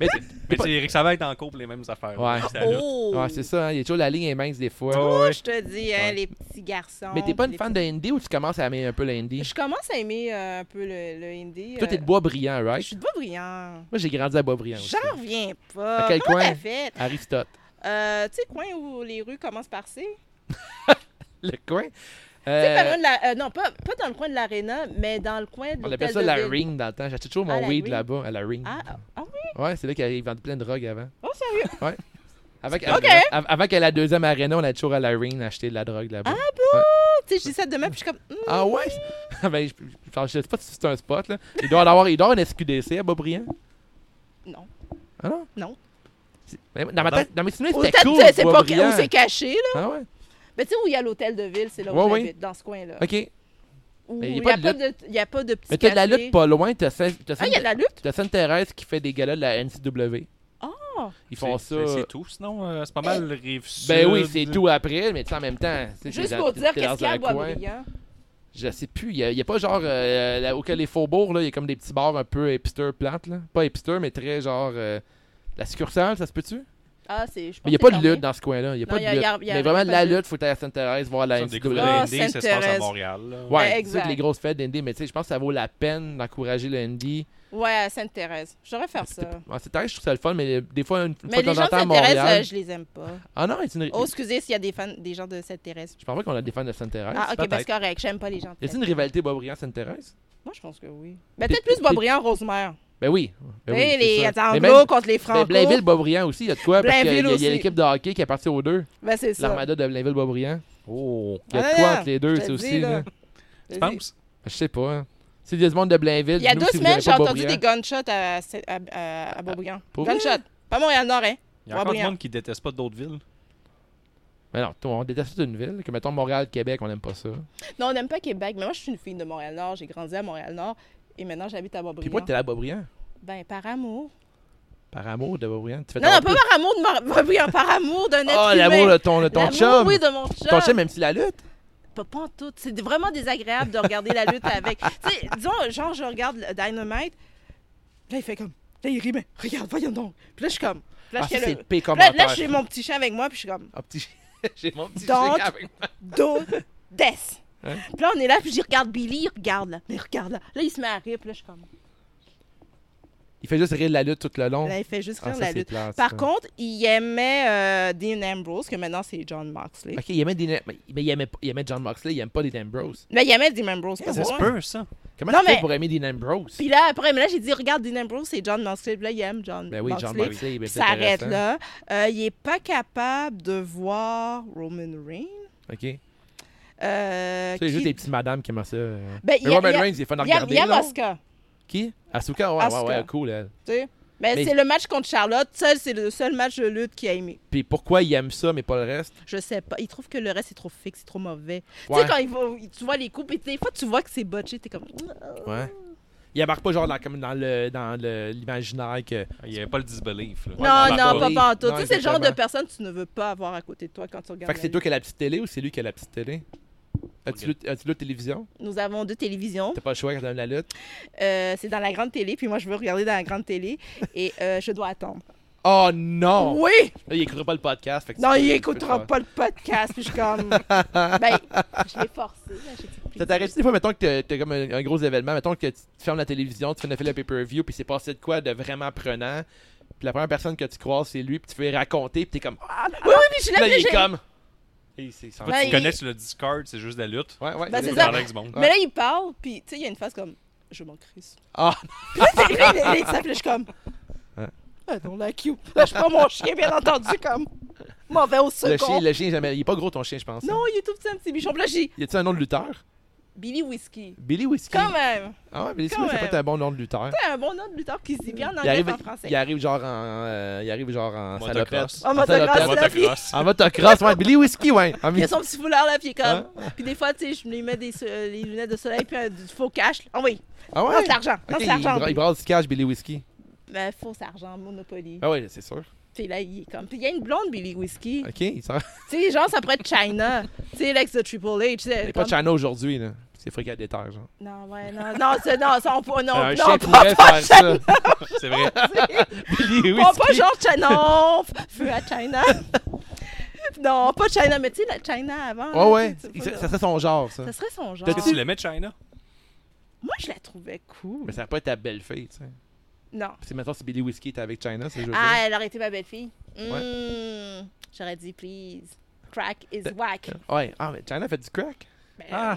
S1: Mais t-
S5: Mais t'sais, Eric Savard est en cours pour les mêmes affaires. là.
S1: Ouais.
S5: C'est la lutte.
S4: Oh!
S1: ouais, c'est ça, hein, il y a toujours la ligne est mince des fois.
S5: Ouais, ouais.
S4: Je te dis, hein,
S5: Ouais.
S4: les petits garçons.
S1: Mais t'es pas une
S4: puis les
S1: fan de indie ou tu commences à aimer un peu l'indie?
S4: petits- Je commence à aimer euh, un peu le, le indie.
S1: Toi,
S4: euh,
S1: t'es de bois brillant,
S4: Je
S1: right?
S4: suis de bois brillant.
S1: Moi, j'ai grandi à bois brillant aussi.
S4: J'en reviens pas.
S1: À quel
S4: Comment
S1: coin?
S4: t'as fait?
S1: Aristote.
S4: Euh, tu sais, coin où les rues commencent par C?
S1: Le coin.
S4: Tu sais,
S1: Euh,
S4: pas loin de la- euh, non, pas, pas dans le coin de l'aréna, mais dans le coin de
S1: on
S4: l'hôtel
S1: appelle ça
S4: de
S1: la
S4: ville.
S1: ring dans le temps. J'achetais toujours
S4: Ah,
S1: mon
S4: la
S1: weed
S4: ring.
S1: là-bas, à la ring.
S4: Ah, ah, ah oui?
S1: Ouais, c'est là qu'ils vendent plein de drogue avant.
S4: Oh, sérieux?
S1: Avant qu'à
S4: Ok.
S1: av- avant qu'à la deuxième arena, on a toujours à la ring acheté de la drogue là-bas.
S4: Ah bon? Tu sais, je dis ça demain, puis je suis comme... hmm,
S1: Ah ouais? Ah ben, je, je- je sais pas si c'est un spot, là. Il doit en avoir, il doit avoir un SQDC à Boisbriand.
S4: Non.
S1: Ah non?
S4: Non.
S1: C'est- mais Dans ma tête, dans mes souvenirs,
S4: Ou
S1: c'était
S4: peut-être
S1: cool,
S4: que c'est pas
S1: Boisbriand.
S4: où c'est caché, là.
S1: Ah ouais?
S4: Mais tu sais, où il y a l'hôtel de ville, c'est là où
S1: Ouais, ouais.
S4: j'habite, dans ce coin-là.
S1: OK.
S4: Où
S1: Mais
S4: il
S1: y a
S4: n'y
S1: pas
S4: a,
S1: de
S4: pas de- il y a pas de petit
S1: Mais t'as de la
S4: café.
S1: lutte pas loin, t'as Saint- t'as
S4: Ah, il y a de
S1: Sainte-
S4: la lutte?
S1: t'as Sainte-Thérèse qui fait des galas de la NCW.
S4: Ah!
S1: Ils font ça...
S5: C'est- C'est c'est tout, sinon. euh, c'est pas mal le rive sud.
S1: Ben oui, c'est tout après, mais tu sais, en même temps... tu sais,
S4: Juste
S1: t'es
S4: pour
S1: dans-
S4: dire
S1: t'es
S4: qu'est-ce
S1: dans
S4: qu'il y a
S1: un
S4: à
S1: coin.
S4: Bois-Brillant.
S1: Je sais plus, il y a, il y a pas genre... euh, là, auquel les faubourgs, là, il y a comme des petits bars un peu hipster plantes, là. Pas hipster, mais très genre... euh, la succursale, ça se peut-tu?
S4: Ah, c'est... je pense
S1: Mais il n'y a
S4: que
S1: pas de
S4: c'est
S1: lutte dans ce coin-là. Il n'y a
S4: Non,
S1: pas
S4: y a-
S1: de
S4: y a-
S1: lutte.
S4: y a
S1: Mais vraiment,
S4: pas
S1: de
S4: de
S1: la
S4: lutte.
S1: lutte, faut aller à Sainte-Thérèse voir la
S5: Ça, découvrir
S1: NCW.
S4: Ah,
S5: l'indie, ça se passe à
S4: Sainte-Thérèse.
S5: Montréal. là.
S1: Ouais,
S4: Ben,
S1: c'est sûr que
S4: exact.
S1: les grosses fêtes d'indie, mais tu sais, je pense que ça vaut la peine d'encourager le indie.
S4: Ouais, à Sainte-Thérèse. J'aurais faire ça.
S1: En Sainte-Thérèse, je trouve ça le fun, mais des fois, une fois
S4: Mais
S1: de
S4: les
S1: temps
S4: gens
S1: en
S4: de
S1: temps à
S4: Sainte-Thérèse,
S1: Montréal.
S4: euh, je les aime pas.
S1: Ah non, c'est une...
S4: Oh, excusez s'il y a des fans, des gens de Sainte-Thérèse.
S1: je pense pas qu'on a des fans de Sainte-Thérèse.
S4: Ah, ok, ben
S5: peut-être.
S4: c'est correct. J'aime pas les gens de
S1: Y a-t-il
S4: Sainte-Thérèse.
S1: une rivalité Boisbriand-Sainte-Thérèse?
S4: Moi, je pense que oui. Ben, peut-être plus Boisbriand-Rosemère.
S1: Ben oui. Ben oui,
S4: Hey,
S1: c'est
S4: les
S1: ça.
S4: attends,
S1: Mais
S4: anglo
S1: même-
S4: contre les
S1: ben,
S4: franco.
S1: Blainville-Boisbriand aussi, il y a de quoi? Parce qu'il y a-
S4: Blainville
S1: il y a
S4: aussi.
S1: l'équipe de hockey qui est partie aux deux.
S4: Ben, c'est ça.
S1: L'armada de Ben, Blainville-Boisbriand.
S5: Oh.
S1: Il y a
S4: Ah,
S1: de quoi
S4: non,
S1: entre les deux,
S4: je te
S1: c'est
S4: le
S1: aussi.
S4: dis, là.
S1: là.
S5: Tu penses?
S1: Je sais pas. hein. C'est des monde de Blainville.
S4: Il y a
S1: nous,
S4: deux
S1: si vous
S4: semaines,
S1: aimez
S4: j'ai
S1: pas
S4: entendu
S1: Boisbriand. Ah,
S4: des gunshots à, Saint- à, à, à Beaubriand.
S1: pour vrai?
S4: gunshots. Pas Montréal-Nord, hein?
S5: Il y a encore du
S4: Boisbriand.
S5: monde qui déteste pas d'autres villes.
S1: Mais non, toi, on déteste une ville, que mettons Montréal, Québec, on n'aime pas ça.
S4: Non, on n'aime pas Québec, mais moi, je suis une fille de Montréal-Nord. J'ai grandi à Montréal-Nord et maintenant, j'habite à
S1: Puis
S4: Beaubriand.
S1: pourquoi t'es là à Boisbriand?
S4: Ben, par amour.
S1: Par amour de Boisbriand? Tu fais
S4: Non,
S1: ton
S4: non, pas par amour de Mor- Beaubriand, par amour d'un être
S1: Oh,
S4: humain.
S1: l'amour de ton, de ton
S4: Ah, L'amour,
S1: chum!
S4: oui, de mon chum.
S1: Ton chum, même si la lutte?
S4: Pas, pas en tout. C'est vraiment désagréable de regarder la lutte avec. tu sais, disons, genre, je regarde le Dynamite. Là, il fait comme. Là, il rit, mais regarde, voyons donc. Puis là, je suis comme. Puis là,
S1: Ah, ça,
S4: je suis
S1: c'est
S4: là,
S1: le pire
S4: là,
S1: commentaire.
S4: là, j'ai mon petit chien avec moi, puis je suis comme.
S1: Ah, petit J'ai mon petit
S4: Donc-
S1: chien avec moi.
S4: Do, des.
S1: Hein?
S4: Puis là, on est là, puis je dis, regarde Billy, il regarde là. Mais il regarde là. Là, il se met à rire, puis là, je suis comme.
S1: Il fait juste rire de la lutte tout le long.
S4: Là, il fait juste
S1: Ah,
S4: rire
S1: ça,
S4: la
S1: c'est
S4: lutte.
S1: plate,
S4: Par
S1: ça.
S4: contre, il aimait euh, Dean Ambrose, que maintenant, c'est John Moxley.
S1: Ok, il aimait, des... mais mais il, aimait, pas- il aimait John Moxley, il aime pas Dean Ambrose.
S4: Mais il aimait Dean Ambrose. pas
S5: Ça se
S4: moi.
S5: peut, ça.
S1: Comment
S4: Non,
S1: tu fais
S4: mais-
S1: pour aimer Dean Ambrose?
S4: Puis là, après, mais là, j'ai dit, regarde Dean Ambrose, c'est John Moxley. Puis là, il aime John
S1: Ben oui,
S4: Moxley.
S1: John Moxley, il est
S4: Puis ça arrête
S1: intéressant.
S4: là. Euh, il est pas capable de voir Roman Reigns.
S1: Ok. Ça,
S4: Euh,
S1: C'est
S4: qui-
S1: juste des petites madames qui aiment ça. euh.
S4: Ben, il
S1: Mais
S4: y a-
S1: Roman
S4: il y a-
S1: Reigns, il est fun à
S4: Il aime-
S1: regarder.
S4: il aime
S1: non?
S4: Asuka,
S1: Qui? Asuka, ouais,
S4: Asuka.
S1: ouais, ouais, cool, elle.
S4: tu sais. Mais,
S1: Mais-
S4: c'est le match contre Charlotte. Ça, c'est le seul match de lutte qu'il a aimé.
S1: Puis pourquoi il aime ça, mais pas le reste?
S4: Je sais pas. Il trouve que le reste, c'est trop fixe, c'est trop mauvais. Tu
S1: Ouais.
S4: sais, quand il va- tu vois les coups, et des fois, tu vois que c'est botché, t'es comme...
S1: Ouais. Il embarque pas genre dans, comme dans le dans le- l'imaginaire que.
S5: Ah, Il n'y avait pas le disbelief. là.
S4: non,
S1: dans la
S4: non, pas
S1: folie.
S4: partout.
S1: Non,
S4: Tu sais, c'est le genre de
S1: exactement.
S4: personne que tu ne veux pas avoir à côté de toi quand tu regardes
S1: Fait que c'est
S4: la
S1: toi qui as la petite télé ou c'est lui qui a la petite télé? As-tu le- as-tu la télévision?
S4: lutte. Nous avons deux télévisions.
S1: T'as pas le choix quand t'aimes la lutte?
S4: Euh, c'est dans la grande télé, puis moi, je veux regarder dans la grande télé, et euh, je dois attendre.
S1: Oh non!
S4: Oui!
S1: Là, il écoutera pas le podcast. fait que
S4: Non,
S1: tu-
S4: il
S1: tu
S4: écoutera
S1: peux
S4: pas le podcast, puis je suis comme... ben, je l'ai forcé. là, j'ai dit,
S1: Ça t'arrive des fois, mettons que t'as- t'as comme un, un gros événement, mettons que tu fermes la télévision, tu fais une file de pay-per-view, puis c'est passé de quoi de vraiment prenant, puis la première personne que tu croises, c'est lui, puis tu fais raconter, puis t'es comme. Ah,
S4: Oui, oui, puis je
S1: là,
S4: l'ai
S1: il est
S4: j'ai-
S1: comme. Et c'est ça.
S5: Toi,
S4: Ben,
S5: tu
S4: il-
S5: te connectes sur le Discord, c'est juste de la lutte.
S1: Ouais, ouais.
S4: Ben,
S5: Tu
S4: c'est
S1: c'est
S4: ça.
S5: parles avec du monde.
S4: Mais là, il parle, puis tu sais, il y a une phase comme... Je m'en crisse.
S1: Ah,
S4: Puis là, il- il- il s'appelait, je suis comme.
S1: Hein?
S4: Ah non, la Q. Là, je prends mon chien, bien entendu, comme. Mauvais au
S1: le
S4: second.
S1: chien, le chien, jamais. Il est pas gros ton chien, je pense.
S4: Non, il est tout petit, un petit bichon. Puis là, j'ai
S1: Y a-tu un nom de lutteur?
S4: Billy Whiskey.
S1: Billy Whiskey.
S4: Quand même.
S1: Ah ouais, Billy
S4: Quand
S1: Whiskey, ça peut
S4: même.
S1: être un bon nom de lutteur.
S4: C'est un bon nom de lutteur qui se dit bien en
S1: Il
S4: anglais
S1: arrive,
S4: et en français.
S1: il arrive genre en, euh, il arrive genre en
S5: Motocross.
S1: salopette.
S4: En
S1: En salopette.
S4: motocross, là, puis
S5: Motocross.
S1: En motocross, ouais. Billy Whiskey, ouais. En
S4: il
S1: mi-
S4: a son petit foulard, là, puis il est comme.
S1: Hein?
S4: Puis des fois, tu sais, je lui mets des, so- euh, les lunettes de soleil, puis un du faux cash. Ah oui,
S1: Ah ouais?
S4: non, c'est l'argent. Non,
S1: Ok,
S4: c'est
S1: il,
S4: l'argent.
S1: bra- il brasse du cash, Billy Whiskey.
S4: Ben, faux argent, Monopoly.
S1: Ah ouais, c'est sûr.
S4: Puis là, il est comme. Puis il y a une blonde, Billy Whiskey.
S1: Ok, il sort.
S4: Tu sais, genre, ça pourrait être China. tu sais, l'ex de Triple H. tu sais,
S1: Il n'y a pas
S4: comme-
S1: de China aujourd'hui, là. C'est fricadétaire, genre.
S4: Non, ouais, non, non, c'est- non, ça, on peut. Non,
S1: Un
S4: non,
S1: chien
S4: pas-
S1: pourrait faire ça.
S5: C'est vrai.
S1: Billy
S4: Bon, pas
S1: Whiskey.
S4: genre China, non, feu à China. non, pas China, mais tu sais, la China avant. là,
S1: Ouais, Ah ouais.
S4: tu sais,
S1: Il-
S4: c'est
S1: Ça,
S4: pas
S1: ça
S4: le-
S1: serait son genre, ça.
S4: ça serait son genre.
S5: T'as-tu l'aimais, China?
S4: Moi, je la trouvais cool.
S1: Mais ça serait pas ta belle-fille, tu sais.
S4: Non.
S1: Puis maintenant, si Billy Whiskey était avec China, c'est joli.
S4: Ah, elle aurait été ma belle-fille. Hmm, J'aurais dit, please. Crack is
S1: T'as-
S4: whack.
S1: Ouais. Ah, mais China fait du crack.
S4: Ben,
S1: Ben, Ah,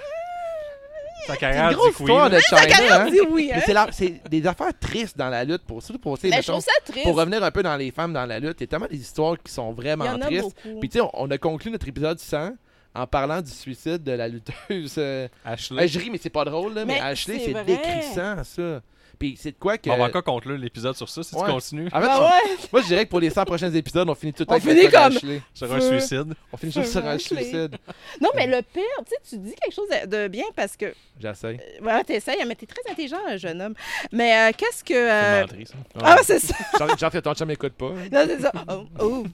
S1: c'est
S5: Sa
S1: une
S5: carrière E,
S1: grosse
S5: dit oui.
S1: histoire de
S4: ça quand
S1: China, hein.
S4: même dit oui, hein.
S1: Mais c'est la- c'est des affaires tristes dans la lutte, pour, surtout pour, tu sais,
S4: Ben, je
S1: mettons,
S4: trouve ça triste.
S1: pour revenir un peu dans les femmes dans la lutte. Il y a tellement des histoires qui sont
S4: Il y en
S1: vraiment
S4: a
S1: tristes.
S4: beaucoup.
S1: Puis tu sais, on, on a conclu notre épisode 100 en parlant du suicide de la lutteuse. euh,
S5: Ashley.
S1: Ah, je ris, mais c'est pas drôle, là, mais,
S4: Mais
S1: Ashley,
S4: c'est
S1: c'est
S4: vrai.
S1: décrissant, ça. Puis c'est de quoi que.
S5: On va encore contre l'épisode sur ça si
S1: Ouais.
S5: tu continues.
S1: En fait,
S4: Ben ouais.
S1: Moi, je dirais que pour les 100 prochains épisodes, on finit tout
S4: On
S1: avec la
S4: finit
S1: cote à
S4: comme-
S1: Ashley.
S5: Sur un
S4: Feu.
S5: suicide.
S1: On finit juste sur un
S4: Ashley.
S1: suicide.
S4: Non, mais le pire, tu sais, tu dis quelque chose de- de bien parce que. euh,
S1: J'essaie.
S4: Ouais, t'essayes, hein, mais t'es très intelligent, le jeune homme. Mais euh, qu'est-ce que.
S5: C'est
S4: euh,
S5: une menterie, ça.
S4: Ah, c'est ça!
S1: Genre genre que ton chum m'écoute pas. hein.
S4: Non, c'est ça. Oh, oh.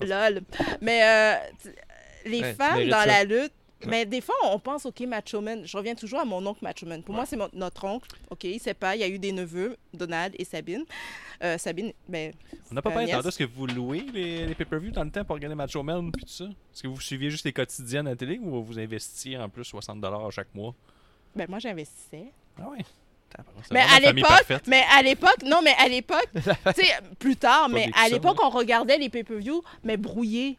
S4: lol. Mais euh, tu- les
S1: Ouais, tu
S4: femmes
S1: mérites
S4: dans
S1: ça.
S4: la lutte, mais des fois, on pense, OK, Macho Man. Je reviens toujours à mon oncle Macho Man. Pour moi, c'est mon- notre oncle. OK, il sait pas. Il y a eu des neveux, Donald et Sabine. Euh, Sabine, ben,
S5: On n'a pas
S4: Euh,
S5: parlé
S4: yes.
S5: tantôt. Est-ce que vous louez les, les pay-per-views dans le temps pour regarder Macho Man puis tout ça? Est-ce que vous suiviez juste les quotidiennes à la télé ou vous investissez en plus 60$ chaque mois?
S4: ben moi, j'investissais.
S5: Ah ouais. T'as pas- c'est vraiment
S4: Mais à
S5: la famille
S4: l'époque,
S5: parfaite.
S4: mais à l'époque, non, mais à l'époque, tu sais, plus tard, mais
S5: vécu ça,
S4: à l'époque, on regardait les pay-per-view, mais brouillés.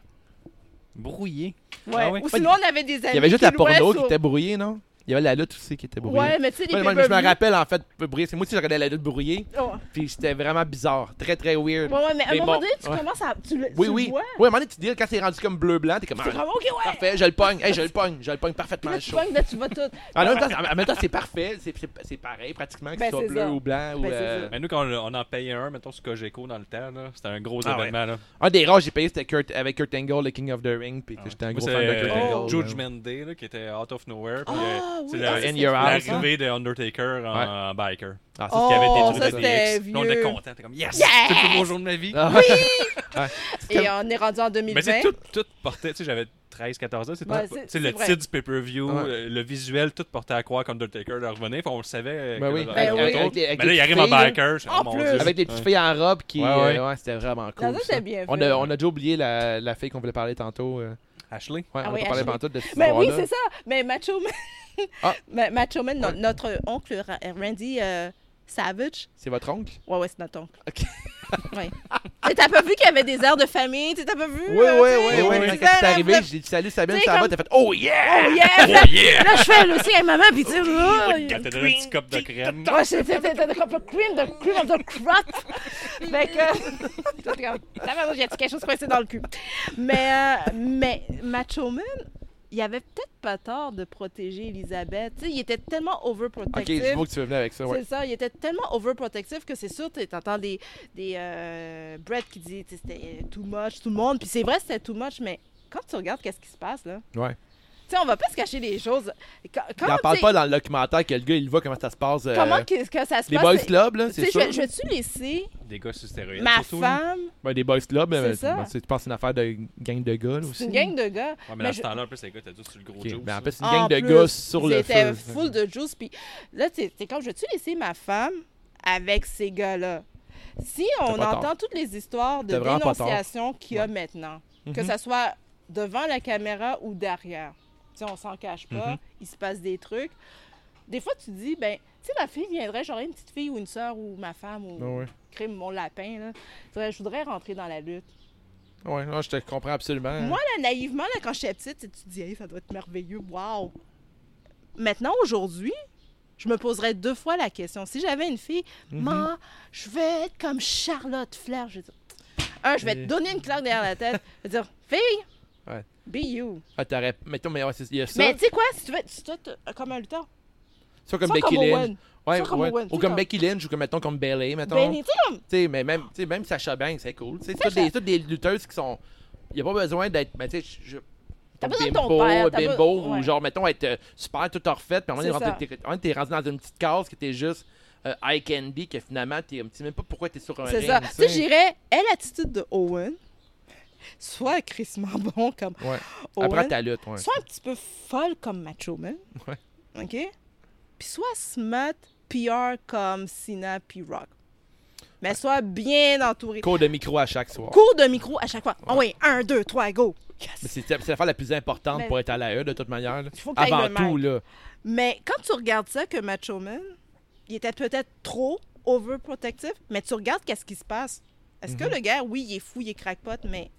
S5: Brouillé.
S4: Ouais.
S5: Ah ouais.
S4: Ou sinon, on avait des amis.
S1: Il y avait juste
S4: qui
S1: la
S4: louaient
S1: porno
S4: sur-
S1: qui était brouillée, non? Il y avait la lutte aussi qui était brouillée.
S4: Ouais, mais tu sais, les
S1: Moi, moi,
S4: pay-per-view.
S1: je me rappelle en fait brouillée. C'est moi aussi, je regardais la lutte brouillée.
S4: Oh.
S1: Puis c'était vraiment bizarre. Très, très weird.
S4: Ouais, ouais, mais à un
S1: Mais
S4: moment
S1: bon,
S4: donné, tu
S1: ouais.
S4: commences à. Tu le, tu
S1: Oui,
S4: le
S1: oui.
S4: vois.
S1: Oui, à un moment donné, tu te dis, quand c'est rendu comme bleu-blanc, t'es comme.
S4: C'est
S1: ah,
S4: comme, ok, ouais.
S1: Parfait, je le pogne. Hey, je le pogne. Je le pogne parfaitement
S4: Là,
S1: le
S4: tu
S1: show.
S4: pognes, là, tu vas tout.
S1: En même temps, en même temps, c'est parfait. C'est- C'est c'est pareil pratiquement, que
S4: Ben,
S1: ce soit
S4: c'est
S1: bleu
S4: ça.
S1: ou blanc. ou,
S4: Ben, c'est
S1: euh,
S5: Mais nous, quand on, on en payait un, mettons, sur Cogeco dans le temps, là, c'était un gros
S1: Ah ouais.
S5: événement. Là.
S1: Un des rares que j'ai payé, c'était Kurt, avec Kurt Angle, le King of the Ring. Puis que j'étais un
S5: Moi,
S1: gros
S5: c'est
S1: fan de Kurt
S5: euh,
S1: Angle.
S5: Judgment Day là, qui était out of nowhere. puis, euh,
S4: Oh, Ah,
S5: c'est
S4: oui,
S5: la-
S4: ah, ça,
S1: In
S4: c'est
S1: your
S4: fou,
S1: house.
S4: ça.
S5: l'arrivée de Undertaker en,
S1: Ouais.
S5: en biker.
S1: Ah, ça,
S4: Oh,
S5: Qui
S1: c'était-
S5: avait détruit
S4: ça,
S5: la
S4: c'était
S5: DX. Là, on était
S4: vieux.
S5: content. T'es comme, yes!
S4: Yes!
S5: C'est le plus beau jour de ma vie.
S1: Ah.
S4: Et on est rendu en
S5: Mais
S4: 2020.
S5: c'est tout, tout portait, tu sais, j'avais 13-14 ans, c'est
S4: Ouais,
S5: tout-
S4: c'est-
S5: tu sais,
S4: c'est
S5: le
S4: vrai.
S5: titre du pay-per-view,
S1: Ouais.
S5: euh, le visuel, tout portait à croire qu'Undertaker leur revenait, puis on le savait. euh,
S1: Ben
S5: que-
S1: oui.
S5: euh,
S4: Ben
S5: entre
S4: oui.
S5: autres.
S1: Avec les- avec
S5: Mais là,
S1: les
S5: il arrive en
S1: filles, là.
S5: biker, je suis,
S4: En
S5: oh mon
S4: plus.
S5: Dieu.
S1: Avec des petites filles en robe qui.
S5: Ouais,
S1: euh, Ouais,
S5: ouais.
S1: c'était vraiment cool.
S4: Non, ça, c'était bien
S1: on,
S4: fait.
S1: a, on a déjà oublié la, la fille qu'on voulait parler tantôt. euh.
S5: Ashley.
S1: Ouais,
S4: Ah
S1: on
S4: oui,
S1: a parlé
S4: Ashley.
S1: tantôt de cette
S4: Mais oui,
S1: histoire-là.
S4: c'est ça. Mais Macho Man.
S1: Ah.
S4: Mais Macho Man, no-
S1: Ouais.
S4: notre oncle Ra- Randy euh, Savage.
S1: C'est votre oncle?
S4: Ouais, ouais, c'est notre oncle.
S1: Ok.
S4: ouais. Mais t'as pas vu qu'il y avait des airs de famille? Mmh, Tu t'as pas vu?
S1: Oui, oui, oui, oui. Quand c'est arrivé,
S4: je
S1: j'ai dit salut Sabine,
S4: Tu sais,
S1: ça va,
S4: comme-
S1: t'as fait oh yeah!
S4: Là, là, je fais le signe à maman, puis tu sais, là, il-
S5: Quand t'as donné un petit cup de crème.
S4: Ouais, c'était comme le cream, the cream of the crop. Fait que. J'étais comme, Tabarnak, j'ai quelque chose coincé dans le cul. Mais, euh, mais Macho Man, il avait peut-être pas tort de protéger Elisabeth. Tu sais, il était tellement
S1: Ok,
S4: overprotectif.
S1: je vois que tu veux venir avec ça, ouais.
S4: C'est ça, il était tellement overprotectif que c'est sûr, tu entends des, des euh, Brett qui dit tu sais, c'était euh, too much, tout le monde. Puis c'est vrai, c'était too much, mais quand tu regardes qu'est-ce qui se passe, là.
S1: Ouais.
S4: Tu sais, on va pas se cacher les choses. Quand,
S1: Il
S4: quand,
S1: n'en parle
S4: tu sais,
S1: pas dans le documentaire que le gars, il voit comment ça se passe. euh,
S4: Comment que, que ça se
S1: les
S4: passe?
S1: boys
S4: c'est-
S1: clubs, là,
S4: tu sais,
S1: c'est
S4: je,
S1: sûr.
S4: vais- je vais-tu laisser
S5: Des gars sur stéroïdes.
S4: ma
S5: surtout, là.
S4: femme,
S1: Ouais, des boys clubs,
S4: C'est
S1: mais tu
S4: ça.
S1: penses tu penses que c'est une affaire de gang de gars, là, aussi.
S4: c'est une gang de gars.
S5: Ouais, mais
S4: mais
S5: dans
S4: je-
S5: ce temps-là, en plus, les gars étaient tous sur le gros
S1: Ok,
S5: juice,
S1: ben, en
S5: là.
S1: fait, c'est une
S4: En
S1: gang de
S4: plus,
S1: gars sur le
S4: C'était
S1: feu.
S4: full de juice. Puis là, tu sais, c'est comme, je vais-tu laisser ma femme avec ces gars-là? Si on
S1: pas
S4: entend
S1: tort.
S4: toutes les histoires de
S1: T'as vraiment pas tort. Mhm.
S4: dénonciation qu'il y a maintenant, que ça soit devant la caméra ou derrière, tu sais, on s'en cache pas,
S1: Mhm.
S4: il se passe des trucs. Des fois, tu dis, ben, tu sais, ma fille viendrait, j'aurais une petite fille ou une sœur ou ma femme ou
S1: Ah ouais.
S4: crime, mon lapin, là. Faudrait- Je voudrais rentrer dans la lutte.
S1: Ouais, non, je te comprends absolument.
S4: Moi, là, naïvement, là, quand j'étais petite, tu te dis, Hey, ça doit être merveilleux, waouh! Maintenant, aujourd'hui, je me poserais deux fois la question. Si j'avais une fille,
S1: Mhm.
S4: Ma, je vais être comme Charlotte Flair, je vais dire, un, je vais
S1: Et-
S4: te donner une claque derrière la tête, je vais dire, fille,
S1: Ouais.
S4: be you.
S1: Ah, t'aurais. Mettons, mais ouais, c'est- il y a ça.
S4: Mais tu sais quoi, si tu veux, si tu veux te- comme un lutteur,
S1: Soit comme
S4: sois
S1: Becky
S4: comme
S1: Lynch.
S4: Owen.
S1: Ouais,
S4: Sois comme
S1: ouais.
S4: Owen,
S1: Ou
S4: sois
S1: comme
S4: comme-
S1: Becky Lynch, ou comme, mettons, comme Bailey, mettons.
S4: ben, tu sais, comme,
S1: Tu sais, mais même, tu sais, même Sacha Banks, c'est cool. Tu sais, C'est toutes des, toutes des lutteuses qui sont. Il n'y a pas besoin d'être. Mais tu sais, je. je-
S4: T'as
S1: comme
S4: besoin de ton
S1: bimbo,
S4: père, t'as
S1: bimbo,
S4: besoin-
S1: ou
S4: ouais.
S1: genre, mettons, être euh, super tout refait, puis à un moment donné,
S4: C'est
S1: rendu- t'es- t'es rendu dans une petite case qui était juste. euh, Eye Candy que finalement, t'es- tu sais même pas pourquoi t'es sur un
S4: C'est
S1: ring,
S4: ça.
S1: tu
S4: Tu
S1: sais.
S4: sais, j'irais, elle, l'attitude de Owen, soit crissement bon comme
S1: Ouais.
S4: Owen,
S1: Après ta lutte, ouais.
S4: soit un petit peu folle comme Macho Man.
S1: Ouais.
S4: OK? Puis soit smart, PR comme Cena puis Rock. Mais soit bien entourée.
S1: Cours de micro à chaque soir.
S4: Cours de micro à chaque fois. Ah oui, un, deux, trois, go!
S1: Mais
S4: Yes!
S1: c'est c'est l'affaire la plus importante
S4: Mais-
S1: pour être à la E de toute manière. là.
S4: Faut que t'ailles
S1: Avant
S4: le
S1: tout, là.
S4: Mais quand tu regardes ça que Macho Man, il était peut-être trop overprotectif, mais tu regardes qu'est-ce qui se passe. Est-ce
S1: Mm-hmm.
S4: que le gars, oui, il est fou, il est crackpot, mais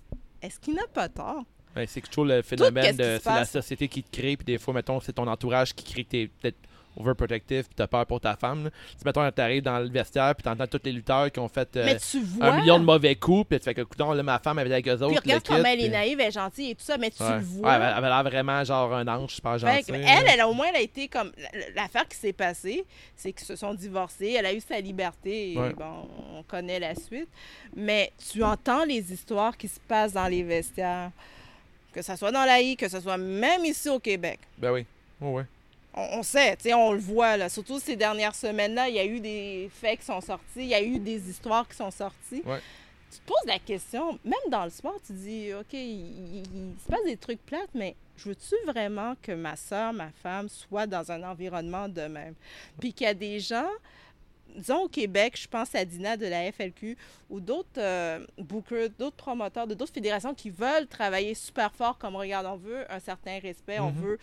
S4: est-ce qu'il n'a pas tort?
S1: Ouais, c'est toujours le
S4: qu'est-ce
S1: phénomène
S4: qui
S1: de
S4: se
S1: c'est la
S4: passe.
S1: société qui te crée, puis des fois, mettons, c'est ton entourage qui crée que t'es peut-être overprotective, puis t'as peur pour ta femme. là. Si, mettons, t'arrives dans le vestiaire, puis t'entends tous les lutteurs qui ont fait euh,
S4: mais tu vois,
S1: un million de mauvais coups, puis tu fais que, coudon, là, ma femme avait avec eux autres.
S4: puis
S1: le
S4: regarde
S1: kit,
S4: comment elle est
S1: puis-
S4: naïve, elle est gentille et tout ça, mais tu
S1: Ouais.
S4: le
S1: Ouais,
S4: vois.
S1: elle avait l'air vraiment genre un ange super
S4: Fait
S1: gentil.
S4: que
S1: là.
S4: elle, elle a au moins elle a été comme. L'affaire qui s'est passée, c'est qu'ils se sont divorcés, elle a eu sa liberté, et
S1: Ouais.
S4: bon, on connaît la suite. Mais tu entends les histoires qui se passent dans les vestiaires, que ce soit dans l'AI, que ce soit même ici au Québec.
S1: Ben oui. Ouais, ouais.
S4: On, on sait, tu sais, on le voit, là. Surtout ces dernières semaines-là, il y a eu des faits qui sont sortis, il y a eu des histoires qui sont sorties.
S1: Ouais.
S4: Tu te poses la question, même dans le sport, tu dis, OK, il, il- il se passe des trucs plates, mais je veux-tu vraiment que ma soeur, ma femme, soit dans un environnement de même? Puis qu'il y a des gens, disons au Québec, je pense à Dina de la FLQ, ou d'autres euh, bookers, d'autres promoteurs, de d'autres fédérations qui veulent travailler super fort comme, regarde, on veut un certain respect, on
S1: Mhm.
S4: veut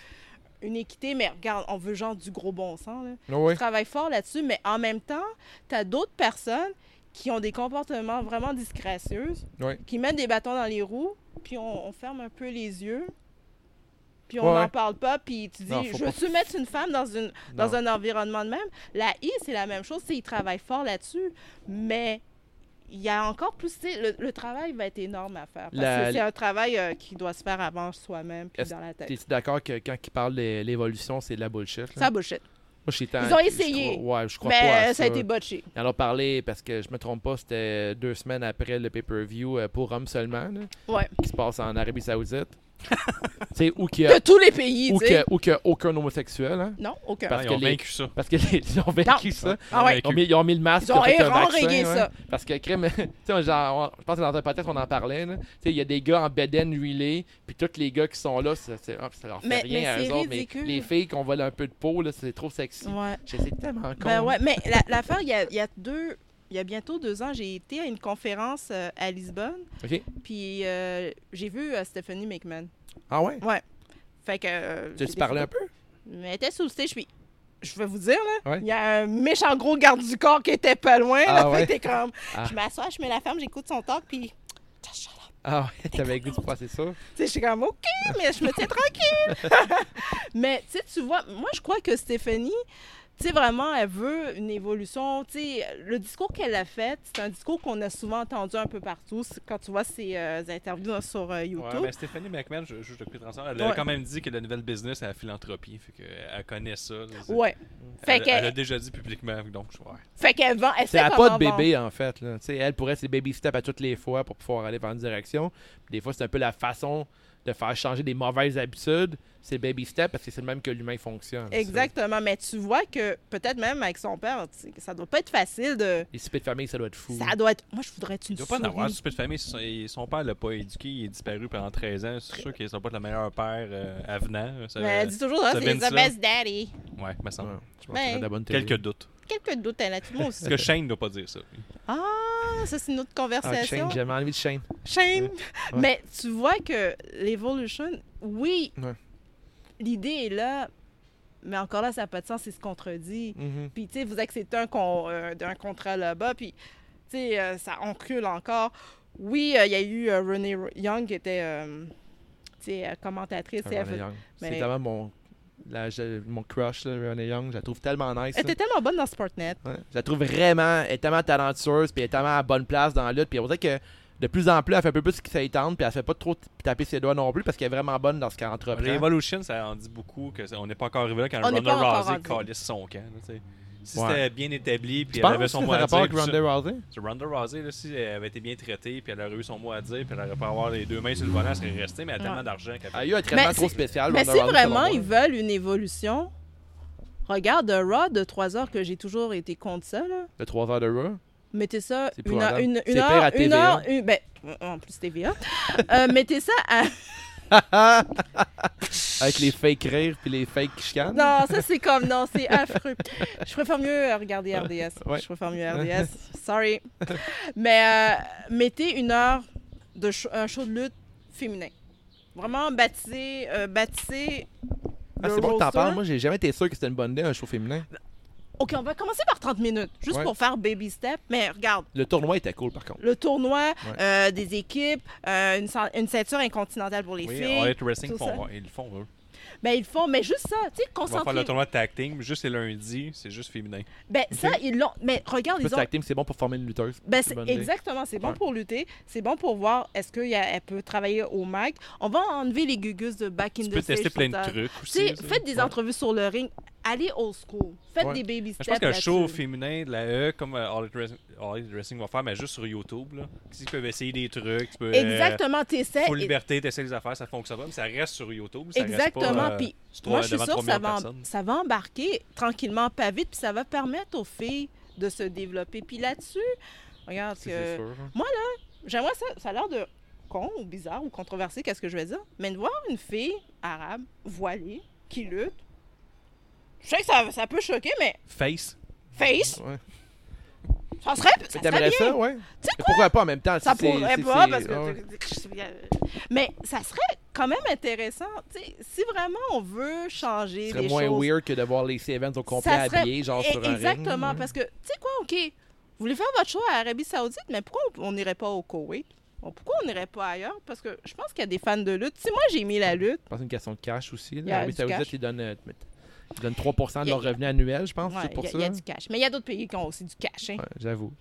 S4: une équité, mais regarde, on veut genre du gros bon sens. Là.
S1: Ouais, Oh, ouais.
S4: Je travaille fort là-dessus, mais en même temps, tu as d'autres personnes qui ont des comportements vraiment disgracieux,
S1: Ouais.
S4: qui mettent des bâtons dans les roues, puis on, on ferme un peu les yeux, puis on
S1: Ouais,
S4: n'en
S1: ouais.
S4: parle pas, puis tu dis,
S1: Non, faut
S4: je veux-tu mettre une femme dans, une, dans un environnement de même? La I, c'est la même chose, tu sais, ils travaillent fort là-dessus, mais il y a encore plus, tu sais, le, le travail va être énorme à faire, parce
S1: La-
S4: que c'est un travail euh, qui doit se faire avant soi-même, puis
S1: Est-ce
S4: dans la tête.
S1: T'es-tu d'accord que quand ils parlent de l'évolution, c'est de la bullshit? là?
S4: Ça bullshit.
S1: Moi, j'étais en-
S4: Ils ont
S1: je
S4: essayé.
S1: crois- ouais, je crois pas. à
S4: Mais euh, ça
S1: ça
S4: a été botché.
S1: Ils en ont parlé parce que je me trompe pas, c'était deux semaines après le pay-per-view euh, pour hommes seulement, là,
S4: Ouais.
S1: qui se passe en Arabie Saoudite. tu sais, ou qu'il y
S4: De
S1: a-
S4: tous les pays,
S1: ou
S4: tu sais.
S1: que, ou qu'il y a aucun homosexuel, hein,
S4: Non, aucun.
S1: Parce
S5: ils
S1: que
S5: ont
S1: les-
S5: vaincu ça.
S1: parce qu'ils ont vaincu ça.
S4: ah ouais.
S1: Ils ont, mis, ils ont mis le masque.
S4: Ils ont
S1: fait un
S4: enrayé
S1: vaccin, ouais.
S4: ça.
S1: Parce que, crème, tu sais, on- genre, on- je pense que dans un podcast, on en parlait. là. Tu sais, il y a des gars en bedaine huilée, puis tous les gars qui sont là, ça, c'est- ah, ça leur fait
S4: Mais-
S1: rien
S4: mais
S1: à eux
S4: c'est
S1: autres. Mais
S4: ridicule.
S1: les filles qu'on vole un peu de peau, là, c'est trop sexy.
S4: Ouais.
S1: Je sais, C'est tellement con.
S4: Ben ouais, mais la- l'affaire, il y a, il y a deux, il y a bientôt deux ans, j'ai été à une conférence euh, à Lisbonne,
S1: OK.
S4: puis euh, j'ai vu euh, Stephanie McMahon.
S1: Ah ouais?
S4: Fait que. euh,
S1: Tu
S4: j'ai
S1: tu parlais un peu?
S4: Mais elle était sous le stage, puis je vais vous dire, là,
S1: Ouais.
S4: il y a un méchant gros garde du corps qui était pas loin. là,
S1: Ah ouais?
S4: fait que t'es comme.
S1: Ah.
S4: Je m'assois, je mets la ferme, j'écoute son talk, puis. Tu
S1: Ah ouais, t'avais le goût de passer ça?
S4: sais, je suis comme, OK, mais je me tiens tranquille. mais, tu sais, tu vois, moi, je crois que Stéphanie, tu sais, vraiment, elle veut une évolution. Tu sais, le discours qu'elle a fait, c'est un discours qu'on a souvent entendu un peu partout c'est- quand tu vois ses euh, interviews sur euh,
S5: Ouais,
S4: YouTube.
S5: mais Stéphanie McMahon, je, je te coupe transfert, elle a
S4: Ouais.
S5: quand même dit que la nouvelle business, c'est la philanthropie. Fait que elle connaît ça. là, c'est-
S4: Ouais. Fait
S5: Elle, elle a
S4: qu'elle
S5: déjà dit publiquement, donc je vois.
S4: fait qu'elle vend. Elle
S1: C'est
S4: sait
S1: à pas
S4: comment
S1: de bébé, en fait. Là. Tu sais, Elle pourrait c'est baby step à toutes les fois pour pouvoir aller dans une direction. Puis Des fois, c'est un peu la façon de faire changer des mauvaises habitudes. C'est baby step parce que c'est le même que l'humain fonctionne.
S4: vendre. Exactement. Mais tu vois que peut-être même avec son père, tu sais, que ça doit pas être facile de.
S1: Les soupers de famille, ça doit être fou.
S4: Ça doit être. Moi, je voudrais être une
S5: Il doit pas en
S4: souris.
S5: avoir du souper de famille. Son, et son père l'a pas éduqué, il est disparu pendant 13 ans. C'est sûr qu'il sera pas le meilleur père euh, avenant. Ça-
S4: Mais elle dit toujours, Ah,
S5: ça
S4: c'est
S5: vient de ça.
S4: the best daddy.
S5: Ouais, me semble.
S1: Ouais.
S5: Je
S1: Je pense que c'est
S4: Ben,
S1: de la bonne télé.
S5: Quelques doutes.
S4: Quelques doutes, elle a tout le monde aussi.
S5: Parce que Shane doit pas dire ça.
S4: Ah, ça, c'est une autre
S1: Ah,
S4: conversation.
S1: Shane, j'avais envie de Shane.
S4: Shame.
S1: Ouais.
S4: Mais tu vois que l'Evolution, oui,
S1: Ouais.
S4: l'idée est là, mais encore là, ça n'a pas de sens, c'est se contredit.
S1: Mm-hmm.
S4: Puis, tu sais, vous acceptez un, con- euh, d'un contrat là-bas, puis, tu sais, euh, ça encule encore. Oui, euh, il y a eu euh, Renee Young qui était, euh, tu sais, euh, commentatrice.
S1: Ah,
S4: elle,
S1: Renee Young. C'est
S4: mais-
S1: tellement mon, la- je- mon crush, là, Renee Young. Je la trouve tellement nice.
S4: elle
S1: là.
S4: était tellement bonne dans Sportnet.
S1: Ouais. Je la trouve vraiment, elle est tellement talentueuse, puis elle est tellement à la bonne place dans la lutte. Puis on dirait que de plus en plus, elle fait un peu plus ce qui s'étend, puis elle fait pas trop t- taper ses doigts non plus, parce qu'elle est vraiment bonne dans ce qu'elle entreprend.
S5: Revolution, ça en dit beaucoup que ça- on n'est pas encore arrivé là quand
S4: On n'est
S5: Ronda
S4: pas encore
S5: Rousey
S4: rendu.
S5: calisse son camp. là, tu sais. si
S1: Ouais.
S5: c'était bien établi, puis
S1: Tu
S5: elle
S1: penses
S5: avait
S1: que
S5: son
S1: ça
S5: mot
S1: a
S5: à
S1: rapport
S5: dire.
S1: avec
S5: puis ça-
S1: Ronda Rousey?
S5: Sur Ronda Rousey, là, si elle avait été bien traitée, puis elle aurait eu son mot à dire, puis elle aurait pas avoir les deux mains sur le volant, elle serait restée, mais elle a tellement
S4: Ouais. Ah,
S5: d'argent qu'elle
S1: Elle Ah, a
S5: fait.
S1: eu un traitement
S4: Mais
S1: trop
S4: c'est-
S1: spécial.
S4: Mais
S1: Ronda
S4: si
S1: Rousey, selon
S4: vraiment
S1: moi.
S4: ils veulent une évolution, Regarde un Raw de 3 heures que j'ai toujours été contre ça. Là.
S1: Le 3 heures de Raw.
S4: Mettez ça
S1: C'est
S4: une heure,
S1: épouvantable.
S4: une,
S1: C'est
S4: une
S1: pire à hein.
S4: heure, une
S1: TVA.
S4: heure, une- ben, en plus TVA. Euh, mettez ça à...
S1: Avec les fake rires puis les fake chicanes.
S4: Non, ça c'est comme, non, c'est affreux. Je préfère mieux regarder RDS.
S1: Ouais.
S4: Je préfère mieux RDS. Sorry. Mais euh, mettez une heure de ch- un show de lutte féminin. Vraiment bâtissez, euh, bâtissez
S1: Ah,
S4: le
S1: c'est bon que t'en
S4: roster.
S1: parles. Moi, j'ai jamais été sûr que c'était une bonne idée, un show féminin.
S4: Ok, on va commencer par 30 minutes, juste
S1: Ouais.
S4: pour faire baby step. Mais regarde,
S1: Le tournoi était cool, par contre.
S4: le tournoi, euh, des équipes, euh, une, cen- une ceinture incontinentale pour les
S5: Oui,
S4: filles.
S5: All Elite Wrestling,
S4: tout
S5: font-
S4: ça.
S5: ouais, ils le font, eux.
S4: Ben, ils font, mais juste ça, tu sais,
S5: Ils vont faire
S4: concentrez.
S5: le tournoi de tag team, juste les lundis, c'est juste féminin.
S4: Ben, ça, ils l'ont. Mais regarde,
S1: Le
S4: ils ont
S1: tag team, c'est bon pour former une lutteuse.
S4: Ben,
S1: C'est
S4: c'est-
S1: une bonne idée.
S4: exactement, c'est bon
S1: Ouais.
S4: pour lutter, c'est bon pour voir est-ce qu'elle peut travailler au Mac. On va enlever les gugus de Back in
S5: Tu
S4: the
S5: peux tester
S4: Stage
S5: plein de
S4: sur ta-
S5: trucs
S4: Tu
S5: aussi.
S4: sais,
S5: ça.
S4: faites des
S5: Ouais.
S4: entrevues sur le ring, allez old school, faites
S1: Ouais.
S4: des baby
S5: Mais
S4: steps.
S5: Je pense qu'un show
S4: là-dessus.
S5: féminin de la E, comme euh, All Elite Wrestling- All Elite Wrestling va faire, mais juste sur YouTube, là. S'ils peuvent essayer des trucs, tu peux. euh,
S4: Exactement, t'essaies.
S5: Faut
S4: et-
S5: liberté, t'essayes les affaires, ça fonctionne pas, mais ça reste sur YouTube. Ça Reste
S4: Exactement,
S5: pas, euh,
S4: puis
S5: sur trois-
S4: moi, je suis
S5: devant
S4: sûre
S5: trois
S4: que ça
S5: millions
S4: va,
S5: de
S4: en-
S5: personnes.
S4: ça va embarquer tranquillement, pas vite, puis ça va permettre aux filles de se développer. Puis là-dessus, regarde
S1: C'est-
S4: que.
S1: C'est sûr. hein.
S4: J'aimerais ça. Ça a l'air de con ou bizarre ou controversé, qu'est-ce que je vais dire. Mais de voir une fille arabe, voilée, qui lutte, je sais que ça, ça peut choquer, mais
S5: Face.
S4: face,
S1: Ouais.
S4: ça serait, ça
S1: Mais
S4: serait
S1: t'aimerais
S4: bien.
S1: ça, ouais?
S4: Tu sais
S1: Mais pourquoi pas en même temps?
S4: Ça
S1: si c'est-
S4: pourrait
S1: si
S4: pas
S1: c'est-
S4: parce
S1: ah
S4: que.
S1: ouais.
S4: euh, Mais ça serait quand même intéressant. Tu sais, si vraiment on veut changer
S1: Ce serait
S4: des
S1: moins
S4: choses.
S1: weird que de voir les events au complet
S4: Ça serait- e-
S1: habillés, genre sur un ring.
S4: Exactement,
S1: Ouais.
S4: parce que, tu sais quoi, OK, vous voulez faire votre show à Arabie Saoudite, mais pourquoi on- on n'irait pas au Koweït? Bon, Pourquoi on n'irait pas ailleurs? Parce que je pense qu'il y a des fans de lutte. Si moi, j'ai mis la lutte,
S1: Je pense que c'est une question de cash aussi.
S4: Il y a
S1: L'Arabie
S4: du
S1: Saoudite,
S4: cash.
S1: ils donnent, euh, ils donnent 3 de
S4: Il y a-
S1: leur revenu annuel, je pense,
S4: ouais,
S1: c'est pour
S4: il y a-
S1: ça.
S4: il y, a du cash. Mais il y a d'autres pays qui ont aussi du cash. hein.
S1: Ouais, J'avoue.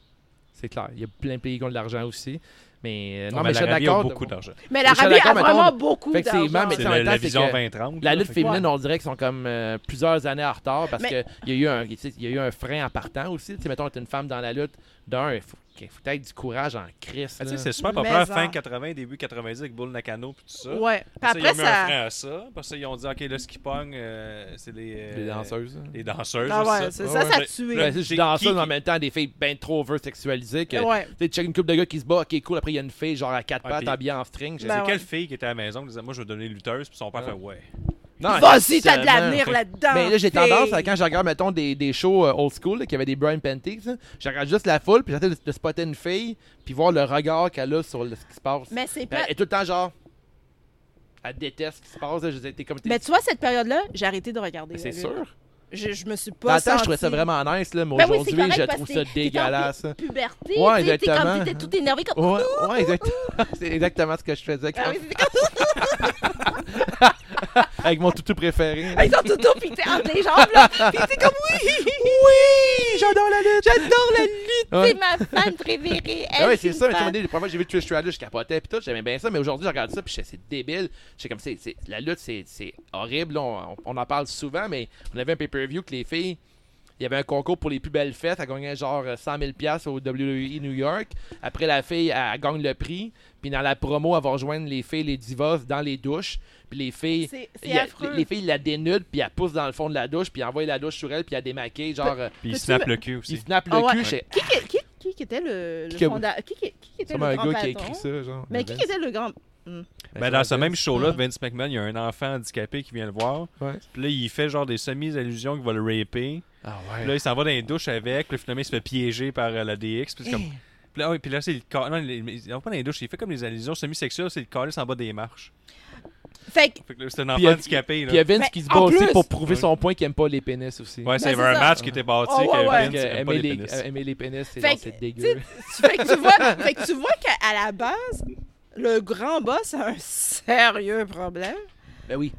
S1: C'est clair. Il y a plein de pays qui ont de l'argent aussi. Mais euh, non,
S5: Non,
S1: mais je suis
S5: l'Arabie a
S1: d'accord.
S5: beaucoup
S1: de-
S5: d'argent.
S4: Mais
S1: je suis
S4: l'Arabie a
S1: d'accord, mettons,
S4: vraiment beaucoup
S1: fait que c'est
S4: d'argent.
S1: même-
S5: C'est
S1: en même
S5: le- la
S1: temps, c'est
S5: vision
S1: que
S5: 20-30.
S1: euh, La
S5: là,
S1: lutte
S5: fait-
S1: féminine, on dirait qu'ils sont comme euh, plusieurs années en retard parce
S4: Mais-
S1: qu'il y, a eu un- tu sais, il y a eu un frein en partant aussi. Tu sais, mettons, t'es une femme dans la lutte, d'un, il faut, qu'il faut être du courage en crise.
S5: Ah, tu
S1: là.
S5: sais, c'est super populaire
S4: Mais en-
S5: fin 80, début 90 avec Bull Nakano puis tout ça.
S4: Ouais.
S5: Après, ça,
S4: Puis après,
S5: ils ont mis un
S4: ça.
S5: frein à ça. Parce qu'ils ont dit, OK, là, ce qui pogne, euh, c'est les... euh,
S1: Les danseuses. là.
S5: Les danseuses,
S4: Ah ouais,
S5: c'est
S4: c'est
S5: ça.
S4: ça,
S1: Ouais,
S4: ça
S5: ouais.
S4: a
S5: Le-
S4: tué.
S1: Ben, c'est
S5: c'est
S1: danseuse,
S5: qui-
S1: mais en même temps, des filles bien trop over-sexualisées. Que,
S4: Ouais.
S1: Tu sais, check une coupe de gars qui se bat, ok, cool. Après, il y a une fille, genre à quatre
S5: Ouais,
S1: pattes,
S5: puis-
S1: habillée en string.
S5: Je
S1: j'ai-
S4: Ben
S5: sais
S4: ouais.
S5: quelle fille qui était à la maison qui disait, moi, je vais donner lutteuse. Puis son père
S1: Ouais.
S5: fait, ouais.
S1: Non,
S4: Vas-y, t'as de
S1: justement.
S4: l'avenir là-dedans.
S1: Mais là, j'ai tendance à
S4: fille.
S1: quand je regarde, mettons, des, des shows euh, old school, là, qui avaient des Brian Panties, je regarde juste la foule, puis j'essaie de, de spotter une fille, puis voir le regard qu'elle a sur le- ce qui se passe.
S4: Mais
S5: Ben,
S4: c'est
S1: Puis Elle
S4: pas.
S1: est tout le temps genre. Elle déteste ce qui se passe. là. Je veux dire, t'es comme. t'es-
S4: Mais Ben, tu vois, cette période-là, j'ai arrêté de regarder.
S1: Mais c'est
S4: la lutte.
S1: sûr.
S4: Je, je me suis pas.
S1: Dans le temps, je
S4: sentie-
S1: trouvais ça vraiment nice, là, mais
S4: Ben oui, c'est
S1: aujourd'hui,
S4: correct
S1: je
S4: parce
S1: trouve
S4: que
S1: ça
S4: t'es en
S1: dégueulasse. là.
S4: Puberté,
S1: Ouais,
S4: tu sais, t'es comme-
S1: exactement.
S4: t'étais tout énervé comme.
S1: Ouais, ouais, exactement. c'est exactement ce que je faisais
S4: Ah
S1: quand-
S4: oui, c'est comme
S1: avec mon toutou préféré.
S4: Ils sont tout puis t'es entre les jambes, là. Puis t'es comme, oui! Oui!
S1: J'adore la lutte!
S4: J'adore la lutte!
S1: Ouais.
S4: C'est ma fan préférée!
S1: Ah
S4: Elle,
S1: ouais, c'est ça, mais tu
S4: une
S1: sais,
S4: fan.
S1: les premières fois que j'ai vu Trish Stratus, je capotais pis tout, j'aimais bien ça, mais aujourd'hui, je regarde ça pis je sais, c'est débile. Je sais comme, c'est, c'est- la lutte, c'est, c'est horrible, là, on, on en parle souvent, mais on avait un pay-per-view que les filles, il y avait un concours pour les plus belles fêtes, elle gagnait genre euh, 100 000$ au WWE New York. Après, la fille, elle, elle gagne le prix, puis dans la promo, elle va rejoindre les filles, les divas, dans les douches, puis les filles...
S4: C'est c'est
S1: il y a-
S4: affreux.
S1: les, les filles la dénudent, puis elle pousse dans le fond de la douche, puis elle envoie la douche sur elle, puis elle démaquille, genre, euh,
S5: Puis il
S4: Peux-tu
S5: snappe
S4: me-
S5: le cul
S1: il
S5: aussi.
S1: snappe le
S4: Ah ouais.
S1: cul, j'ai...
S4: Qui, qui, qui, qui qui était le, le
S1: Qui a-
S4: fonda- Qui, qui, qui
S1: C'est
S4: était le
S1: comme un
S4: grand
S1: gars qui a
S4: patron?
S1: écrit ça, genre.
S4: Mais qui, qui était le grand...
S5: Ben, dans ce même show-là, Vince McMahon, il y a un enfant handicapé qui vient le voir.
S1: Ouais.
S5: Puis là, il fait genre des semi-allusions qu'il va le raper.
S1: Ah
S5: Puis
S1: ouais.
S5: là, il s'en va dans les douches avec. Puis là, finalement, il se fait piéger par euh, la DX. Puis c'est
S1: Eh.
S5: comme... Puis là, ouais, puis là, c'est le corps. Non, il il va pas dans les douches. Il fait comme des allusions semi-sexuelles. C'est le calice en bas des marches.
S4: Fait que,
S5: Fait que là, c'est un
S1: Puis il y
S5: enfant
S1: a-
S5: handicapé. Là.
S1: Puis il y a Vince
S4: Mais
S1: qui se
S4: Ben, en
S1: bat aussi
S4: plus-
S1: pour prouver
S5: Ouais.
S1: son point qu'il aime pas les pénis aussi.
S5: Ouais, c'est
S4: c'est
S5: un
S4: ça.
S5: match qui était bâti.
S4: Oh, ouais,
S5: que
S4: ouais.
S1: Parce
S5: Vince
S1: que
S5: aime pas
S1: aimer,
S5: les
S1: les, euh,
S5: pénis.
S1: aimer les pénis, c'est
S4: Fait
S1: genre,
S4: que-
S1: c'est
S4: tu sais,
S1: dégueu.
S4: tu- fait que tu vois, fait que tu vois qu'à la base, le grand boss a un sérieux problème.
S1: Ben oui.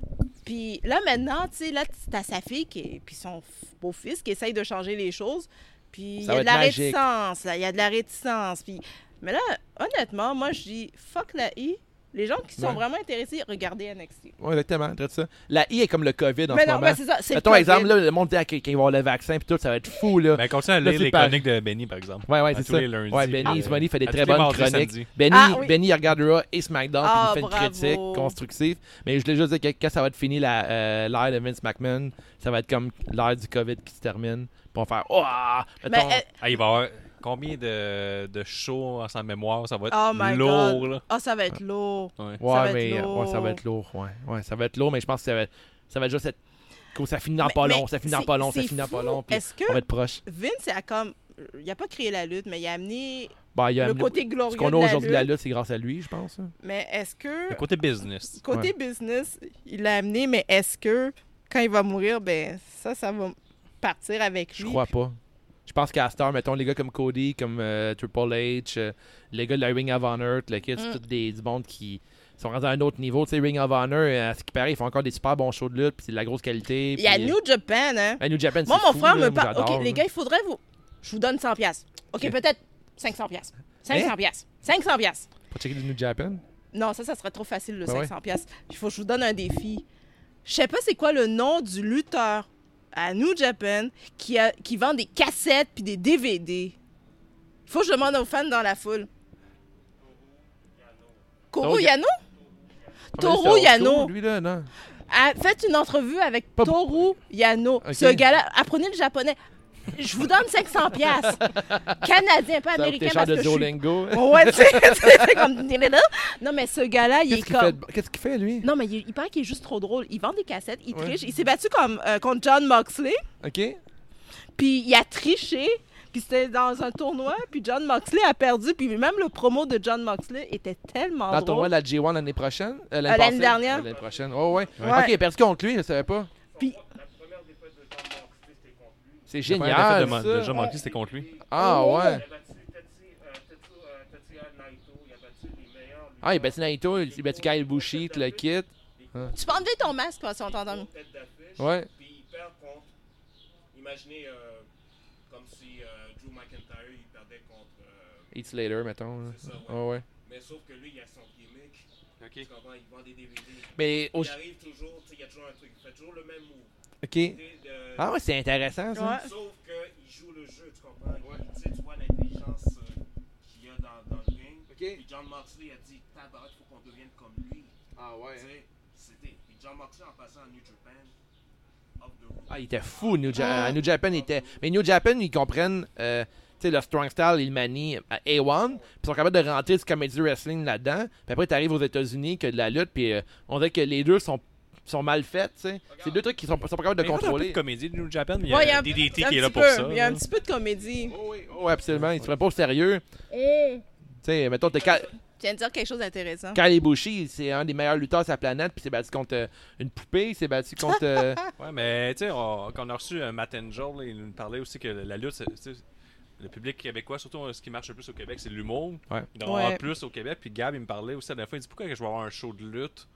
S4: Puis là, maintenant, tu sais, là, t'as sa fille qui est- puis son f- beau-fils qui essaye de changer les choses. Puis il y
S1: Ça
S4: a
S1: va
S4: de
S1: être
S4: la
S1: magique.
S4: réticence, là. Il y a de la réticence. Puis... Mais là, honnêtement, moi, je dis fuck la I, Les gens qui sont
S1: Ouais.
S4: vraiment intéressés, regardez NXT.
S1: Oui, exactement. traite ça. La I est comme le COVID en
S4: mais
S1: ce
S4: non,
S1: moment.
S4: mais c'est ça. C'est le
S1: Mettons,
S4: COVID.
S1: exemple, là, le monde dit ah, qu'ils qu'ils vont avoir le vaccin puis tout, ça va être fou, là.
S5: Mais Ben, continue à
S1: Là,
S5: lire
S1: c'est
S5: les
S1: pas-
S5: chroniques de Benny, par exemple.
S1: Ouais, ouais,
S5: À
S1: c'est
S5: tous
S1: ça.
S5: les lundis,
S1: ouais,
S5: puis,
S1: Benny
S5: euh,
S1: Ismoney fait des
S5: à tous
S1: très
S5: les
S1: bonnes
S5: mardis,
S1: chroniques.
S5: samedis.
S1: Benny,
S4: Ah, oui.
S1: Benny, il regarde Raw et SmackDown, puis
S4: Ah,
S1: il fait une
S4: bravo.
S1: critique constructive. Mais je voulais juste dire que quand ça va être fini, la, euh, l'ère de Vince McMahon, ça va être comme l'ère du COVID qui se termine. Puis on va faire Oh, ah!
S4: Mais,
S1: Mettons,
S4: euh,
S5: Ah, il va y avoir combien de, de shows en sa mémoire Ça va être
S4: oh my
S5: lourd,
S4: god.
S5: là.
S4: Ah, ça va être lourd.
S5: Ouais.
S1: ouais,
S4: va être
S1: mais, euh, ouais, ça va
S4: lourd.
S1: être lourd. Ouais, ouais, ça va être lourd, mais je pense que ça va, ça va juste être. que Ça finit dans
S4: Mais-
S1: pas
S4: mais
S1: long, ça finit dans
S4: c'est-
S1: pas long, ça
S4: c'est
S1: finit dans pas
S4: fou.
S1: long. Puis
S4: Est-ce que
S1: on va être proche.
S4: Vince a comme. euh, Il a pas créé la lutte, mais il a amené
S1: Bah, il y a
S4: le
S1: amené-
S4: côté
S1: ce
S4: glorieux
S1: qu'on
S4: de
S1: a
S4: la
S1: aujourd'hui
S4: lutte.
S1: de la lutte, c'est grâce à lui, je pense. hein.
S4: Mais est-ce que.
S5: Le côté business.
S4: Côté business, il l'a amené, mais est-ce que quand il va mourir, ben ça, ça va partir avec
S1: Je
S4: lui.
S1: crois pas. Je pense qu'à Star, mettons les gars comme Cody, comme euh, Triple H, euh, les gars de la Ring of Honor, le kid, c'est
S4: Mm.
S1: tous des du monde qui sont rendus à un autre niveau. Tu sais, Ring of Honor, euh, à ce qui paraît, ils font encore des super bons shows de lutte, puis c'est de la grosse qualité.
S4: Il y a
S1: puis, euh,
S4: New Japan, hein.
S1: à New Japan,
S4: Moi,
S1: c'est
S4: mon
S1: fou,
S4: frère
S1: là,
S4: me
S1: moi,
S4: parle.
S1: j'adore,
S4: OK, les
S1: là.
S4: gars, il faudrait vous. Je vous donne 100$. piastres. OK,
S1: Ok. Hein?
S4: peut-être 500$. piastres. 500$. piastres. 500$. piastres.
S1: Pour checker du New Japan.
S4: Non, ça, ça serait trop facile, le
S1: Ben ouais.
S4: 500$. piastres. Il faut que je vous donne un défi. Je sais pas c'est quoi le nom du lutteur à New Japan qui, a- qui vend des cassettes puis des DVD. Faut que je demande aux fans dans la foule. Toru
S1: Toru Ya-
S4: Yano?
S1: Ah, mais lui,
S4: Toru
S1: c'est un autre
S4: Yano.
S1: show, Lui, là, non.
S4: Ah, faites une entrevue avec
S1: Pas-
S4: Toru Yano.
S1: Ok.
S4: Ce gars-là, apprenez le japonais. Je vous donne 500 pièces. Canadien,
S1: Ça a
S4: pas
S1: coûté
S4: américain,
S1: cher
S4: parce
S1: de
S4: que je
S1: Joe
S4: suis...
S1: Lingo.
S4: Ouais, tu sais, tu sais, c'est comme... Non, mais ce gars-là, il est
S1: Qu'est-ce qu'il fait
S4: comme...
S1: de- Qu'est-ce qu'il fait, lui
S4: Non, mais il, il paraît qu'il est juste trop drôle. Il vend des cassettes, il
S1: Ouais.
S4: triche. Il s'est battu comme, euh, contre John Moxley,
S1: Ok.
S4: puis il a triché, puis c'était dans un tournoi, puis John Moxley a perdu, puis même le promo de John Moxley était tellement
S1: Dans le
S4: drôle.
S1: tournoi de la G1 l'année prochaine euh,
S4: Euh,
S1: L'année
S4: l'année
S1: passée?
S4: dernière.
S1: Euh, L'année prochaine. Oh, ouais.
S4: Ouais.
S1: Ok, il a perdu contre lui, je savais pas.
S4: Puis-
S6: La première défaite de John Moxley, c'était contre lui.
S1: C'est
S5: La première
S1: génial.
S5: défaite de,
S1: ça.
S5: de John Moxley, c'était contre lui.
S1: Ah, ouais.
S6: Il a battu Tetsu- euh, Tetsu- euh, Tetsuya Naito, il a battu les meilleurs.
S1: Ah, il a battu Naito, il a battu Kyle Bushi, tout le kit.
S4: Tu peux enlever ton masque, parce qu'on t'entend mieux.
S6: Tête d'affiche.
S1: Ouais.
S6: Puis il perd contre. Imaginez euh, comme si euh, Drew McIntyre il perdait contre. euh,
S1: Eat Slater, mettons. là.
S6: C'est ça, ouais.
S1: Ah ouais.
S6: mais sauf que lui, il a son gimmick. Tu comprends, il vend des DVD.
S1: Mais au-
S6: Il arrive toujours, tu sais, il y a toujours un truc. Il fait toujours le même move.
S1: OK.
S6: Tu sais, de-
S1: Ah ouais, c'est intéressant ça.
S4: Ouais.
S6: Sauf qu'il joue le jeu, tu comprends? Il- tu sais, tu vois l'intelligence euh, qu'il y a dans, dans le ring. Puis John Moxley a dit Tabarnak, faut qu'on devienne comme lui.
S1: Ah
S6: Tu sais, c'était. Puis John Moxley en passant à New Japan, off the road.
S1: Ah, il était fou New, Ja- New Japan il était mais New Japan ils comprennent euh, tu sais le strong style, ils le manient à A1, puis ils sont capables de rentrer du comedy wrestling là-dedans. Puis après tu arrives aux États-Unis que de la lutte puis euh, on dirait que les deux sont sont mal faites, tu sais. C'est deux trucs qui sont, sont pas capables de
S5: Mais il y a un peu
S1: contrôler.
S5: de comédie de New Japan, mais il y
S4: Ouais,
S5: a DDT
S4: un
S5: qui est là
S4: petit
S5: pour
S4: peu-
S5: ça.
S4: Il y a un
S5: là.
S4: petit peu de comédie.
S1: Oh, oui, oh, oui, absolument, ils se prennent pas au sérieux. Tu sais, mettons t'es Ka-
S4: Tu viens de dire quelque chose d'intéressant.
S1: Kyle Ibushi, c'est un des meilleurs lutteurs de sa planète, puis il s'est battu contre euh, une poupée, il s'est battu contre euh,
S5: Ouais, mais tu sais, on- quand on a reçu euh, Matt Angel, là, il nous parlait aussi que la lutte, c'est- tu sais, le public québécois, surtout euh, ce qui marche le plus au Québec, c'est l'humour.
S1: Ouais.
S5: Il doit en avoir
S4: Ouais.
S5: plus au Québec. Puis Gab, il me parlait aussi à la fin, il dit pourquoi que je vais avoir un show de lutte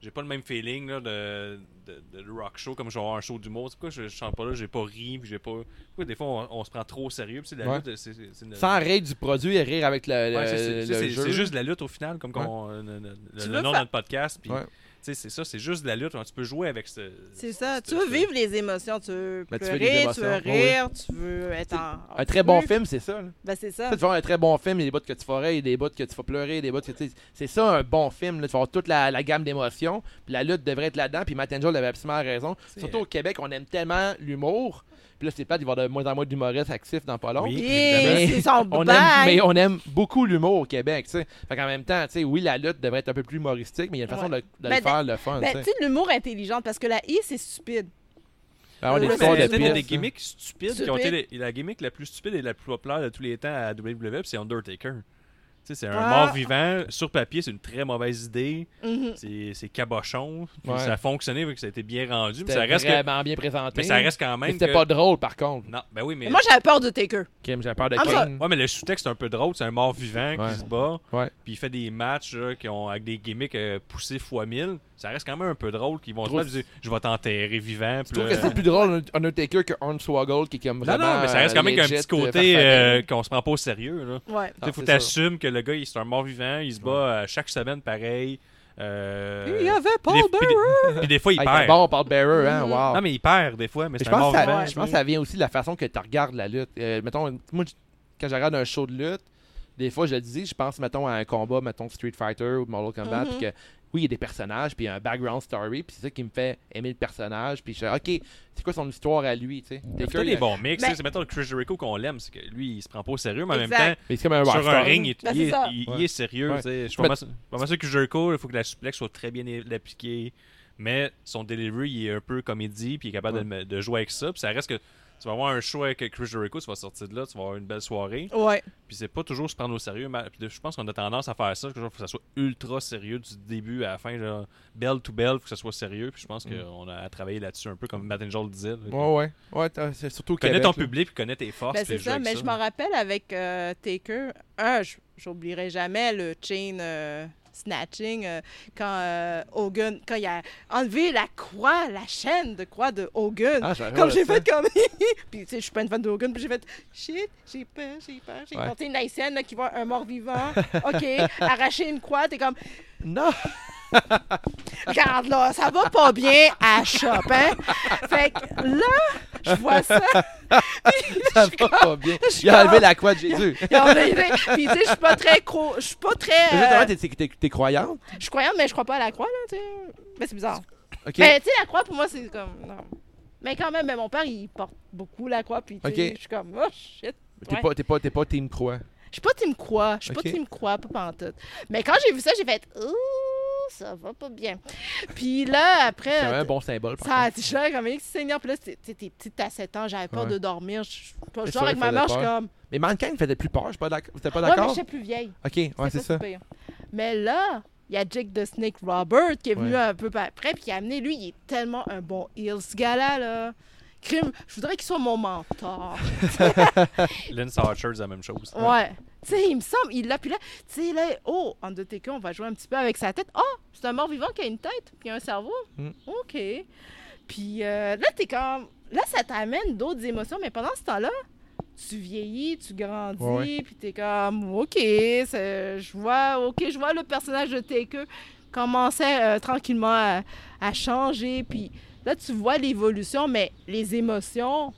S5: J'ai pas le même feeling là, de, de, de rock show comme je vais avoir un show d'humour. C'est pourquoi je, je chante pas là, j'ai pas ri, puis j'ai pas. Pourquoi des fois on, on se prend trop au sérieux, puis c'est de la
S1: Ouais.
S5: lutte. c'est- c'est- c'est une-
S1: sans rire du produit et rire avec le, le-
S5: Ouais, c'est- c'est-
S1: Euh, le
S5: c'est
S1: jeu.
S5: c'est juste de la lutte au final, comme qu'on- euh, le- le-
S4: Tu
S5: le
S4: veux
S5: nom de
S4: fa-
S5: notre podcast. Puis
S1: Ouais.
S5: tu sais, c'est ça, c'est juste de la lutte. Tu peux jouer avec ce.
S4: C'est ça.
S5: ce-
S4: Tu veux
S5: ce-
S4: vivre les émotions. Tu veux
S1: Ben, tu veux les
S4: pleurer, tu, veux
S1: émotions, oui.
S4: rire, tu veux être en.
S1: Un très bon
S4: Oui.
S1: film, c'est ça. là.
S4: Ben, c'est ça.
S1: Tu vas voir un très bon film, il y a des bouts que tu vas rire, il y a des bouts que tu vas pleurer, des bouts que tu sais, C'est ça un bon film. là. Tu vas avoir toute la, la gamme d'émotions. puis la lutte devrait être là-dedans. Puis Matt Angel avait absolument raison. Surtout au Québec, on aime tellement l'humour. Puis là, c'est plate, il va y avoir de moins en moins d'humoristes actifs dans pas long.
S5: Oui.
S4: Et
S1: évidemment.
S4: c'est son
S1: On aime, mais
S4: bail.
S1: on aime beaucoup l'humour au Québec, tu sais. Fait qu'en même temps, tu sais, oui, la lutte devrait être un peu plus humoristique, mais il y a une façon
S4: Ouais.
S1: de, de
S4: Ben,
S1: le faire, le fun,
S4: Ben,
S1: tu
S4: tu
S1: sais.
S4: sais, de l'humour intelligent, parce que la I, c'est stupide.
S1: Ben, on a des
S4: Ouais,
S1: histoires
S4: mais
S1: de
S5: Il y a des
S1: piste, hein.
S5: gimmicks stupides qui
S4: Stupide.
S5: ont été les- la gimmick la plus stupide et la plus populaire de tous les temps à WWE, puis c'est Undertaker. Tu sais, c'est un
S4: Ouais.
S5: mort vivant. Sur papier, c'est une très mauvaise idée.
S4: Mhm.
S5: C'est c'est cabochon. Puis
S1: Ouais.
S5: Ça a fonctionné vu que ça a été bien rendu.
S1: C'était
S5: Mais ça reste, que-
S1: vraiment bien présenté.
S5: mais ça reste quand
S1: Mais
S5: même.
S1: c'était
S5: que-
S1: pas drôle, par contre.
S5: Non, ben oui, mais.
S4: Moi, j'avais peur de Taker.
S1: Kim, j'ai peur de
S4: Ah, mais ça-
S1: Kim.
S5: Ouais, mais le sous-texte est un peu drôle. C'est un mort vivant
S1: Ouais.
S5: qui se bat.
S1: Ouais.
S5: Puis il fait des matchs là, qui ont, avec des gimmicks euh, poussés x 1000. Ça reste quand même un peu drôle. Qu'ils vont se
S1: Trop-
S5: battre, puis dire, Je vais t'enterrer vivant.
S1: Je
S5: puis
S1: trouve
S5: là-
S1: que c'est plus drôle Undertaker que Hornswoggle qui est comme
S5: Euh. Non,
S1: vraiment.
S5: non, mais ça reste quand même
S1: euh,
S5: qu'un petit
S1: legit,
S5: côté
S1: euh,
S5: euh, qu'on se prend pas au sérieux. Là.
S4: Ouais.
S5: Tu sais,
S1: c'est
S5: faut que t'assumes que le, le gars, il- c'est un mort-vivant, il se bat euh, chaque semaine pareil. Euh,
S4: Il y avait
S5: puis
S4: Paul
S5: des- puis des- Puis des fois, il
S1: Hey,
S5: perd.
S1: t'es bon, on parle bearer, hein,
S4: Mhm.
S1: wow.
S5: Non, mais il perd des fois, mais
S1: Mais
S5: c'est
S1: je
S5: un
S1: pense, que
S5: mort-vivant.
S1: ça, je pense que ça vient aussi de la façon que tu regardes la lutte. Euh, mettons, moi, je- quand je regarde un show de lutte, des fois, je le dis, je pense, mettons, à un combat, mettons, Street Fighter ou Mortal Kombat,
S4: Mhm.
S1: puis que, oui, il y a des personnages, puis il y a un background story, puis c'est ça qui me fait aimer le personnage, puis je fais, OK, c'est quoi son histoire à lui, tu sais? Taker,
S5: Taker, il est
S1: il-
S5: bon mix.
S4: Mais-
S5: tu sais, C'est mettons le Chris Jericho qu'on l'aime, c'est que lui, il se prend pas au sérieux, mais en même
S4: Exact.
S5: temps,
S1: Mais bah, c'est comme un
S5: sur un
S1: rockstar.
S5: ring, il, est-
S4: Ben,
S5: il
S4: c'est
S5: est,
S4: ça.
S5: il- il
S1: Ouais.
S5: est sérieux.
S1: Ouais.
S5: tu sais. Je suis
S1: Mais-
S5: pas mal sûr- pas mal sûr que Jericho, il faut que la suplex soit très bien é- appliquée, mais son delivery, il est un peu comédie, puis il est capable de me- de, jouer avec ça. Puis ça reste que tu vas avoir un show avec Chris Jericho, tu vas sortir de là, tu vas avoir une belle soirée,
S4: Ouais.
S5: puis c'est pas toujours se prendre au sérieux. ma- puis Je pense qu'on a tendance à faire ça, que genre, faut que ça soit ultra sérieux du début à la fin, genre, belle to belle, faut que ça soit sérieux, puis je pense qu'on a travaillé là-dessus un peu, comme Matt Angel le disait. là, que-
S1: Mm. Ouais, ouais. Ouais, t'as- c'est surtout au
S5: Connais
S1: Québec,
S5: ton
S1: là.
S5: public, puis connais tes forces.
S4: Ben,
S5: puis
S4: c'est
S5: joue
S4: ça,
S5: avec
S4: mais je m'en rappelle avec euh, Taker, un, j- j'oublierai jamais le chain euh, snatching euh, quand euh, Hogan, quand il a enlevé la croix, la chaîne de croix de Hogan.
S1: Ah, je me
S4: Comme
S1: rappelle
S4: j'ai
S1: de ça.
S4: fait comme. puis, tu sais, je suis pas une fan de Hogan, puis j'ai fait shit, j'ai peur, j'ai peur. J'ai
S1: Ouais.
S4: compté une haïtienne là, qui voit un mort-vivant, OK, arracher une croix, t'es comme
S1: Non!
S4: regarde là, ça va pas bien à shop, hein. Fait que là, je vois ça.
S1: Ça va pas bien.
S4: suis
S1: Il a enlevé
S4: comme- Euh,
S1: la croix de Jésus.
S4: Ils ont arrivé. Puis tu sais, je suis pas très cro... je suis pas très
S1: Mais
S4: euh,
S1: Justement, t'es- t'es- t'es- t'es croyante?
S4: je suis croyante mais je crois pas à la croix là, tu sais. Mais c'est bizarre.
S1: OK.
S4: Mais tu sais la croix pour moi c'est comme non. Mais quand même, mais mon père il porte beaucoup la croix puis tu sais,
S1: Ok.
S4: je suis comme oh shit.
S1: T'es
S4: Ouais.
S1: pas, t'es pas, t'es pas team croix.
S4: Je suis pas team croix, je suis
S1: Ok.
S4: pas team croix pas pantoute. Mais quand j'ai vu ça, j'ai fait ouh, ça va pas bien. Puis là
S1: C'est
S4: après
S1: un bon symbole, par
S4: Ça
S1: contre.
S4: a dit cher comme Hey, Seigneur. Puis là, c'était- t'es petite à 7 ans, j'avais peur
S1: Ouais.
S4: de dormir. Je suis pas
S1: C'est
S4: genre
S1: vrai,
S4: avec ma
S1: faisait
S4: mère, je suis
S1: peur.
S4: comme.
S1: Mais Mankind faisait plus peur, je suis pas d'ac- t'es pas
S4: Ouais, mais
S1: d'accord?
S4: j'étais plus vieille.
S1: ok, ouais, c'est
S4: C'était pas
S1: ça.
S4: si pire. Mais là, il y a Jake the Snake Robert qui est venu
S1: Ouais.
S4: un peu après, puis il a amené. Lui, il est tellement un bon heel, ce gars-là, là. Crime, je voudrais qu'il soit mon mentor.
S5: Lynn Archer, c'est la même chose.
S4: Ouais. Tu sais, il me semble, il l'a, puis là, tu sais, là, oh, Undertaker, on va jouer un petit peu avec sa tête. Oh, c'est un mort-vivant qui a une tête, puis un cerveau.
S1: Mm.
S4: OK. Puis euh, là, t'es comme, là, ça t'amène d'autres émotions, mais pendant ce temps-là, tu vieillis, tu grandis,
S1: Ouais, ouais.
S4: puis t'es comme, OK, c'est- je vois, OK, je vois le personnage de Taker commençait euh, tranquillement à, à changer, puis là, tu vois l'évolution, mais les émotions...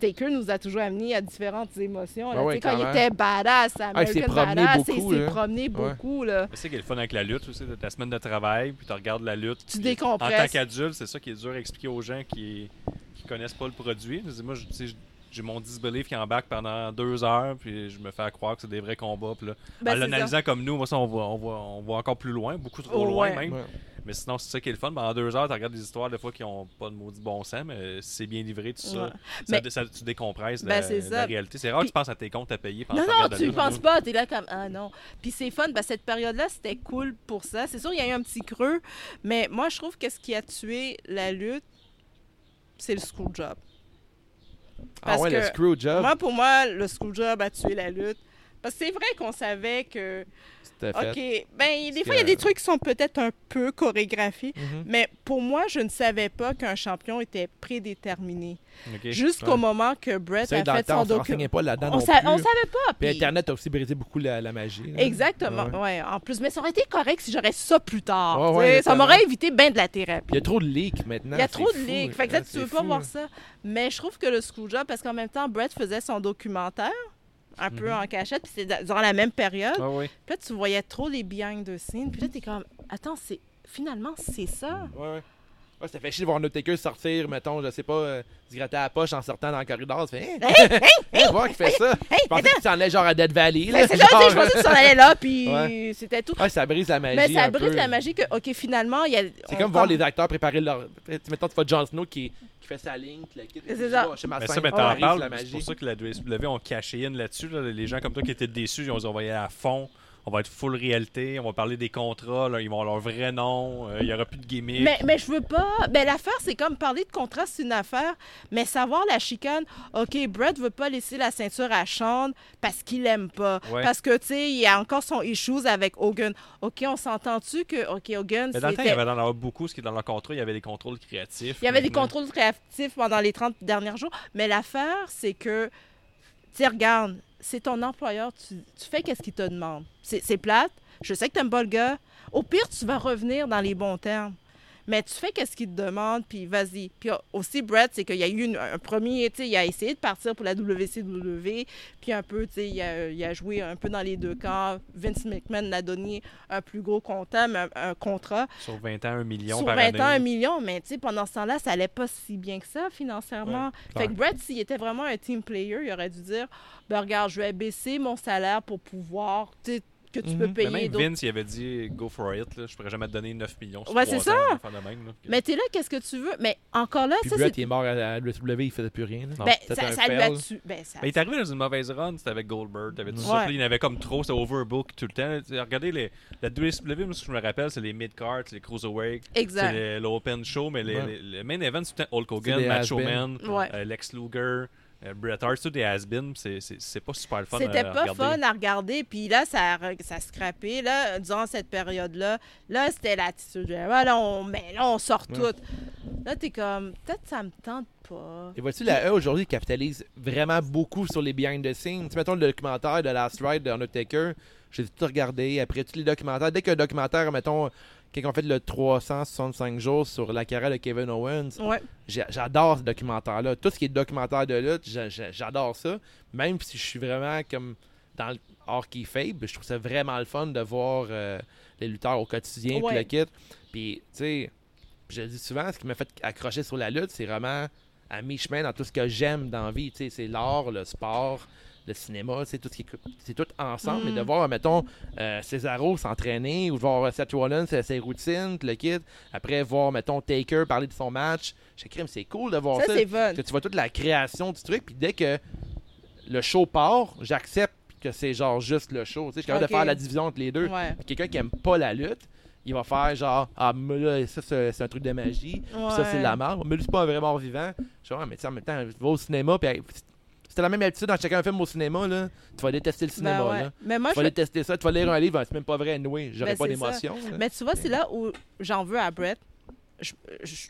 S4: Taker nous a toujours amené à différentes émotions. là.
S1: Ah ouais,
S4: Tu sais, quand il
S1: clairement.
S4: était badass, à
S1: Ah, il s'est
S4: American
S1: promené
S4: Badass,
S1: beaucoup, hein.
S4: il s'est
S1: là.
S4: promené beaucoup, là.
S5: Mais c'est qu'il est le fun avec la lutte aussi, de ta semaine de travail, puis tu regardes la lutte.
S4: Tu
S5: puis
S4: décompresses.
S5: En tant qu'adulte, c'est ça qui est dur à expliquer aux gens qui, qui connaissent pas le produit. Je dis, Moi, je- tu sais, je- j'ai mon disbelief qui embarque pendant deux heures, puis je me fais croire que c'est des vrais combats. Puis là,
S4: Ben,
S5: en
S4: c'est ça.
S5: l'analysant comme nous, moi, ça, on voit, on, voit, on voit encore plus loin, beaucoup trop
S4: Oh,
S5: loin
S4: ouais.
S5: même.
S1: Ouais. Ah
S5: Mais sinon, c'est ça qui est le fun. Pendant deux heures, tu regardes des histoires des fois qui ont pas de maudit bon sens, mais c'est bien livré, tout ça.
S4: Ouais.
S5: Ça
S4: Mais-
S5: dé- ça- tu décompresses
S4: Ben,
S5: la,
S4: c'est
S5: la
S4: ça.
S5: réalité. C'est rare que tu penses à tes comptes à payer pendant
S4: Non,
S5: que
S4: non,
S5: regardes la
S4: tu y
S5: lutte.
S4: penses pas, t'es Ah, là comme, ah non. Puis c'est fun, ben, cette période-là, c'était cool pour ça. C'est sûr, il y a eu un petit creux, mais moi, je trouve que ce qui a tué la lutte, c'est le school job.
S1: Ah
S4: Parce
S1: ouais, le
S4: que
S1: screw job,
S4: Moi, pour moi, le school job a tué la lutte. Parce que c'est vrai qu'on savait que,
S1: c'était fait.
S4: OK, ben, des
S1: Parce
S4: fois, il y a
S1: que-
S4: des trucs qui sont peut-être un peu chorégraphiés,
S1: Mhm.
S4: Mais pour moi, je ne savais pas qu'un champion était prédéterminé.
S5: Ok.
S4: Jusqu'au
S5: Ouais.
S4: moment que Brett
S1: C'est
S4: a
S1: dans le
S4: fait
S1: temps,
S4: son
S1: on se renseignait
S4: document.
S1: pas là-dedans
S4: On,
S1: non
S4: sa-
S1: plus.
S4: on savait pas.
S1: Puis
S4: puis-
S1: Internet a aussi brisé beaucoup la, la magie. là. Mm-hmm.
S4: Exactement,
S1: Ouais.
S4: ouais. En plus, mais ça aurait été correct si j'aurais ça plus tard.
S1: Ouais,
S4: tu
S1: ouais,
S4: sais, ça
S1: exactement.
S4: m'aurait évité bien de la thérapie.
S1: Il y a trop de leaks maintenant.
S4: Il y a trop
S1: c'est
S4: de
S1: fou,
S4: ligues. Fait que
S1: hein,
S4: là, tu veux
S1: c'est
S4: pas
S1: fou,
S4: voir
S1: hein.
S4: ça. Mais je trouve que le Screwjob, parce qu'en même temps, Brett faisait son documentaire, un
S1: Mhm.
S4: peu en cachette, puis c'est da- durant la même période.
S5: Ah oui.
S4: Puis là, tu voyais trop les behind the scenes. Puis là, t'es comme, attends, c'est finalement, c'est ça.
S1: Ouais, ouais. Ouais, ça fait chier de voir Undertaker sortir, mettons, je sais pas, euh, se gratter à la poche en sortant dans le corridor. Ça fait, hein,
S4: Eh,
S1: hein, voir qu'il fait ça. je pensais qu'il s'en allait genre à Dead Valley. là,
S4: Ben, c'est ça, tu sais, je
S1: genre.
S4: pensais que tu en allais là, puis
S1: Ouais.
S4: c'était tout.
S1: Ouais, ça brise la magie.
S4: Mais ça
S1: un
S4: brise
S1: peu.
S4: la magie que, OK, finalement, il y a.
S1: C'est
S4: on-
S1: comme voir les acteurs préparer leur. Tu sais, mettons, tu vois Jon Snow qui, qui fait sa ligne, qui la quitte.
S4: C'est
S1: puis
S4: ça.
S1: tu vois, chez ma
S5: Mais
S1: scène,
S5: ça, mais
S1: ça
S5: t'en
S1: brise
S5: parles.
S1: la
S5: C'est
S1: magie.
S5: pour ça que la WSW ont caché in là-dessus. là. Les gens comme toi qui étaient déçus, ils ont envoyé à fond. On va être full réalité. On va parler des contrats. là, Ils vont avoir leur vrai nom. euh, Il n'y aura plus de gimmicks.
S4: Mais, mais je veux pas. Ben, l'affaire, c'est comme parler de contrat, c'est une affaire. Mais savoir la chicane, OK, Brett veut pas laisser la ceinture à Sean parce qu'il aime pas.
S5: Ouais.
S4: Parce que, tu sais, il y a encore son issues avec Hogan. OK, on s'entend-tu que, OK, Hogan,
S5: Mais dans le temps,
S4: c'était-
S5: il y avait dans leur beaucoup ce qui est dans leur contrat. Il y avait des contrôles créatifs.
S4: Il y avait des
S5: Maintenant,
S4: contrôles réactifs pendant les 30 derniers jours. Mais l'affaire, c'est que Tu sais, regarde, c'est ton employeur, tu, tu fais qu'est-ce qu'il te demande. C'est c'est plate, je sais que t'aimes pas le gars. Au pire, tu vas revenir dans les bons termes. Mais tu fais qu'est-ce qu'il te demande, puis vas-y. Puis euh, aussi, Brett, c'est qu'il y a eu une- un premier, tu sais, il a essayé de partir pour la WCW, puis un peu, tu sais, il a, il a joué un peu dans les deux camps. Vince McMahon l'a donné un plus gros contrat, mais un- un contrat
S5: Sur 20 ans, 1 million
S4: sur
S5: par
S4: 20
S5: année.
S4: ans, un million, mais tu sais, pendant ce temps-là, ça allait pas si bien que ça financièrement.
S5: Ouais.
S4: Fait que Brett, s'il était vraiment un team player, il aurait dû dire ben regarde, je vais baisser mon salaire pour pouvoir, tu sais, que tu
S1: Mhm.
S4: peux
S5: Mais
S4: payer
S5: même
S4: d'autres.
S5: Vince, il avait dit go for it, là. je pourrais jamais te donner 9 millions. sur
S4: Ouais,
S5: trois
S4: c'est
S5: ans, une affaire de même, là.
S4: Mais t'es là, qu'est-ce que tu veux Mais encore là,
S1: Puis
S4: ça,
S1: Brett,
S4: c'est.
S1: il est mort à la WWE, il faisait plus rien. là.
S5: Non.
S4: Ben,
S1: c'était
S4: ça,
S1: un
S4: ça lui a
S1: fail.
S4: tu- ben, ça-
S5: Ben, il est arrivé dans une mauvaise run, c'était avec Goldberg, t'avais tout ça, puis
S4: Ouais.
S5: là, il y en avait comme trop, c'était overbook tout le temps. Tu sais, Regardez, les, la WSW, moi, ce que je me rappelle, c'est les mid-cards, c'est les cruiserweights, c'est
S4: Exact.
S5: les- l'open show, mais les,
S1: Ouais.
S5: les- le main event, c'est tout le temps Hulk
S1: C'est
S5: Hogan,
S1: des
S5: Macho Man,
S1: has-been.
S4: Ouais.
S5: euh, Lex Luger, euh, Bret Hart, c'est tout des has-been, c'est- c'est c'est pas super le fun à
S4: C'était pas
S5: regarder.
S4: fun à regarder. Puis là, ça, a- ça a scrappé. Là, durant cette période-là, là, c'était l'attitude. Ouais, Là, on, mais là, on sort
S1: Ouais.
S4: tout. Là, t'es comme, peut-être ça me tente pas.
S1: Et vois-tu, la E aujourd'hui capitalise vraiment beaucoup sur les behind the scenes. Tu sais, mettons le documentaire de Last Ride de Undertaker, j'ai tout regardé. Après, tous les documentaires, dès qu'un documentaire, mettons, quelqu'un fait le 365 jours sur la carrière de Kevin Owens,
S4: Ouais.
S1: j'ai- j'adore ce documentaire-là. Tout ce qui est documentaire de lutte, j'a- j'a- j'adore ça. Même si je suis vraiment comme dans le hors qui est faible, je trouve ça vraiment le fun de voir euh, les lutteurs au quotidien, puis
S4: Ouais.
S1: le kit. Puis, tu sais, je le dis souvent, ce qui m'a fait accrocher sur la lutte, c'est vraiment à mi-chemin dans tout ce que j'aime dans la vie. Tu sais, c'est l'art, le sport, le cinéma, c'est tout, ce qui est- c'est tout ensemble.
S4: Mm.
S1: Et de voir, mettons, euh, Cesaro s'entraîner, ou de voir Seth Rollins, euh, ses ses routines, le kit. Après, voir, mettons, Taker parler de son match. Je crime, c'est cool de voir
S4: Ça,
S1: ça.
S4: c'est fun.
S1: que tu vois toute la création du truc, puis dès que le show part, j'accepte que c'est genre juste le show. Tu sais, je suis capable
S4: Ok.
S1: de faire la division entre les deux.
S4: Ouais.
S1: Puis Quelqu'un qui aime pas la lutte, il va faire genre Ah, mais là, ça c'est c'est un truc de magie, puis ça
S4: Ouais.
S1: c'est de la mort. Mais lui, c'est pas un vrai mort vivant. Je suis Ah, mais tu sais, en même temps, va au cinéma, puis hey, c'était la même habitude dans chacun film au cinéma, là. Tu vas détester le cinéma,
S4: Ben ouais.
S1: là.
S4: Mais moi,
S1: Tu
S4: je
S1: vas détester ça, tu vas lire un livre, hein, c'est même pas vrai, anyway. J'aurais
S4: Ben,
S1: pas
S4: c'est ça.
S1: d'émotion. là.
S4: Mais tu vois, c'est là où j'en veux à Brett. Je- je-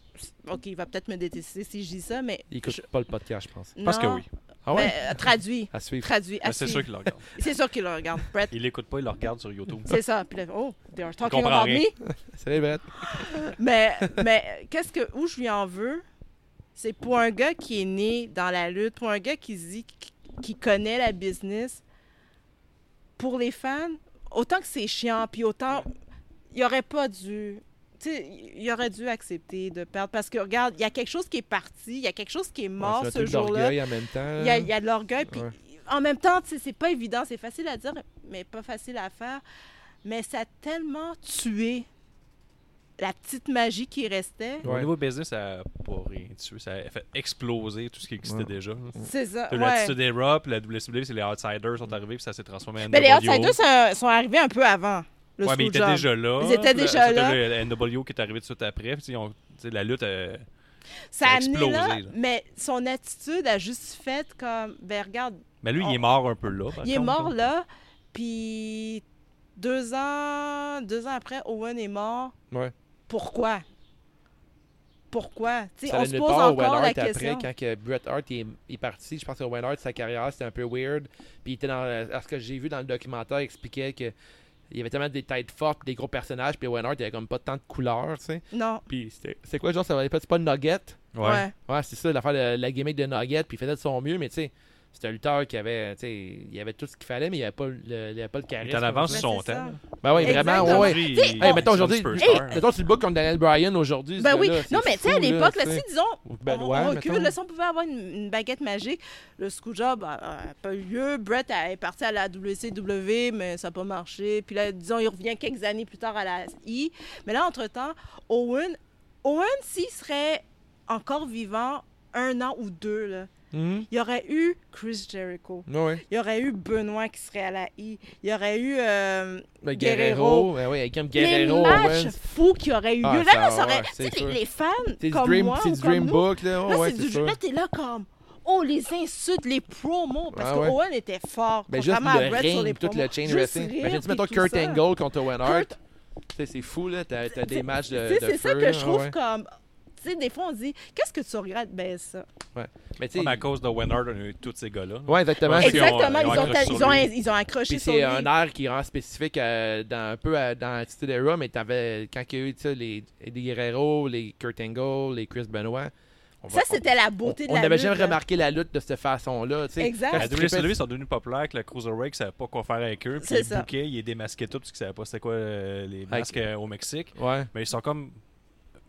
S4: ok, il va peut-être me détester si je dis ça, mais.
S1: Il écoute pas le podcast, je pense.
S5: Je pense que
S4: non.
S5: oui,
S1: Ah ouais?
S4: Ben, euh, traduit.
S1: À suivre.
S4: Traduit. à
S5: mais c'est sûr
S4: suivre.
S5: qu'il le regarde.
S4: C'est sûr qu'il le regarde. Brett,
S5: Il l'écoute pas, il le regarde sur YouTube.
S4: c'est ça. Puis là, oh, they are talking
S5: comprend
S4: about
S5: rien.
S4: me.
S1: Salut, Brett.
S4: Mais, mais qu'est-ce que où je lui en veux, c'est pour un gars qui est né dans la lutte, pour un gars qui se dit qui- qui connaît la business. Pour les fans, autant que c'est chiant, puis autant il aurait pas dû tu sais, il aurait dû accepter de perdre parce que regarde, il y a quelque chose qui est parti, il y a quelque chose qui est
S1: Ouais,
S4: mort
S1: c'est un
S4: ce
S1: truc
S4: jour-là.
S1: d'orgueil en même
S5: Euh,
S1: temps.
S4: Il y a, il y a de l'orgueil. Puis
S1: Ouais.
S4: en même temps, tu sais, c'est pas évident, c'est facile à dire, mais pas facile à faire. Mais ça a tellement tué la petite magie qui restait.
S1: Ouais.
S5: Au niveau business, ça a pas rien tué, ça a fait exploser tout ce qui existait
S1: Ouais.
S5: déjà. là.
S4: C'est ça.
S5: T'as eu
S4: ouais.
S5: l'attitude des Raw, puis la WCW, c'est les Outsiders sont arrivés, puis ça s'est transformé en
S4: Mais Ben, les
S5: NWO.
S4: Outsiders sont, sont arrivés un peu avant. Le
S5: ouais, mais ils étaient
S4: Screwjob.
S5: déjà là.
S4: Ils étaient
S5: Puis là,
S4: déjà
S5: ça, t'as
S4: là.
S5: le NWO qui est arrivé tout de suite après. Puis, tu sais, on- tu sais, la lutte, euh,
S4: Ça
S5: ça
S4: a
S5: a
S4: amené là,
S5: explosé, là.
S4: mais son attitude a juste fait comme, ben regarde,
S5: Mais lui,
S4: On-
S5: il est mort un peu là. par
S4: il est
S5: contre,
S4: mort
S5: là.
S4: là, puis deux ans, deux ans après, Owen est mort.
S1: Ouais.
S4: Pourquoi? Pourquoi? Tu sais,
S1: Ça
S4: on
S1: allait
S4: se
S1: nulle
S4: pose
S1: part, Owen
S4: encore la
S1: Hart
S4: question.
S1: Après, quand que Bret Hart est, est parti, je pense que Owen Hart, sa carrière, c'était un peu weird. Puis il était dans. euh, À ce que j'ai vu dans le documentaire, il expliquait que. Il y avait tellement des têtes fortes, des gros personnages, puis Owen Hart, il avait comme pas tant de couleurs, tu sais.
S4: Non.
S1: Puis c'était. C'est quoi, genre, ça valait pas, c'est pas de Nugget?
S4: Ouais.
S1: Ouais, c'est ça, l'affaire de la gimmick de Nugget, puis il faisait de son mieux, mais tu sais, c'était un lutteur qui avait. Tu sais, il avait tout ce qu'il fallait, mais il avait pas le, il avait pas le
S5: Il
S1: charisme.
S5: est en avance
S4: Mais
S5: sur son
S4: c'est ça.
S5: temps.
S1: Ben oui,
S4: Exactement.
S1: vraiment, ouais. ouais.
S5: Aujourd'hui,
S4: T'sais,
S5: il-
S1: Hey,
S4: on-
S1: mettons
S5: c'est un
S1: aujourd'hui,
S5: superstar.
S1: mettons sur le book comme Daniel Bryan aujourd'hui. ce
S4: Ben oui.
S1: gars-là, c'est
S4: Non, mais tu sais, à
S1: fou,
S4: l'époque, là,
S1: tu sais.
S4: si, disons,
S1: Ou
S4: on,
S1: Benoît,
S4: on
S1: Ben,
S4: recule,
S1: mettons.
S4: là, si on pouvait avoir une, une baguette magique, le ben, Screwjob a, a pas eu lieu, Brett a- est parti à la WCW, mais ça n'a pas marché, puis là, disons, il revient quelques années plus tard à la I, mais là, entre-temps, Owen, Owen, s'il serait encore vivant un an ou deux, là,
S1: Mhm.
S4: il y aurait eu Chris Jericho,
S1: Ouais, ouais.
S4: il y aurait eu Benoît qui serait à la I, il y aurait eu... euh,
S1: Le
S4: Guerrero.
S1: Guerrero, ben oui, avec comme
S4: les
S1: Guerrero,
S4: matchs
S1: Owens.
S4: fous qui auraient eu lieu.
S1: Ah,
S4: là,
S1: ça,
S4: là, ça aurait.
S1: ouais,
S4: tu
S1: c'est
S4: sais,
S1: sûr.
S4: les, les fans,
S1: C'est du
S4: comme
S1: Dream,
S4: moi,
S1: c'est
S4: ou
S1: du
S4: comme
S1: dream
S4: nous,
S1: Book, là. ouais,
S4: là,
S1: Oh, ouais,
S4: c'est
S1: c'est
S4: du-
S1: sûr.
S4: là, t'es là comme. Oh, les insultes, les promos. Parce
S1: Ah,
S4: que
S1: ouais.
S4: Owen était fort.
S1: Ben, juste
S4: contrairement à
S1: le
S4: Brett sur les
S1: ring, tout
S4: promos.
S1: le chain
S4: Juste
S1: wrestling.
S4: rire,
S1: Imagine,
S4: puis
S1: mettons
S4: tout
S1: Kurt
S4: ça.
S1: Angle contre Owen
S4: Kurt-
S1: Hart. Tu sais, C'est fou, là. T'as t'as des matchs de.
S4: Tu sais,
S1: de
S4: C'est ça
S1: feu,
S4: que
S1: là,
S4: je trouve
S1: ouais.
S4: comme. Tu sais, des fois, on dit Qu'est-ce que tu regrettes Ben, ça.
S1: Mais tu
S5: Comme
S1: sais,
S5: à cause de Wenard, on a eu tous ces gars-là.
S1: ouais, exactement.
S5: Ouais,
S1: c'est-
S5: ils ont-
S4: Exactement,
S5: Ah, ils
S4: ils
S5: ont
S4: ont,
S5: accroché
S4: ils
S5: sur
S4: ont-
S5: lui.
S4: ils ont accroché
S1: Puis
S4: sur
S1: c'est
S4: lui.
S1: un air qui rend spécifique euh, dans, un peu à- dans Attitude Era, mais t'avais quand il y a eu tu sais, les Eddie Guerrero, les Kurt Angle, les Chris Benoit. on va-
S4: Ça, c'était la
S1: on-
S4: beauté de
S1: On
S4: la
S1: n'avait
S4: lutte,
S1: jamais
S4: là.
S1: remarqué la lutte de cette façon-là. tu sais.
S4: Exact.
S1: Quand
S5: La
S1: tu trippais-
S5: WWE E, ils sont devenus populaires avec le Cruiserweight qui savait pas quoi faire avec eux. Puis
S4: C'est
S5: ils
S4: ça.
S5: bouquaient, ils les démasquaient tout parce qu'ils savaient pas c'était quoi euh, les masques euh, au Mexique.
S1: Ouais.
S5: Mais ils sont comme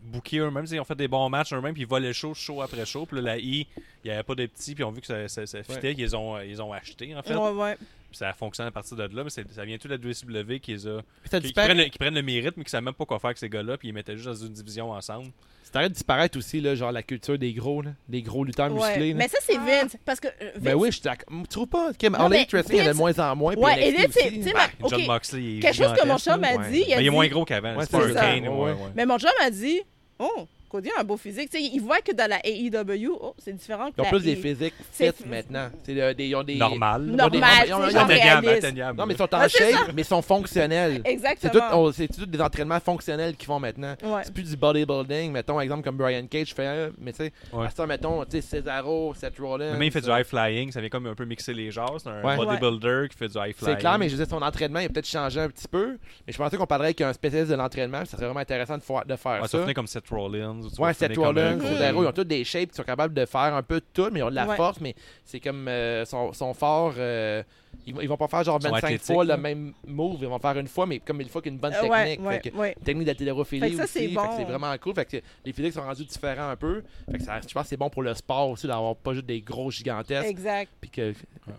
S5: bouqués eux-mêmes. Ils ont fait des bons matchs eux-mêmes, puis ils volaient chaud, show après show. Puis là, la I, il n'y avait pas de petits, puis ils ont vu que ça, ça, ça fitait, qu'ils les ont, euh, ils les ont acheté en fait.
S4: Ouais, ouais.
S5: Puis ça a fonctionné à partir de là, mais c'est- ça vient tout de la WCW qui les a.
S1: Puis ça
S5: Qui, qui
S1: disparaît-
S5: prennent le, qui prennent le mérite, mais qui savent même pas quoi faire avec ces gars-là, puis ils les mettaient juste dans une division ensemble.
S1: Ça arrête de disparaître aussi, là, genre la culture des gros, là, des gros lutteurs
S4: Ouais.
S1: musclés. là. Ah.
S4: Mais ça, c'est Vince. Parce que. euh, Vince,
S1: Ben oui, je suis d'accord. Tu trouves pas? Kim,
S4: Non,
S1: All
S4: mais
S1: Elite Wrestling, il y avait de moins en moins. puis
S4: Ouais,
S1: NXT
S4: Elite, c'est.
S1: aussi.
S4: tu sais,
S5: Bah,
S4: ma- ok,
S5: John Moxley, il est
S4: Quelque chose que mon
S5: gigantesque,
S4: chum
S5: là.
S4: m'a
S1: ouais.
S4: dit. Il, a
S5: Mais il est moins
S4: dit-
S5: gros qu'avant,
S1: Ouais,
S5: c'est pas
S4: c'est
S5: un
S4: ça.
S5: Kane.
S1: Ouais,
S5: ouais,
S1: ouais.
S5: ouais.
S4: Mais mon chum a dit Oh, Cody a un beau physique. Tu sais, il voit que dans la AEW, oh, c'est différent que
S1: Ils ont
S4: la
S1: plus des
S4: AEW.
S1: physiques
S4: C'est-
S1: fit maintenant. C'est, euh, des- ils ont des...
S5: Normal.
S1: ont des-
S4: Normal,
S1: ils ont-
S4: c'est
S1: ils ont-
S4: genre
S5: Atteignable,
S4: réaliste.
S5: atteignable.
S1: Non, mais ils sont en
S4: Ah, c'est
S1: shape, mais ils sont fonctionnels. C'est tout,
S4: Exactement.
S1: on- c'est tout des entraînements fonctionnels qu'ils font maintenant.
S4: Ouais.
S1: C'est plus du bodybuilding, mettons, exemple comme Brian Cage fait, euh, mais tu sais,
S5: Ouais.
S1: à ça, mettons, tu sais, Cesaro, Seth Rollins.
S5: Mais il fait du
S1: euh,
S5: high flying, ça vient comme un peu mixer les genres. C'est un
S1: Ouais.
S5: bodybuilder qui fait du high flying.
S1: C'est clair, mais je disais, son entraînement, il a peut-être changé un petit peu, mais je pensais qu'on parlerait avec un spécialiste de l'entraînement, puis ça serait vraiment intéressant de, faire- de faire
S5: Ouais, ça
S1: ça.
S5: venait comme Seth Rollins. ou tu vois,
S1: Ouais,
S5: ça venait
S1: Seth
S5: comme, euh,
S1: Rollins,
S5: Cody.
S1: Cesaro, ils ont tous des shapes qui sont capables de faire un peu de tout, mais ils ont de la
S4: Ouais.
S1: force, mais c'est comme euh, sont, sont forts. euh, ils, vont- ils vont pas faire genre
S5: Ils sont
S1: 25
S5: athlétiques,
S1: fois
S5: là.
S1: le même move, ils vont faire une fois, mais comme une fois qu'une bonne
S4: Euh,
S1: technique.
S4: ouais,
S1: Fait
S4: ouais,
S1: que-
S4: ouais.
S1: technique d'haltérophilie
S4: Fait que
S1: aussi.
S4: ça, c'est
S1: Fait que
S4: bon.
S1: c'est vraiment cool. Fait que les physiques sont rendus différents un peu. Fait que ça, je pense que c'est bon pour le sport aussi d'avoir pas juste des gros gigantesques.
S4: Exact.
S1: Puis que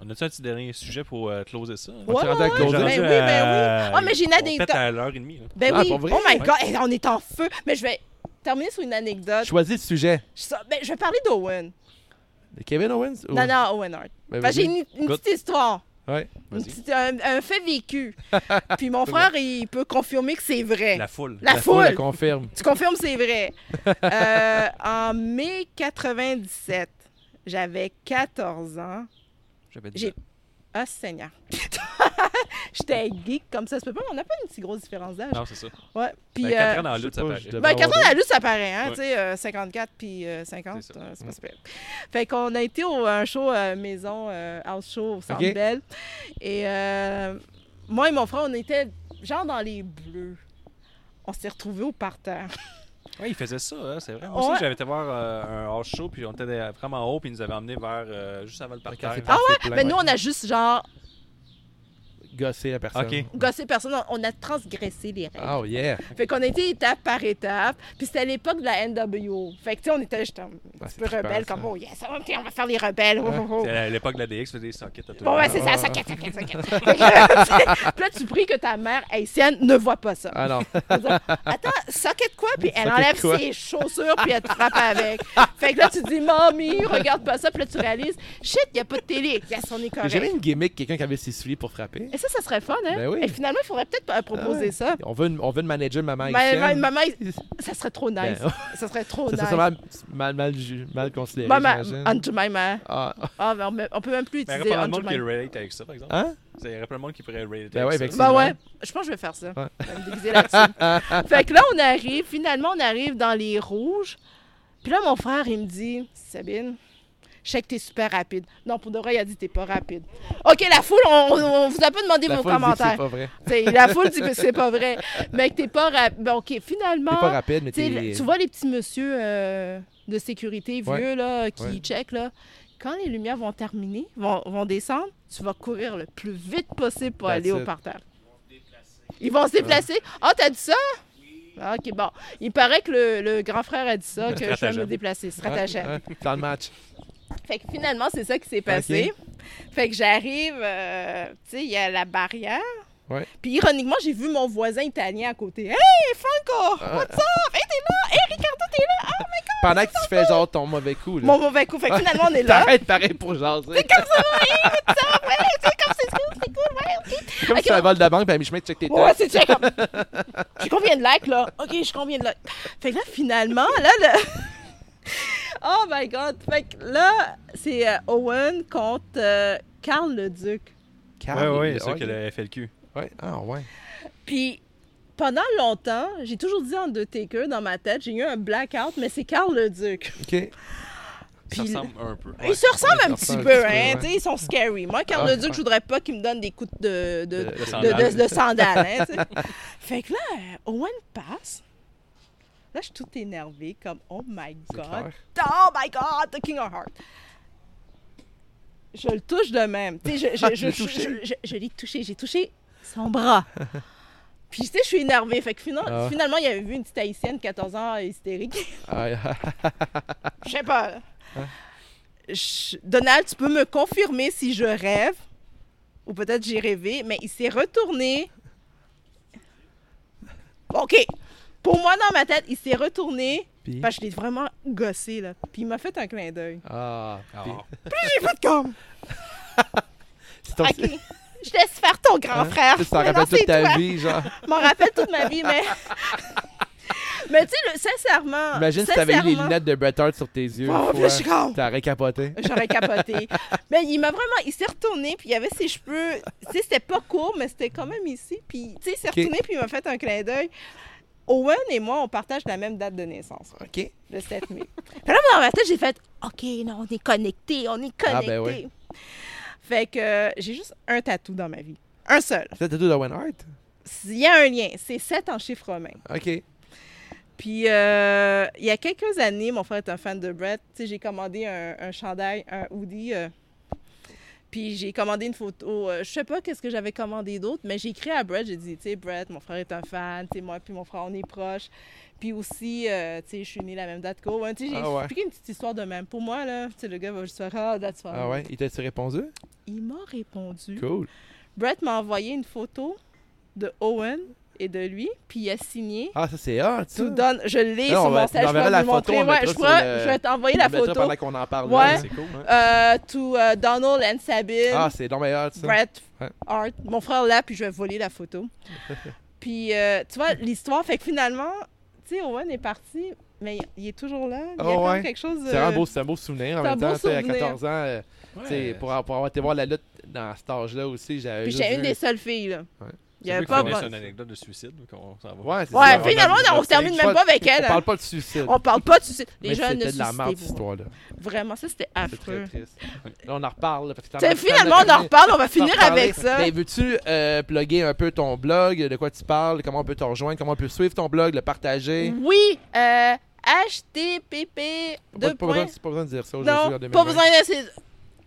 S5: On a-tu un petit dernier sujet pour euh, closer ça? Euh,
S1: On s'est rendu à
S4: Ben
S1: closer.
S4: oui, ben oui. Ah, mais j'ai une
S5: On
S4: anecdote.
S5: pète à l'heure et demie. hein. là.
S4: Ben
S1: Ah,
S4: oui.
S1: pour vrai?
S4: Oh my God, hey, on est en feu. Mais je vais terminer sur une anecdote.
S1: choisis le sujet.
S4: Je, sors- ben, je vais parler d'Owen.
S1: De Kevin Owens ou-
S4: Non, non, Owen Hart.
S1: Ben,
S4: Parce que j'ai
S1: vas-y.
S4: une, une
S1: Good.
S4: petite histoire.
S1: Ouais.
S4: Une petite- un, un fait vécu. Puis mon frère, il peut confirmer que c'est vrai.
S5: La foule.
S4: La
S1: La foule
S4: foule.
S1: le confirme.
S5: Ah
S4: Tu confirmes, c'est vrai. Euh, en mai 97, j'avais 14 ans.
S5: J'avais dit
S4: J'ai. Ah, Seigneur. J'étais geek comme ça. Ça se peut pas, on n'a pas une si grosse différence d'âge.
S5: ça. Non, c'est ça.
S4: Ouais. Puis.
S5: Ben, quatre
S4: euh,
S5: ans dans la lutte,
S1: je sais
S5: ça
S1: pas,
S5: paraît.
S1: je devais
S4: Ben,
S1: avoir
S4: 14 à la lutte, ça paraît, hein,
S5: Ouais.
S4: tu sais, euh, 54 puis euh, 50,
S5: C'est ça. Mm.
S4: euh, c'est pas super. Fait qu'on a été au un show euh, maison, euh, house show au Centre
S1: Ok.
S4: Bell. Et euh, moi et mon frère, on était genre dans les bleus. On s'est retrouvés au parterre.
S5: Ouais, il faisait ça, hein, c'est vrai. Moi aussi,
S4: Ouais.
S5: j'avais été voir euh, un hors show, puis on était euh, vraiment haut, puis ils nous avaient emmenés vers euh, juste avant le parterre.
S1: Quand c'est
S4: Ah
S1: parti,
S4: ouais?
S1: c'est plein.
S4: Mais nous, on a juste genre
S1: Gosser la personne.
S5: Ok.
S4: gossé personne, on- on a transgressé les règles.
S1: Oh yeah.
S4: Fait qu'on était étape par étape, puis c'était à l'époque de la NWO. Fait que tu sais, on était juste un
S1: Ah,
S4: petit
S1: c'est
S4: peu
S1: trippant,
S4: rebelle,
S1: ça.
S4: comme oh yes, on va- on va faire les rebelles. oh, oh, oh.
S5: C'est à l'époque de la DX, faisait des sockets à tout le
S4: Bon,
S5: monde.
S4: ouais, c'est ça, ça casse, ça casse, ça casse. Fait que, Puis là, tu pries que ta mère haïtienne ne voit pas ça.
S1: Ah non.
S4: Attends, socket quoi? Puis elle
S1: Socket
S4: enlève
S1: quoi?
S4: ses chaussures, puis elle te frappe avec. Fait que là, tu te dis, mamie, regarde pas ça. Puis là, tu réalises, shit, il a pas de télé. Yes, on est
S1: J'ai jamais
S4: correct.
S1: une gimmick, quelqu'un qui avait ses souliers pour frapper.
S4: Et ça, ça serait fun, hein?
S1: Ben oui. Ah
S4: Et finalement, il faudrait peut-être euh, proposer ça.
S1: On veut, une, on veut une manager maman
S4: Ma- ma-
S1: haïtienne.
S4: maman, il- ça serait trop nice.
S1: Ben,
S4: Ça serait trop
S1: Ça,
S4: nice.
S1: c'est mal, mal, mal, ju- mal considéré,
S4: Maman,
S1: j'imagine.
S4: Anjumima.
S1: Ah,
S4: Ah, ben, on me- on peut même plus
S5: Mais il y
S4: utiliser
S5: aurait pas de monde qui
S4: Anjumima.
S5: relate avec ça, par exemple.
S1: Hein?
S5: Il y aurait plein de monde qui pourrait relate
S1: Ben ouais,
S5: avec
S1: avec
S5: ça.
S1: ça.
S4: Bah
S1: Sinon-
S4: ouais, je pense que je vais faire ça.
S1: Ouais.
S4: Je vais me déguiser là-dessus. fait que là, on arrive, finalement, on arrive dans les rouges. Puis là, mon frère, il me dit Sabine, je sais que t'es super rapide. Non, pour de vrai, il a dit t'es pas rapide. OK, la foule, on, on vous a pas demandé
S1: la
S4: vos
S1: foule dit que C'est
S4: commentaires.
S1: pas vrai.
S4: T'sais, La foule dit que c'est pas vrai. Mais que t'es pas rapide. OK, finalement.
S1: T'es pas rapide, mais
S4: T'sais,
S1: t'es.
S4: Tu vois les petits monsieur euh, de sécurité vieux
S1: Ouais.
S4: là, qui
S1: Ouais.
S4: check là. Quand les lumières vont terminer, vont, vont descendre, tu vas courir le plus vite possible pour
S1: That's
S4: aller au
S1: it.
S4: parterre. Ils vont se déplacer. Ah, t'as dit ça? Ah, OK, bon. Il paraît que le, le grand frère a dit ça, que je vais
S5: stratagème.
S4: me déplacer. Stratagème.
S1: Ouais, ouais, Dans le match.
S4: Fait que finalement, c'est ça qui s'est passé. Fait que j'arrive, euh, tu sais, il y a la barrière.
S1: Ouais.
S4: Puis ironiquement, j'ai vu mon voisin italien à côté. Hey, Franco! What's up? Hey, t'es là! Hey, Ricardo, t'es là! Ah, mais
S1: Ah. Pendant que tu fais genre ton mauvais coup. Là.
S4: mon mauvais coup. Fait que finalement, on est là.
S1: T'arrêtes pareil pour jaser.
S4: Ah, ouais, c'est comme c'est cool, c'est cool, ouais, ok.
S1: C'est comme si tu fais un vol de banque, puis à mi-chemin, tu check tes
S4: Ouais,
S1: taxes.
S4: c'est check. comme- J'ai combien de likes, là? Ok, j'ai combien de likes? Fait que là, finalement, là, le. Oh my god! Fait que là, c'est euh, Owen contre euh, Karl le Duc.
S5: Ouais, ouais,
S4: Bah,
S1: Carré,
S5: c'est sûr
S1: ouais.
S5: que le FLQ.
S1: Ouais, ah ouais.
S4: Puis, pendant longtemps, j'ai toujours dit Undertaker dans ma tête, j'ai eu un blackout, mais c'est Carl le Duc.
S1: Ok.
S5: Ça
S4: Puis-
S5: ressemble un peu.
S4: Ils se ressemblent
S1: Ouais,
S4: un
S1: ils
S4: petit
S1: se ressemblent un petit
S4: peu,
S1: peu,
S4: hein.
S1: ouais.
S4: tu sais, Ils sont scary. Moi, Carl
S1: Ah,
S4: le Duc,
S1: ouais.
S4: je voudrais pas qu'il me donne des coups de, de,
S1: Le- le
S4: de-
S5: sandal.
S4: de- de sandales, hein, tu sais. fait que là, euh, Owen passe. Là, je suis toute énervée, comme Oh my
S1: C'est
S4: God.
S1: clair.
S4: Oh my God, the King of Heart. Je le touche de même. Tu sais, je, je, je,
S1: l'as
S4: je-
S1: touché.
S4: je- je- je l'ai touché. J'ai touché son bras. Puis, tu sais, je suis énervée. Fait que fina-
S1: Ah ouais.
S4: finalement, il avait vu une petite haïtienne, 14 ans, hystérique.
S1: Ah, ah, ah,
S4: Je sais pas. Je- Donald, tu peux me confirmer si je rêve ou peut-être j'ai rêvé, mais il s'est retourné. OK. Pour moi, dans ma tête, il s'est retourné.
S1: puis-
S4: Parce que je l'ai vraiment gossé, là. Puis il m'a fait un clin d'œil.
S1: Ah, puis-
S4: J'ai fait comme.
S1: C'est ton-
S4: OK. Je te laisse faire ton grand
S1: Hein?
S4: frère.
S1: Tu sais, Ça
S4: Maintenant,
S1: rappelle toute
S4: c'est
S1: ta
S4: toi.
S1: vie, genre.
S4: Je m'en rappelle toute ma vie, mais. mais tu sais, le- sincèrement.
S1: Imagine si t'avais eu les
S4: sincèrement-
S1: lunettes de Bret Hart sur tes yeux.
S4: Oh, puis là, je suis comme-
S1: T'aurais capoté.
S4: J'aurais capoté. mais il m'a vraiment. Il s'est retourné, puis il avait ses cheveux. Tu sais, c'était pas court, mais c'était quand même ici. Puis, tu sais, il s'est
S1: Ok.
S4: retourné, puis il m'a fait un clin d'œil. Owen et moi, on partage la même date de naissance,
S1: OK.
S4: le 7 mai. Puis là, dans ma tête, j'ai fait OK, non, on est connectés, on est
S1: Ah,
S4: connectés.
S1: ben oui.
S4: Fait que euh, j'ai juste un tatou dans ma vie. Un seul.
S1: C'est le tatou d'Owen Hart?
S4: Il y a un lien. C'est 7 en chiffre romain.
S1: OK.
S4: Puis, euh, il y a quelques années, mon frère est un fan de Brett. Tu sais, j'ai commandé un, un chandail, un hoodie. euh, puis, j'ai commandé une photo. euh, je sais pas qu'est-ce que j'avais commandé d'autre, mais j'ai écrit à Brett. J'ai dit, tu sais, Brett, mon frère est un fan. Tu sais, moi, puis mon frère, on est proches. Puis aussi, euh, tu sais, je suis née la même date qu'au. Tu sais, j'ai
S1: Ah ouais.
S4: expliqué une petite histoire de même. Pour moi, là, tu sais, le gars va juste faire, ah, that's fine.
S1: Ah ouais, il t'a-tu répondu?
S4: Il m'a répondu.
S1: Cool.
S4: Brett m'a envoyé une photo de Owen et de lui, puis il a signé
S1: Ah, ça, c'est hot, ça.
S4: tout donne. Je
S1: Non,
S4: l'ai sur
S1: on va-
S4: mon sel,
S1: on
S4: je
S1: verra
S4: vais
S1: la
S4: vous le
S1: photo,
S4: montrer.
S1: on
S4: Ouais,
S1: mettra
S4: je,
S1: sur
S4: pourrais-
S1: le-
S4: je vais t'envoyer
S1: On
S4: la
S1: le mettra
S4: photo
S1: pendant qu'on en parle.
S4: Ouais.
S1: là.
S5: C'est cool. hein.
S4: euh, to euh, Donald and Sabine,
S1: Ah, c'est donc meilleur, ça.
S4: Brett
S1: Ouais.
S4: Hart. Mon frère là, puis je vais voler la photo. puis euh, tu vois l'histoire, fait que finalement, tu sais, Owen est parti, mais il- il est toujours là. Il y a
S1: Oh,
S4: comme
S1: ouais.
S4: quelque chose.
S1: C'est
S4: euh,
S1: un beau, c'est un beau souvenir en
S4: c'est un
S1: même temps.
S4: beau
S1: tu sais, À
S4: souvenir.
S1: 14 ans, euh, tu sais, pour, avoir- pour avoir été voir la lutte dans cet âge-là aussi, j'avais.
S4: Puis
S1: juste
S4: j'étais une
S1: vu-
S4: des seules filles là.
S1: Ouais.
S4: Il y avait
S5: Tu
S4: pas.
S5: connais
S4: vraiment-
S5: son anecdote de suicide qu'on s'en va.
S1: Ouais, c'est
S4: Ouais,
S1: ça.
S4: finalement, on, se termine même pas avec
S1: On
S4: elle. hein.
S1: parle pas de suicide.
S4: On parle pas de suicide. Les
S1: Mais
S4: jeunes ne
S1: C'était de la merde, cette
S4: suicidez pas.
S1: histoire-là.
S4: Vraiment, ça c'était
S1: C'est très
S4: affreux.
S1: triste. Là, on en reparle. là, parce que t'en
S4: Tu sais,
S1: as-
S4: finalement,
S1: t'en
S4: on
S1: as-
S4: en reparle, on va
S1: t'en
S4: finir
S1: reparler.
S4: avec ça.
S1: Ben, veux-tu euh, plugger un peu ton blog, de quoi tu parles, comment on peut te rejoindre, comment on peut suivre ton blog, le partager?
S4: Oui, euh, http
S1: Pas,
S4: deux
S1: pas besoin,
S4: points.
S1: pas besoin de dire ça aujourd'hui en
S4: Non,
S1: 2020.
S4: pas besoin de c'est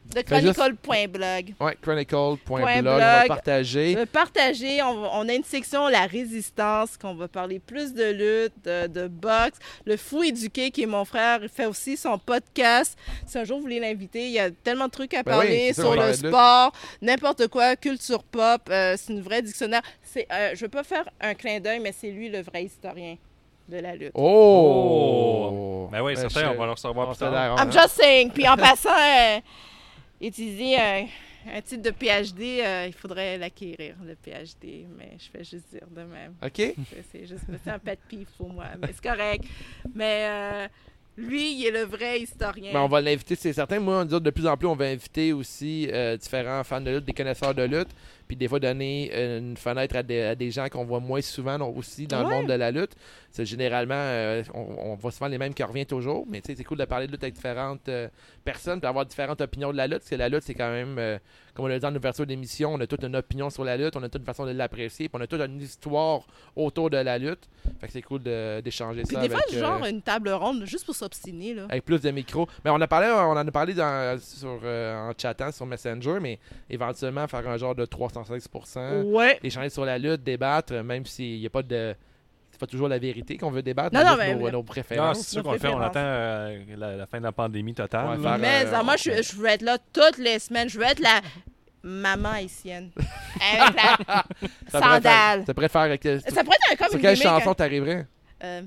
S4: de
S1: Fais juste-
S4: chronicle.blog.
S1: Ouais, chronicle.blog,
S4: Point
S1: on va
S4: blog.
S1: partager.
S4: Euh, Partagez, on, va- on a une section La résistance, qu'on va parler plus de lutte, de, de boxe. Le fou éduqué, qui est mon frère, il fait aussi son podcast. Si un jour vous voulez l'inviter, il y a tellement de trucs à
S1: Ben oui,
S4: parler
S1: c'est ça, on
S4: sur
S1: va
S4: le
S1: parler de lutte.
S4: sport, n'importe quoi, culture pop, euh, c'est une vraie dictionnaire. C'est, euh, je veux pas faire un clin d'œil, mais c'est lui le vrai historien de la lutte.
S1: Oh!
S5: Ben oui, certain, on va le recevoir
S1: On
S5: plus
S1: se fait
S5: tard.
S1: d'accord,
S4: I'm
S1: hein?
S4: just saying. Puis en passant, euh, utiliser un, un titre de PhD, euh, il faudrait l'acquérir, le PhD. Mais je fais juste dire de même.
S1: OK?
S4: C'est- C'est juste c'est un pet pif pour moi. Mais c'est correct. Mais euh, lui, il est le vrai historien.
S1: Ben, on va l'inviter, c'est certain. Moi, on dit de plus en plus, on va inviter aussi euh, différents fans de lutte, des connaisseurs de lutte, puis des fois donner euh, une fenêtre à des, à des gens qu'on voit moins souvent non, aussi dans le
S4: Ouais.
S1: monde de la lutte. C'est généralement, euh, on, on voit souvent les mêmes qui reviennent toujours, mais tu sais, c'est cool de parler de lutte avec différentes euh, personnes, puis avoir différentes opinions de la lutte, parce que la lutte, c'est quand même, euh, comme on l'a dit en ouverture d'émission, on a toute une opinion sur la lutte, on a toute une façon de l'apprécier, puis on a toute une histoire autour de la lutte. Fait que c'est cool de- d'échanger
S4: Puis
S1: ça
S4: des fois,
S1: avec, euh,
S4: genre une table ronde juste pour s'obstiner. là.
S1: avec plus de micros. Mais on, a parlé, on en a parlé dans- sur, euh, en chattant sur Messenger, mais éventuellement faire un genre de 316%,
S4: Ouais.
S1: échanger sur la lutte, débattre, même s'il n'y a pas de. C'est pas toujours la vérité qu'on veut débattre,
S4: Non,
S1: mais
S4: non,
S1: juste
S4: mais-
S1: nos, nos
S5: Non,
S1: préférences.
S5: c'est sûr
S4: nos
S5: qu'on le fait. On
S4: préférences.
S5: attend euh, la, la fin de la pandémie
S1: On
S5: totale.
S1: va
S5: là.
S1: faire,
S4: Mais
S1: euh,
S4: alors, moi,
S1: on-
S4: je, je veux être là toutes les semaines. Je veux être la maman haïtienne. Avec la
S1: Ça pourrait faire-
S4: sandale.
S1: Ça pourrait faire. que-
S4: Ça pourrait être un comme
S1: Sur
S4: une
S1: quelle
S4: gimmick, hein.
S1: chanson t'arriverais
S4: Euh,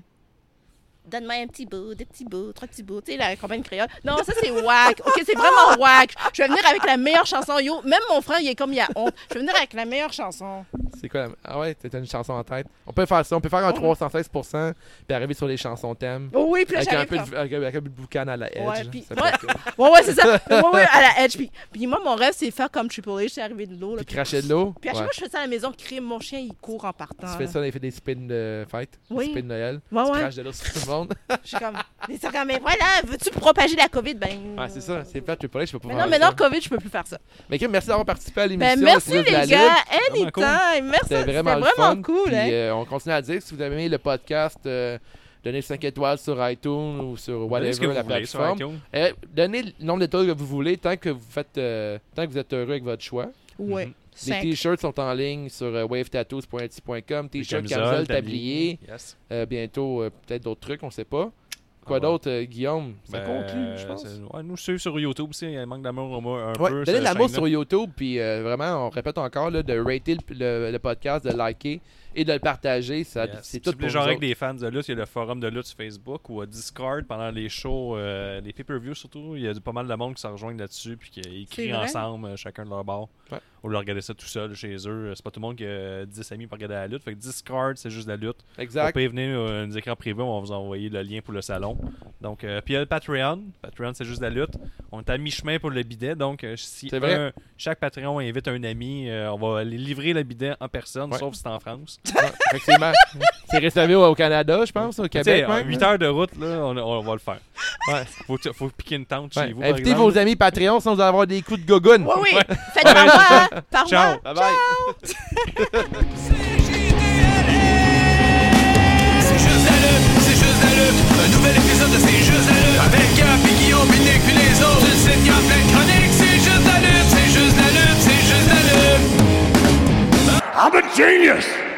S4: Donne-moi un petit bout, deux petits bouts, trois petits bouts. Tu sais, la campagne créole. Non, ça, c'est whack. OK, c'est vraiment whack. Je vais venir avec la meilleure chanson. Yo, même mon frère, il est comme il a honte. Je vais venir avec la meilleure chanson.
S1: C'est quoi la- Ah ouais, t'as une chanson en tête. On peut faire ça, on peut faire un 316% puis arriver sur les chansons thèmes.
S4: Oh oui, puis là,
S1: Avec un,
S4: j'arrive
S1: peu
S4: comme-
S1: de, avec, avec un peu de boucan à la edge.
S4: Ouais,
S1: là.
S4: puis-
S1: Ça peut
S4: ouais.
S1: être cool.
S4: Ouais, ouais, c'est ça. Ouais, ouais, à la edge. Puis, puis moi, mon rêve, c'est faire comme Triple H, c'est arrivé de l'eau. là,
S1: Puis cracher de l'eau.
S4: Puis à chaque
S1: Ouais.
S4: fois que je fais ça à la maison, crier, mon chien, il court en partant.
S1: Tu fais
S4: là.
S1: ça, on a fait des spins de fête,
S4: Oui.
S1: des spins de Noël.
S4: Ouais,
S1: Tu
S4: ouais.
S1: craches de l'eau sur tout le monde.
S4: Je suis comme. Mais c'est comme, mais voilà, veux-tu propager la COVID? Ben.
S1: ouais, c'est ça, c'est plate, tu peux pas aller, je peux pas
S4: Mais
S1: faire
S4: non, mais
S1: ça.
S4: non, COVID, je peux plus faire ça.
S1: Mais Kim, merci d'avoir participé à l'émission.
S4: Ben, merci
S1: Au Cinéma de la
S4: les
S1: Libre.
S5: Vraiment
S4: gars,
S5: cool.
S4: anytime. Merci,
S1: C'était
S4: c'était
S1: vraiment,
S4: vraiment,
S1: le fun.
S4: cool.
S1: Puis,
S4: hein.
S1: euh, on continue à dire que si vous avez aimé le podcast, euh, donnez 5 étoiles sur iTunes ou sur
S5: Donnez ce que
S1: whatever
S5: vous
S1: la
S5: voulez sur
S1: plateforme.
S5: iTunes.
S1: Eh, donnez le nombre d'étoiles que vous voulez tant que vous faites euh, tant que vous êtes heureux avec votre choix.
S4: ouais. Cinq.
S1: Mhm. Les t-shirts sont en ligne sur euh, wavetattoos.etsy.com, t-shirts,
S5: camisoles,
S1: camisoles,
S5: tabliers.
S1: tabliers,
S5: Yes.
S1: euh, bientôt euh, peut-être d'autres trucs, on sait pas. Quoi
S5: Ah, voilà.
S1: d'autre, euh, Guillaume Ça
S5: Ben,
S1: conclut, je pense.
S5: c'est- ouais, nous suivre sur YouTube aussi, il manque d'amour au moins un
S1: Ouais,
S5: peu.
S1: donnez de
S5: cette
S1: l'amour
S5: chaîne-là.
S1: sur YouTube, puis euh, vraiment, on répète encore, là, de rater le, le- le podcast, de liker et de le partager. Ça,
S5: Yes.
S1: C'est
S5: Si
S1: tout
S5: vous voulez
S1: pour
S5: jaser
S1: nous
S5: avec
S1: autres.
S5: des fans de lutte, il y a le forum de lutte sur Facebook ou à Discord pendant les shows, euh, les pay-per-views surtout. Il y a du- pas mal de monde qui se rejoignent là-dessus puis qui
S4: C'est
S5: crient
S4: vrai?
S5: ensemble, euh, chacun de leur bord.
S1: Ouais.
S5: Ou de regarder ça tout seul chez eux. Euh, C'est pas tout le monde qui a 10 amis pour regarder la lutte. Fait que Discord, c'est juste la lutte. Vous
S1: Exact.
S5: pouvez venir euh, nous écrire en privé, on va vous envoyer le lien pour le salon. Donc, euh, puis il y a le Patreon. Patreon, c'est juste la lutte. On est à mi-chemin pour le bidet. Donc, euh, si
S1: C'est vrai.
S5: un- chaque Patreon invite un ami, euh, on va aller livrer le bidet en personne,
S1: Ouais.
S5: sauf si c'est en France.
S1: Ouais, effectivement. C'est réservé au, au Canada, je pense, au Québec. même.
S5: 8 heures de route, là, on, on va le faire.
S1: Ouais.
S5: Faut, faut piquer une tente
S1: Ouais.
S5: chez vous. par
S1: Invitez
S5: exemple.
S1: vos amis Patreon sans avoir des coups de gogoune.
S4: Oui, oui. Faites par moi, hein, par
S5: Ciao.
S1: Bye
S4: moi.
S1: bye.
S3: C'est juste la lutte, c'est juste la lutte. Un nouvel épisode de C'est juste la lutte. Avec Gap et Guillaume, Binic puis les autres. Une sitcom plein de chroniques. C'est juste la lutte, c'est juste la lutte, c'est juste la lutte. I'm a genius!